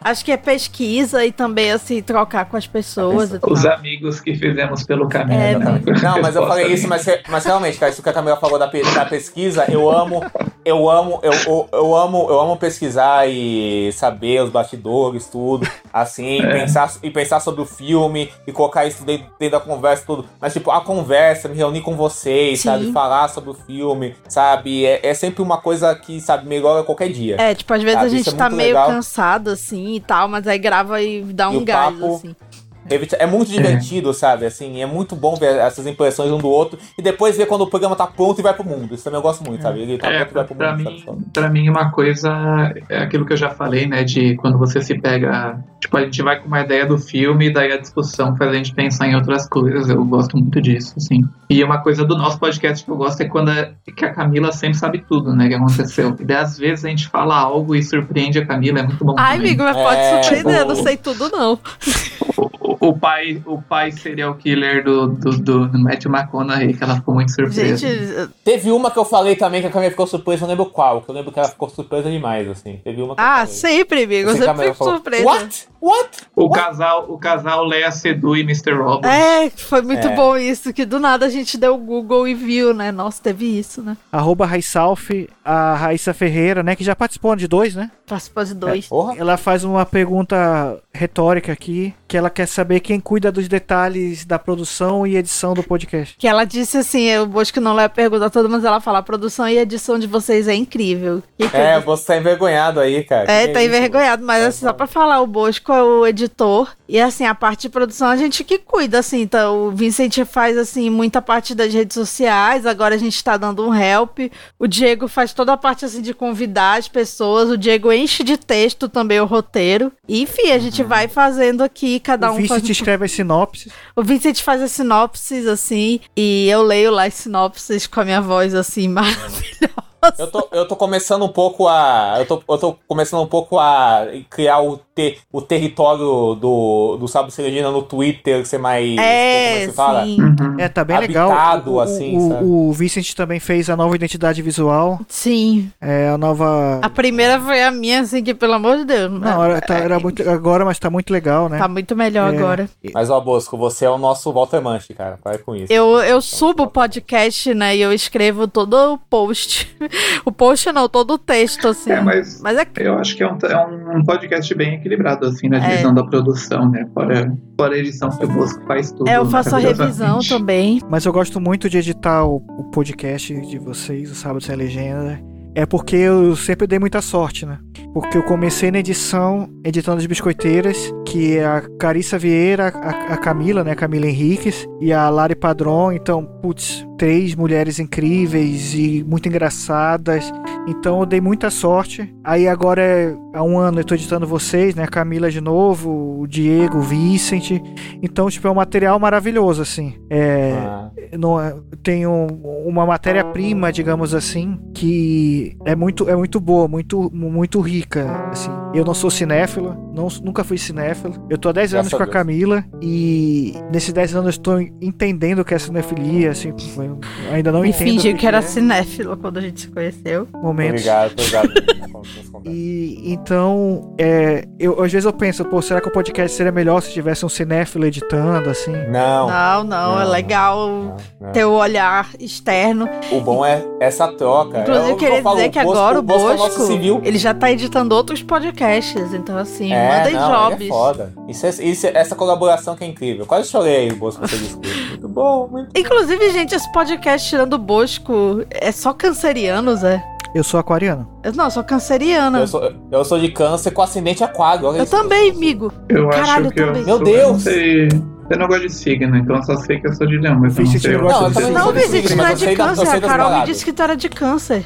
Speaker 2: Acho que é pesquisa e também, assim, trocar com as pessoas e tal.
Speaker 4: Os amigos que fizemos pelo caminho.
Speaker 2: É,
Speaker 4: né?
Speaker 3: Não, mas eu
Speaker 4: Resposta
Speaker 3: falei isso, mas, re- mas realmente, cara, isso que a Camila falou da, pe- da pesquisa, eu amo, eu amo, eu, eu, eu amo, eu amo pesquisar e saber os bastidores, tudo, assim,
Speaker 4: É.
Speaker 3: pensar, e pensar sobre o filme e colocar isso dentro, dentro da conversa, tudo. Mas, tipo, a conversa, me reunir com vocês,
Speaker 2: Sim.
Speaker 3: sabe, falar sobre o filme, sabe, é, é sempre uma coisa que, sabe, melhora qualquer dia.
Speaker 2: É, tipo, às vezes
Speaker 3: sabe?
Speaker 2: a
Speaker 3: Isso
Speaker 2: gente
Speaker 3: é
Speaker 2: tá
Speaker 3: muito
Speaker 2: meio
Speaker 3: legal.
Speaker 2: cansado, assim, e tal, mas aí grava e dá
Speaker 3: E
Speaker 2: um
Speaker 3: o
Speaker 2: gás,
Speaker 3: papo-
Speaker 2: assim.
Speaker 3: Evita- É muito divertido, sabe? Assim, é muito bom ver essas impressões um do outro e depois ver quando o programa tá pronto e vai pro mundo. Isso também eu gosto muito, sabe? Ele tá pronto e vai pro mundo.
Speaker 4: É, pra
Speaker 3: sabe? Só-
Speaker 4: Pra mim, uma coisa é aquilo que eu já falei, né? De quando você se pega. Tipo, a gente vai com uma ideia do filme e daí a discussão faz a gente pensar em outras coisas. Eu gosto muito disso, assim. E uma coisa do nosso podcast que eu gosto é quando é- que a Camila sempre sabe tudo, né? Que aconteceu. E daí, às vezes a gente fala algo e surpreende a Camila, é muito bom.
Speaker 2: Ai,
Speaker 4: também.
Speaker 2: amigo, mas pode
Speaker 3: É,
Speaker 2: surpreender, eu não
Speaker 3: tipo,
Speaker 2: sei tudo, não.
Speaker 4: O pai, o pai serial killer do, do, do, do Matthew McConaughey, que ela ficou muito surpresa.
Speaker 3: Teve uma que eu falei também que a Camila ficou surpresa, eu não lembro qual, que eu lembro que ela ficou surpresa demais, assim. Teve uma que eu
Speaker 2: Ah,
Speaker 3: falei.
Speaker 2: sempre, amigo, eu
Speaker 3: Assim,
Speaker 2: sempre
Speaker 3: Camila
Speaker 2: fico
Speaker 3: falou,
Speaker 2: surpresa.
Speaker 3: What?
Speaker 2: What?
Speaker 4: O casal, o casal Leia Sedu e Mr. Robot.
Speaker 2: É, foi muito
Speaker 4: É.
Speaker 2: bom isso, que do nada a gente deu o Google e viu, né? Nossa, teve isso, né?
Speaker 1: Arroba Raisalf, a Raíssa Ferreira, né? Que já participou de dois, né?
Speaker 2: Participou de dois.
Speaker 1: Ela faz uma pergunta retórica aqui, que ela quer saber quem cuida dos detalhes da produção e edição do podcast.
Speaker 2: Que ela disse assim, eu acho que não leva a pergunta a todo mundo, ela fala, a produção e edição de vocês é incrível. E que eu
Speaker 3: É, você tá envergonhado aí, cara.
Speaker 2: É,
Speaker 3: Que
Speaker 2: tá
Speaker 3: isso?
Speaker 2: envergonhado, mas assim, só pra falar, o Bosco é o editor. E assim, a parte de produção a gente que cuida, assim. Então, o Vicente faz, assim, muita parte das redes sociais. Agora a gente tá dando um help. O Diego faz toda a parte, assim, de convidar as pessoas. O Diego enche de texto também o roteiro. E, enfim, a gente vai fazendo aqui, cada
Speaker 1: o
Speaker 2: um faz.
Speaker 1: Vicente escreve as sinopses.
Speaker 2: O Vincent faz as sinopses, assim, e eu leio lá as sinopses com a minha voz, assim, maravilhosa.
Speaker 3: Eu tô, eu tô começando um pouco a. Eu tô, eu tô começando um pouco a criar o, te, o território do, do Sábio Ceregina no Twitter, ser
Speaker 2: É,
Speaker 3: mais. como se fala?
Speaker 4: Uhum.
Speaker 1: É, tá bem
Speaker 3: Habitado,
Speaker 1: legal. O,
Speaker 3: assim,
Speaker 1: o,
Speaker 3: sabe?
Speaker 1: o Vicente também fez a nova identidade visual.
Speaker 2: Sim.
Speaker 1: É, a nova.
Speaker 2: A primeira foi a minha, assim, que pelo amor de Deus. é
Speaker 1: Não, era, tá- era muito agora, mas tá muito legal, né?
Speaker 2: Tá muito melhor
Speaker 1: É.
Speaker 2: agora.
Speaker 3: Mas, ó, Bosco, você é o nosso Walter Manche, cara. Vai com isso.
Speaker 2: Eu, eu subo o podcast, né? E eu escrevo todo o post. [laughs] o post não, todo o texto, assim.
Speaker 4: É, mas,
Speaker 2: mas é
Speaker 4: eu acho que é um, é um podcast bem equilibrado, assim, na
Speaker 2: É.
Speaker 4: divisão da produção, né? Fora, fora a edição que o Bosco faz tudo. né?
Speaker 2: É,
Speaker 3: né?
Speaker 2: eu faço a revisão
Speaker 4: maravilhosamente.
Speaker 2: também.
Speaker 1: Mas eu gosto muito de editar o, o podcast de vocês, o Sábado Sem Legenda. É porque eu sempre dei muita sorte, né? Porque eu comecei na edição, editando as biscoiteiras, que é a Carissa Vieira, a, a Camila, né? Camila Henriques e a Lari Padron. Então, putz, três mulheres incríveis e muito engraçadas. Então eu dei muita sorte. Aí agora, é- há um ano, eu tô editando vocês, né? Camila de novo, o Diego, o Vicente. Então, tipo, é um material maravilhoso, assim. É,
Speaker 3: Ah,
Speaker 1: não é- tem um- uma matéria-prima, digamos assim, que é muito, é muito boa, muito, muito rica, assim. Eu não sou cinéfilo, não, nunca fui cinéfilo. Eu tô há 10
Speaker 3: Graças
Speaker 1: anos com
Speaker 3: a
Speaker 1: a
Speaker 3: Deus.
Speaker 1: Camila e nesses 10 anos eu estou entendendo o que é cinefilia, assim, eu ainda não
Speaker 2: e
Speaker 1: entendo. o
Speaker 2: fingi que era
Speaker 1: é.
Speaker 2: cinéfilo quando a gente se conheceu.
Speaker 1: Momentos.
Speaker 3: Obrigado, obrigado.
Speaker 2: [laughs]
Speaker 1: E então, é, eu, às vezes eu penso, pô, será que o podcast seria melhor se tivesse um cinéfilo editando, assim?
Speaker 3: Não.
Speaker 2: Não, não, é legal
Speaker 3: não.
Speaker 2: ter o olhar externo.
Speaker 3: O bom é essa troca. É
Speaker 2: Inclusive,
Speaker 3: eu,
Speaker 2: eu queria
Speaker 3: falo,
Speaker 2: dizer que
Speaker 3: Bosco-
Speaker 2: agora o
Speaker 3: Bosco é o
Speaker 2: Bosco,
Speaker 3: nosso civil.
Speaker 2: ele já tá editando outros podcasts. Então, assim,
Speaker 3: É,
Speaker 2: mandem
Speaker 3: não, ele
Speaker 2: jobs.
Speaker 3: É foda. Isso é- isso é- essa colaboração que é incrível. Quase chorei, Bosco, quando você descobriu. Muito bom, muito
Speaker 2: Inclusive, gente, esse podcast tirando o Bosco é só cancerianos, é?
Speaker 1: Eu sou aquariano.
Speaker 2: Eu, não, eu sou canceriana.
Speaker 3: Eu sou, eu sou de câncer com ascendente aquário. Olha
Speaker 2: Eu
Speaker 3: isso.
Speaker 2: também, amigo.
Speaker 4: Eu
Speaker 2: Caralho,
Speaker 4: acho que eu
Speaker 2: também.
Speaker 4: sou- Eu não, sei- eu não gosto de signo, então eu só sei que eu sou de leão, mas eu não sei.
Speaker 3: não gosta de signo.
Speaker 2: Não,
Speaker 3: Eu sou de
Speaker 2: Vicente,
Speaker 3: signo,
Speaker 2: não é
Speaker 3: mas eu
Speaker 2: de
Speaker 3: sei da- eu
Speaker 2: câncer.
Speaker 3: sei
Speaker 2: A
Speaker 3: das
Speaker 2: Carol me
Speaker 3: baladas.
Speaker 2: disse que tu era de câncer.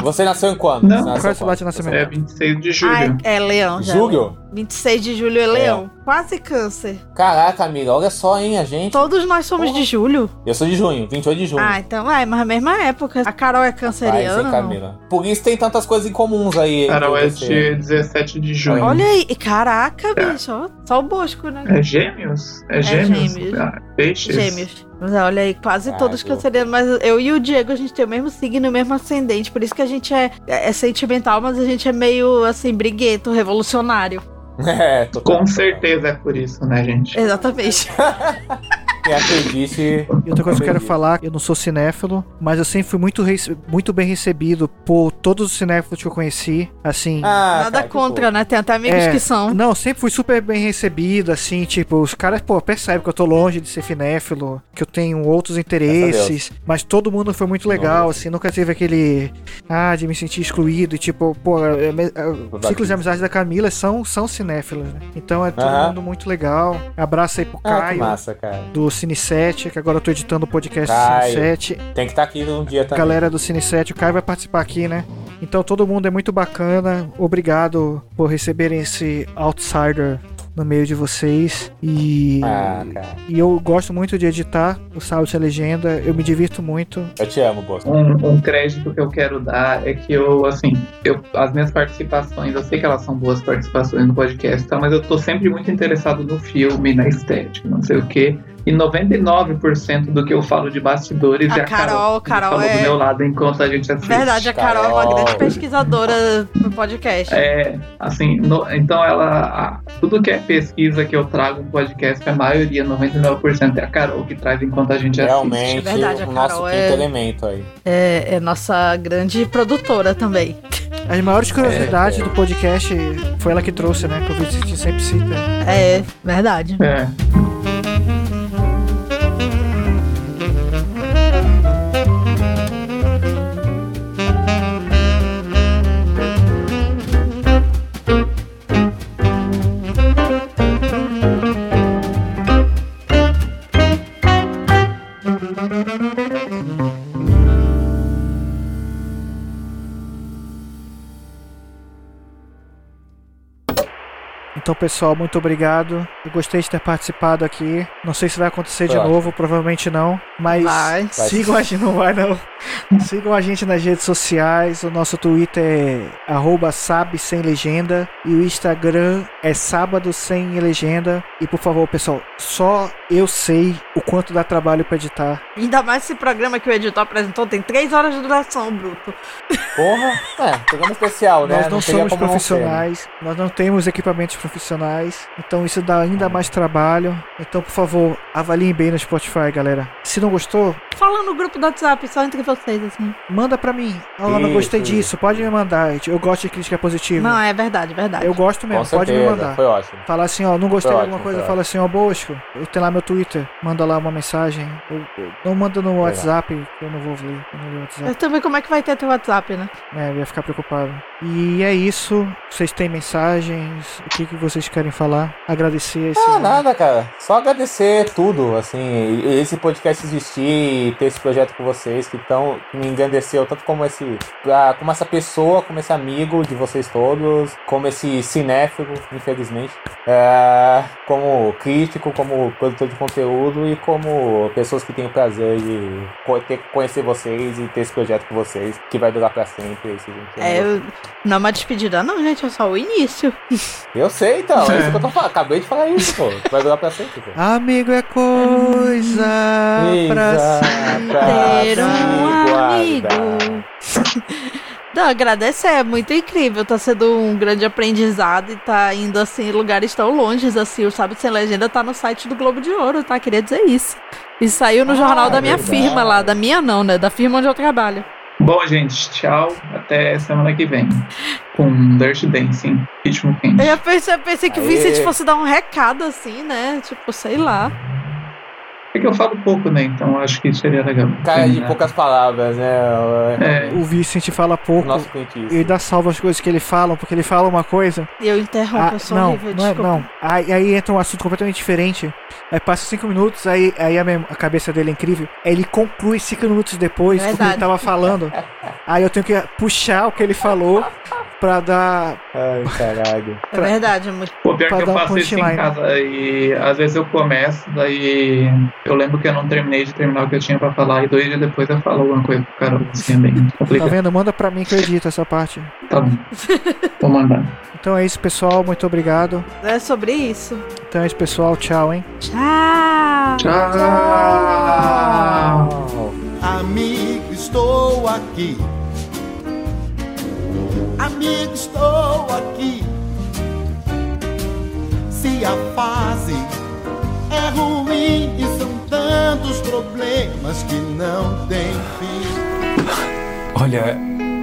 Speaker 3: Você nasceu em quando?
Speaker 4: Não.
Speaker 3: Você nasceu
Speaker 4: Qual é o
Speaker 3: quando?
Speaker 4: seu nascimento? É 26 de julho.
Speaker 2: Ah, é leão já.
Speaker 3: Julho?
Speaker 2: 26 de julho é leão. Quase câncer.
Speaker 3: Caraca, amiga, olha só, hein, a gente.
Speaker 2: Todos nós somos de julho.
Speaker 3: Eu sou de junho, 28 de junho.
Speaker 2: Ah, então é, mas a mesma época. A Carol é
Speaker 3: Vai, sem
Speaker 2: canceriana. não?
Speaker 3: Camila. Por isso tem tantas coisas incomuns aí.
Speaker 4: Carol
Speaker 3: entre
Speaker 4: é
Speaker 3: você.
Speaker 4: de 17 de junho.
Speaker 2: Olha aí. e Caraca, bicho. ó, Só o Bosco, né?
Speaker 4: É gêmeos? É
Speaker 2: É
Speaker 4: gêmeos?
Speaker 2: gêmeos.
Speaker 4: Ah, peixes?
Speaker 2: Gêmeos. Mas olha aí, quase
Speaker 4: Ah,
Speaker 2: todos
Speaker 4: eu-
Speaker 2: cancerianos. Mas eu e o Diego, a gente tem o mesmo signo e o mesmo ascendente. Por isso que a gente é, é, é sentimental, mas a gente é meio, assim, briguento, revolucionário.
Speaker 3: [laughs] É, tô
Speaker 4: Com certeza é por isso, né, gente?
Speaker 2: Exatamente.
Speaker 3: Quem acredite.
Speaker 1: E outra coisa que eu quero falar, eu não sou cinéfilo, mas eu sempre fui muito, rece- muito bem recebido por todos os cinéfilos que eu conheci, assim...
Speaker 3: Ah.
Speaker 2: Nada contra, né? Tem até amigos
Speaker 1: É,
Speaker 2: que são.
Speaker 1: Não, sempre fui super bem recebido, assim, tipo, os caras, pô, percebem que eu tô longe de ser cinéfilo, que eu tenho outros interesses, mas todo mundo foi muito legal, assim, nunca teve aquele, ah, de me sentir excluído, e tipo, pô, é, me- é, ciclos de amizade da Camila são, são cinéfilos, né? Então é todo
Speaker 3: Aham.
Speaker 1: mundo muito legal. Abraço aí pro
Speaker 3: Ah, que
Speaker 1: Caio.
Speaker 3: massa, cara.
Speaker 1: Do Cine 7, que agora eu tô editando o podcast do
Speaker 3: Caio.
Speaker 1: Cine 7.
Speaker 3: Tem que estar aqui um dia também.
Speaker 1: Galera do Cine 7, o Caio vai participar aqui, né? Então todo mundo é muito bacana. Obrigado por receberem esse outsider no meio de vocês. E,
Speaker 3: Ah, cara.
Speaker 1: e eu gosto muito de editar o Salve a Legenda. Eu me divirto muito.
Speaker 3: Eu te amo, Bosco.
Speaker 4: Um, um crédito que eu quero dar é que eu, assim, eu, as minhas participações, eu sei que elas são boas participações no podcast, tá? mas eu tô sempre muito interessado no filme, na estética, não sei o quê. E 99% do que eu falo de bastidores
Speaker 2: A
Speaker 4: é a
Speaker 2: Carol,
Speaker 4: Carol. que
Speaker 2: Carol
Speaker 4: falou
Speaker 2: é-
Speaker 4: do meu lado enquanto a gente assiste.
Speaker 2: Verdade, a Carol é uma grande pesquisadora no podcast.
Speaker 4: É, assim, no- então ela. a- tudo que é pesquisa que eu trago no podcast, a maioria, 99% é a Carol que traz enquanto a gente
Speaker 3: Realmente,
Speaker 4: assiste.
Speaker 3: É verdade, a o nosso Carol é- quinto elemento aí.
Speaker 2: É, é nossa grande produtora também.
Speaker 1: As maiores curiosidades do podcast foi ela que trouxe, né? Que o Vicente sempre cita.
Speaker 2: É, verdade.
Speaker 4: É.
Speaker 1: Então, pessoal, muito obrigado. Eu gostei de ter participado aqui. Não sei se vai acontecer de
Speaker 12: Claro.
Speaker 1: novo, provavelmente não. Mas
Speaker 12: Vai.
Speaker 1: sigam a gente, não vai não. sigam a gente nas redes sociais. O nosso Twitter é arroba sabe sem legenda. E o Instagram é sábado sem legenda. E por favor, pessoal, só eu sei o quanto dá trabalho pra editar.
Speaker 2: Ainda mais esse programa que o editor apresentou tem três horas de duração, Bruto.
Speaker 3: Porra! É, programa especial, né?
Speaker 1: Nós não,
Speaker 3: teria
Speaker 1: somos
Speaker 3: como não ser, né?
Speaker 1: profissionais, nós não temos equipamentos profissionais, então isso dá ainda mais trabalho. Então, por favor, avaliem bem no Spotify, galera. Se não gostou,
Speaker 2: Fala no grupo do WhatsApp, só entre vocês, assim.
Speaker 1: manda pra mim. ah, eu não gostei
Speaker 3: Isso.
Speaker 1: disso, pode me mandar. gente. Eu gosto de crítica positiva.
Speaker 2: Não, é verdade, verdade.
Speaker 1: Eu gosto mesmo,
Speaker 3: Com
Speaker 1: pode me
Speaker 3: certeza,
Speaker 1: mandar.
Speaker 3: foi ótimo.
Speaker 1: Falar assim, ó, não gostei
Speaker 3: Foi
Speaker 1: de alguma
Speaker 3: Tá ótimo,
Speaker 1: coisa,
Speaker 3: foi
Speaker 1: fala assim, ó, Bosco, eu tenho lá meu Twitter, manda lá uma mensagem. Ou- ou- não manda no WhatsApp, que eu não vou ler, eu não leio o WhatsApp.
Speaker 2: Eu também, como é que vai ter teu WhatsApp, né?
Speaker 1: É, eu ia ficar preocupado. E é isso. Vocês têm mensagens? O que, que vocês querem falar? Agradecer esse.
Speaker 3: Ah, nada, cara. Só agradecer tudo, assim, e- e esse podcast existir e ter esse projeto com vocês que tão, que me engrandeceu tanto como esse, pra- como essa pessoa, como esse amigo de vocês todos, como esse cinéfilo, infelizmente, é, como crítico, como produtor de conteúdo e como pessoas que têm o prazer de co- ter, conhecer vocês e ter esse projeto com vocês, que vai durar pra sempre. Esse,
Speaker 2: É, eu- não é uma despedida, não, gente, é só o início.
Speaker 3: Eu sei, então, é isso que eu tô falando. Acabei de falar isso, pô. Vai durar pra sempre, pô.
Speaker 1: Amigo é coisa pra se
Speaker 2: ter um amigo. Não, agradecer, é muito incrível. Tá sendo um grande aprendizado e tá indo assim em lugares tão longes assim. O Sábio Sem Legenda tá no site do Globo de Ouro, tá? Queria dizer isso. E saiu no
Speaker 1: Ah,
Speaker 2: jornal da minha
Speaker 4: verdade.
Speaker 2: firma lá, da minha não, né? Da firma onde eu trabalho.
Speaker 4: Bom, gente, tchau. Até semana que vem. Com Dirty Dancing, ritmo quente.
Speaker 2: Eu já pensei, eu pensei que o
Speaker 4: Aê.
Speaker 2: Vincent fosse dar um recado assim, né? Tipo, sei lá.
Speaker 4: É que eu falo pouco, né? Então acho que seria legal. É,
Speaker 3: Cara de
Speaker 4: Terminar.
Speaker 3: poucas palavras, né?
Speaker 1: O Vicente fala pouco.
Speaker 3: Nosso cientista.
Speaker 1: E dá salva as coisas que ele fala, porque ele fala uma coisa.
Speaker 2: E eu interrompo,
Speaker 1: Ah,
Speaker 2: eu sou
Speaker 1: não,
Speaker 2: horrível,
Speaker 1: não, é-
Speaker 2: desculpa.
Speaker 1: não. Aí, aí entra um assunto completamente diferente. Aí passa cinco minutos, aí, aí a, mem- a cabeça dele é incrível. Aí ele conclui cinco minutos depois o que ele
Speaker 2: Verdade.
Speaker 1: tava falando. aí eu tenho que puxar o que ele falou pra dar.
Speaker 3: Ai, caralho.
Speaker 2: É verdade, é muito.
Speaker 4: Pô, pior
Speaker 1: Pra
Speaker 4: que eu
Speaker 1: dar um
Speaker 4: faço isso em
Speaker 1: punchline.
Speaker 4: casa e às vezes eu começo, daí eu lembro que eu não terminei de terminar o que eu tinha pra falar e dois dias depois eu falo alguma coisa pro Carol, assim, é bem
Speaker 1: Tá
Speaker 4: complicado.
Speaker 1: vendo? Manda pra mim que eu edito essa parte.
Speaker 4: Tá bom. Vou mandar.
Speaker 1: Então é isso, pessoal. Muito obrigado.
Speaker 2: É sobre isso.
Speaker 1: Então é isso, pessoal. Tchau, hein? Ah.
Speaker 2: Tchau.
Speaker 3: Ah.
Speaker 14: Amigo, estou aqui. Amigo, estou aqui. Se a fase é ruim e são tantos problemas que não tem fim.
Speaker 5: Olha,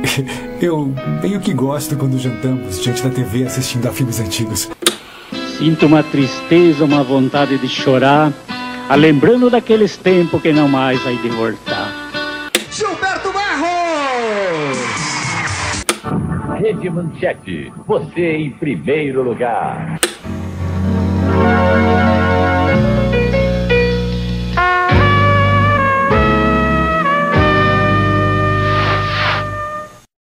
Speaker 5: [laughs] eu meio que gosto quando jantamos diante da TV assistindo a filmes antigos.
Speaker 6: Sinto uma tristeza, uma vontade de chorar, a lembrando daqueles tempos que não mais há de voltar.
Speaker 14: Gilberto Barros!
Speaker 15: Rede Manchete, você em primeiro lugar.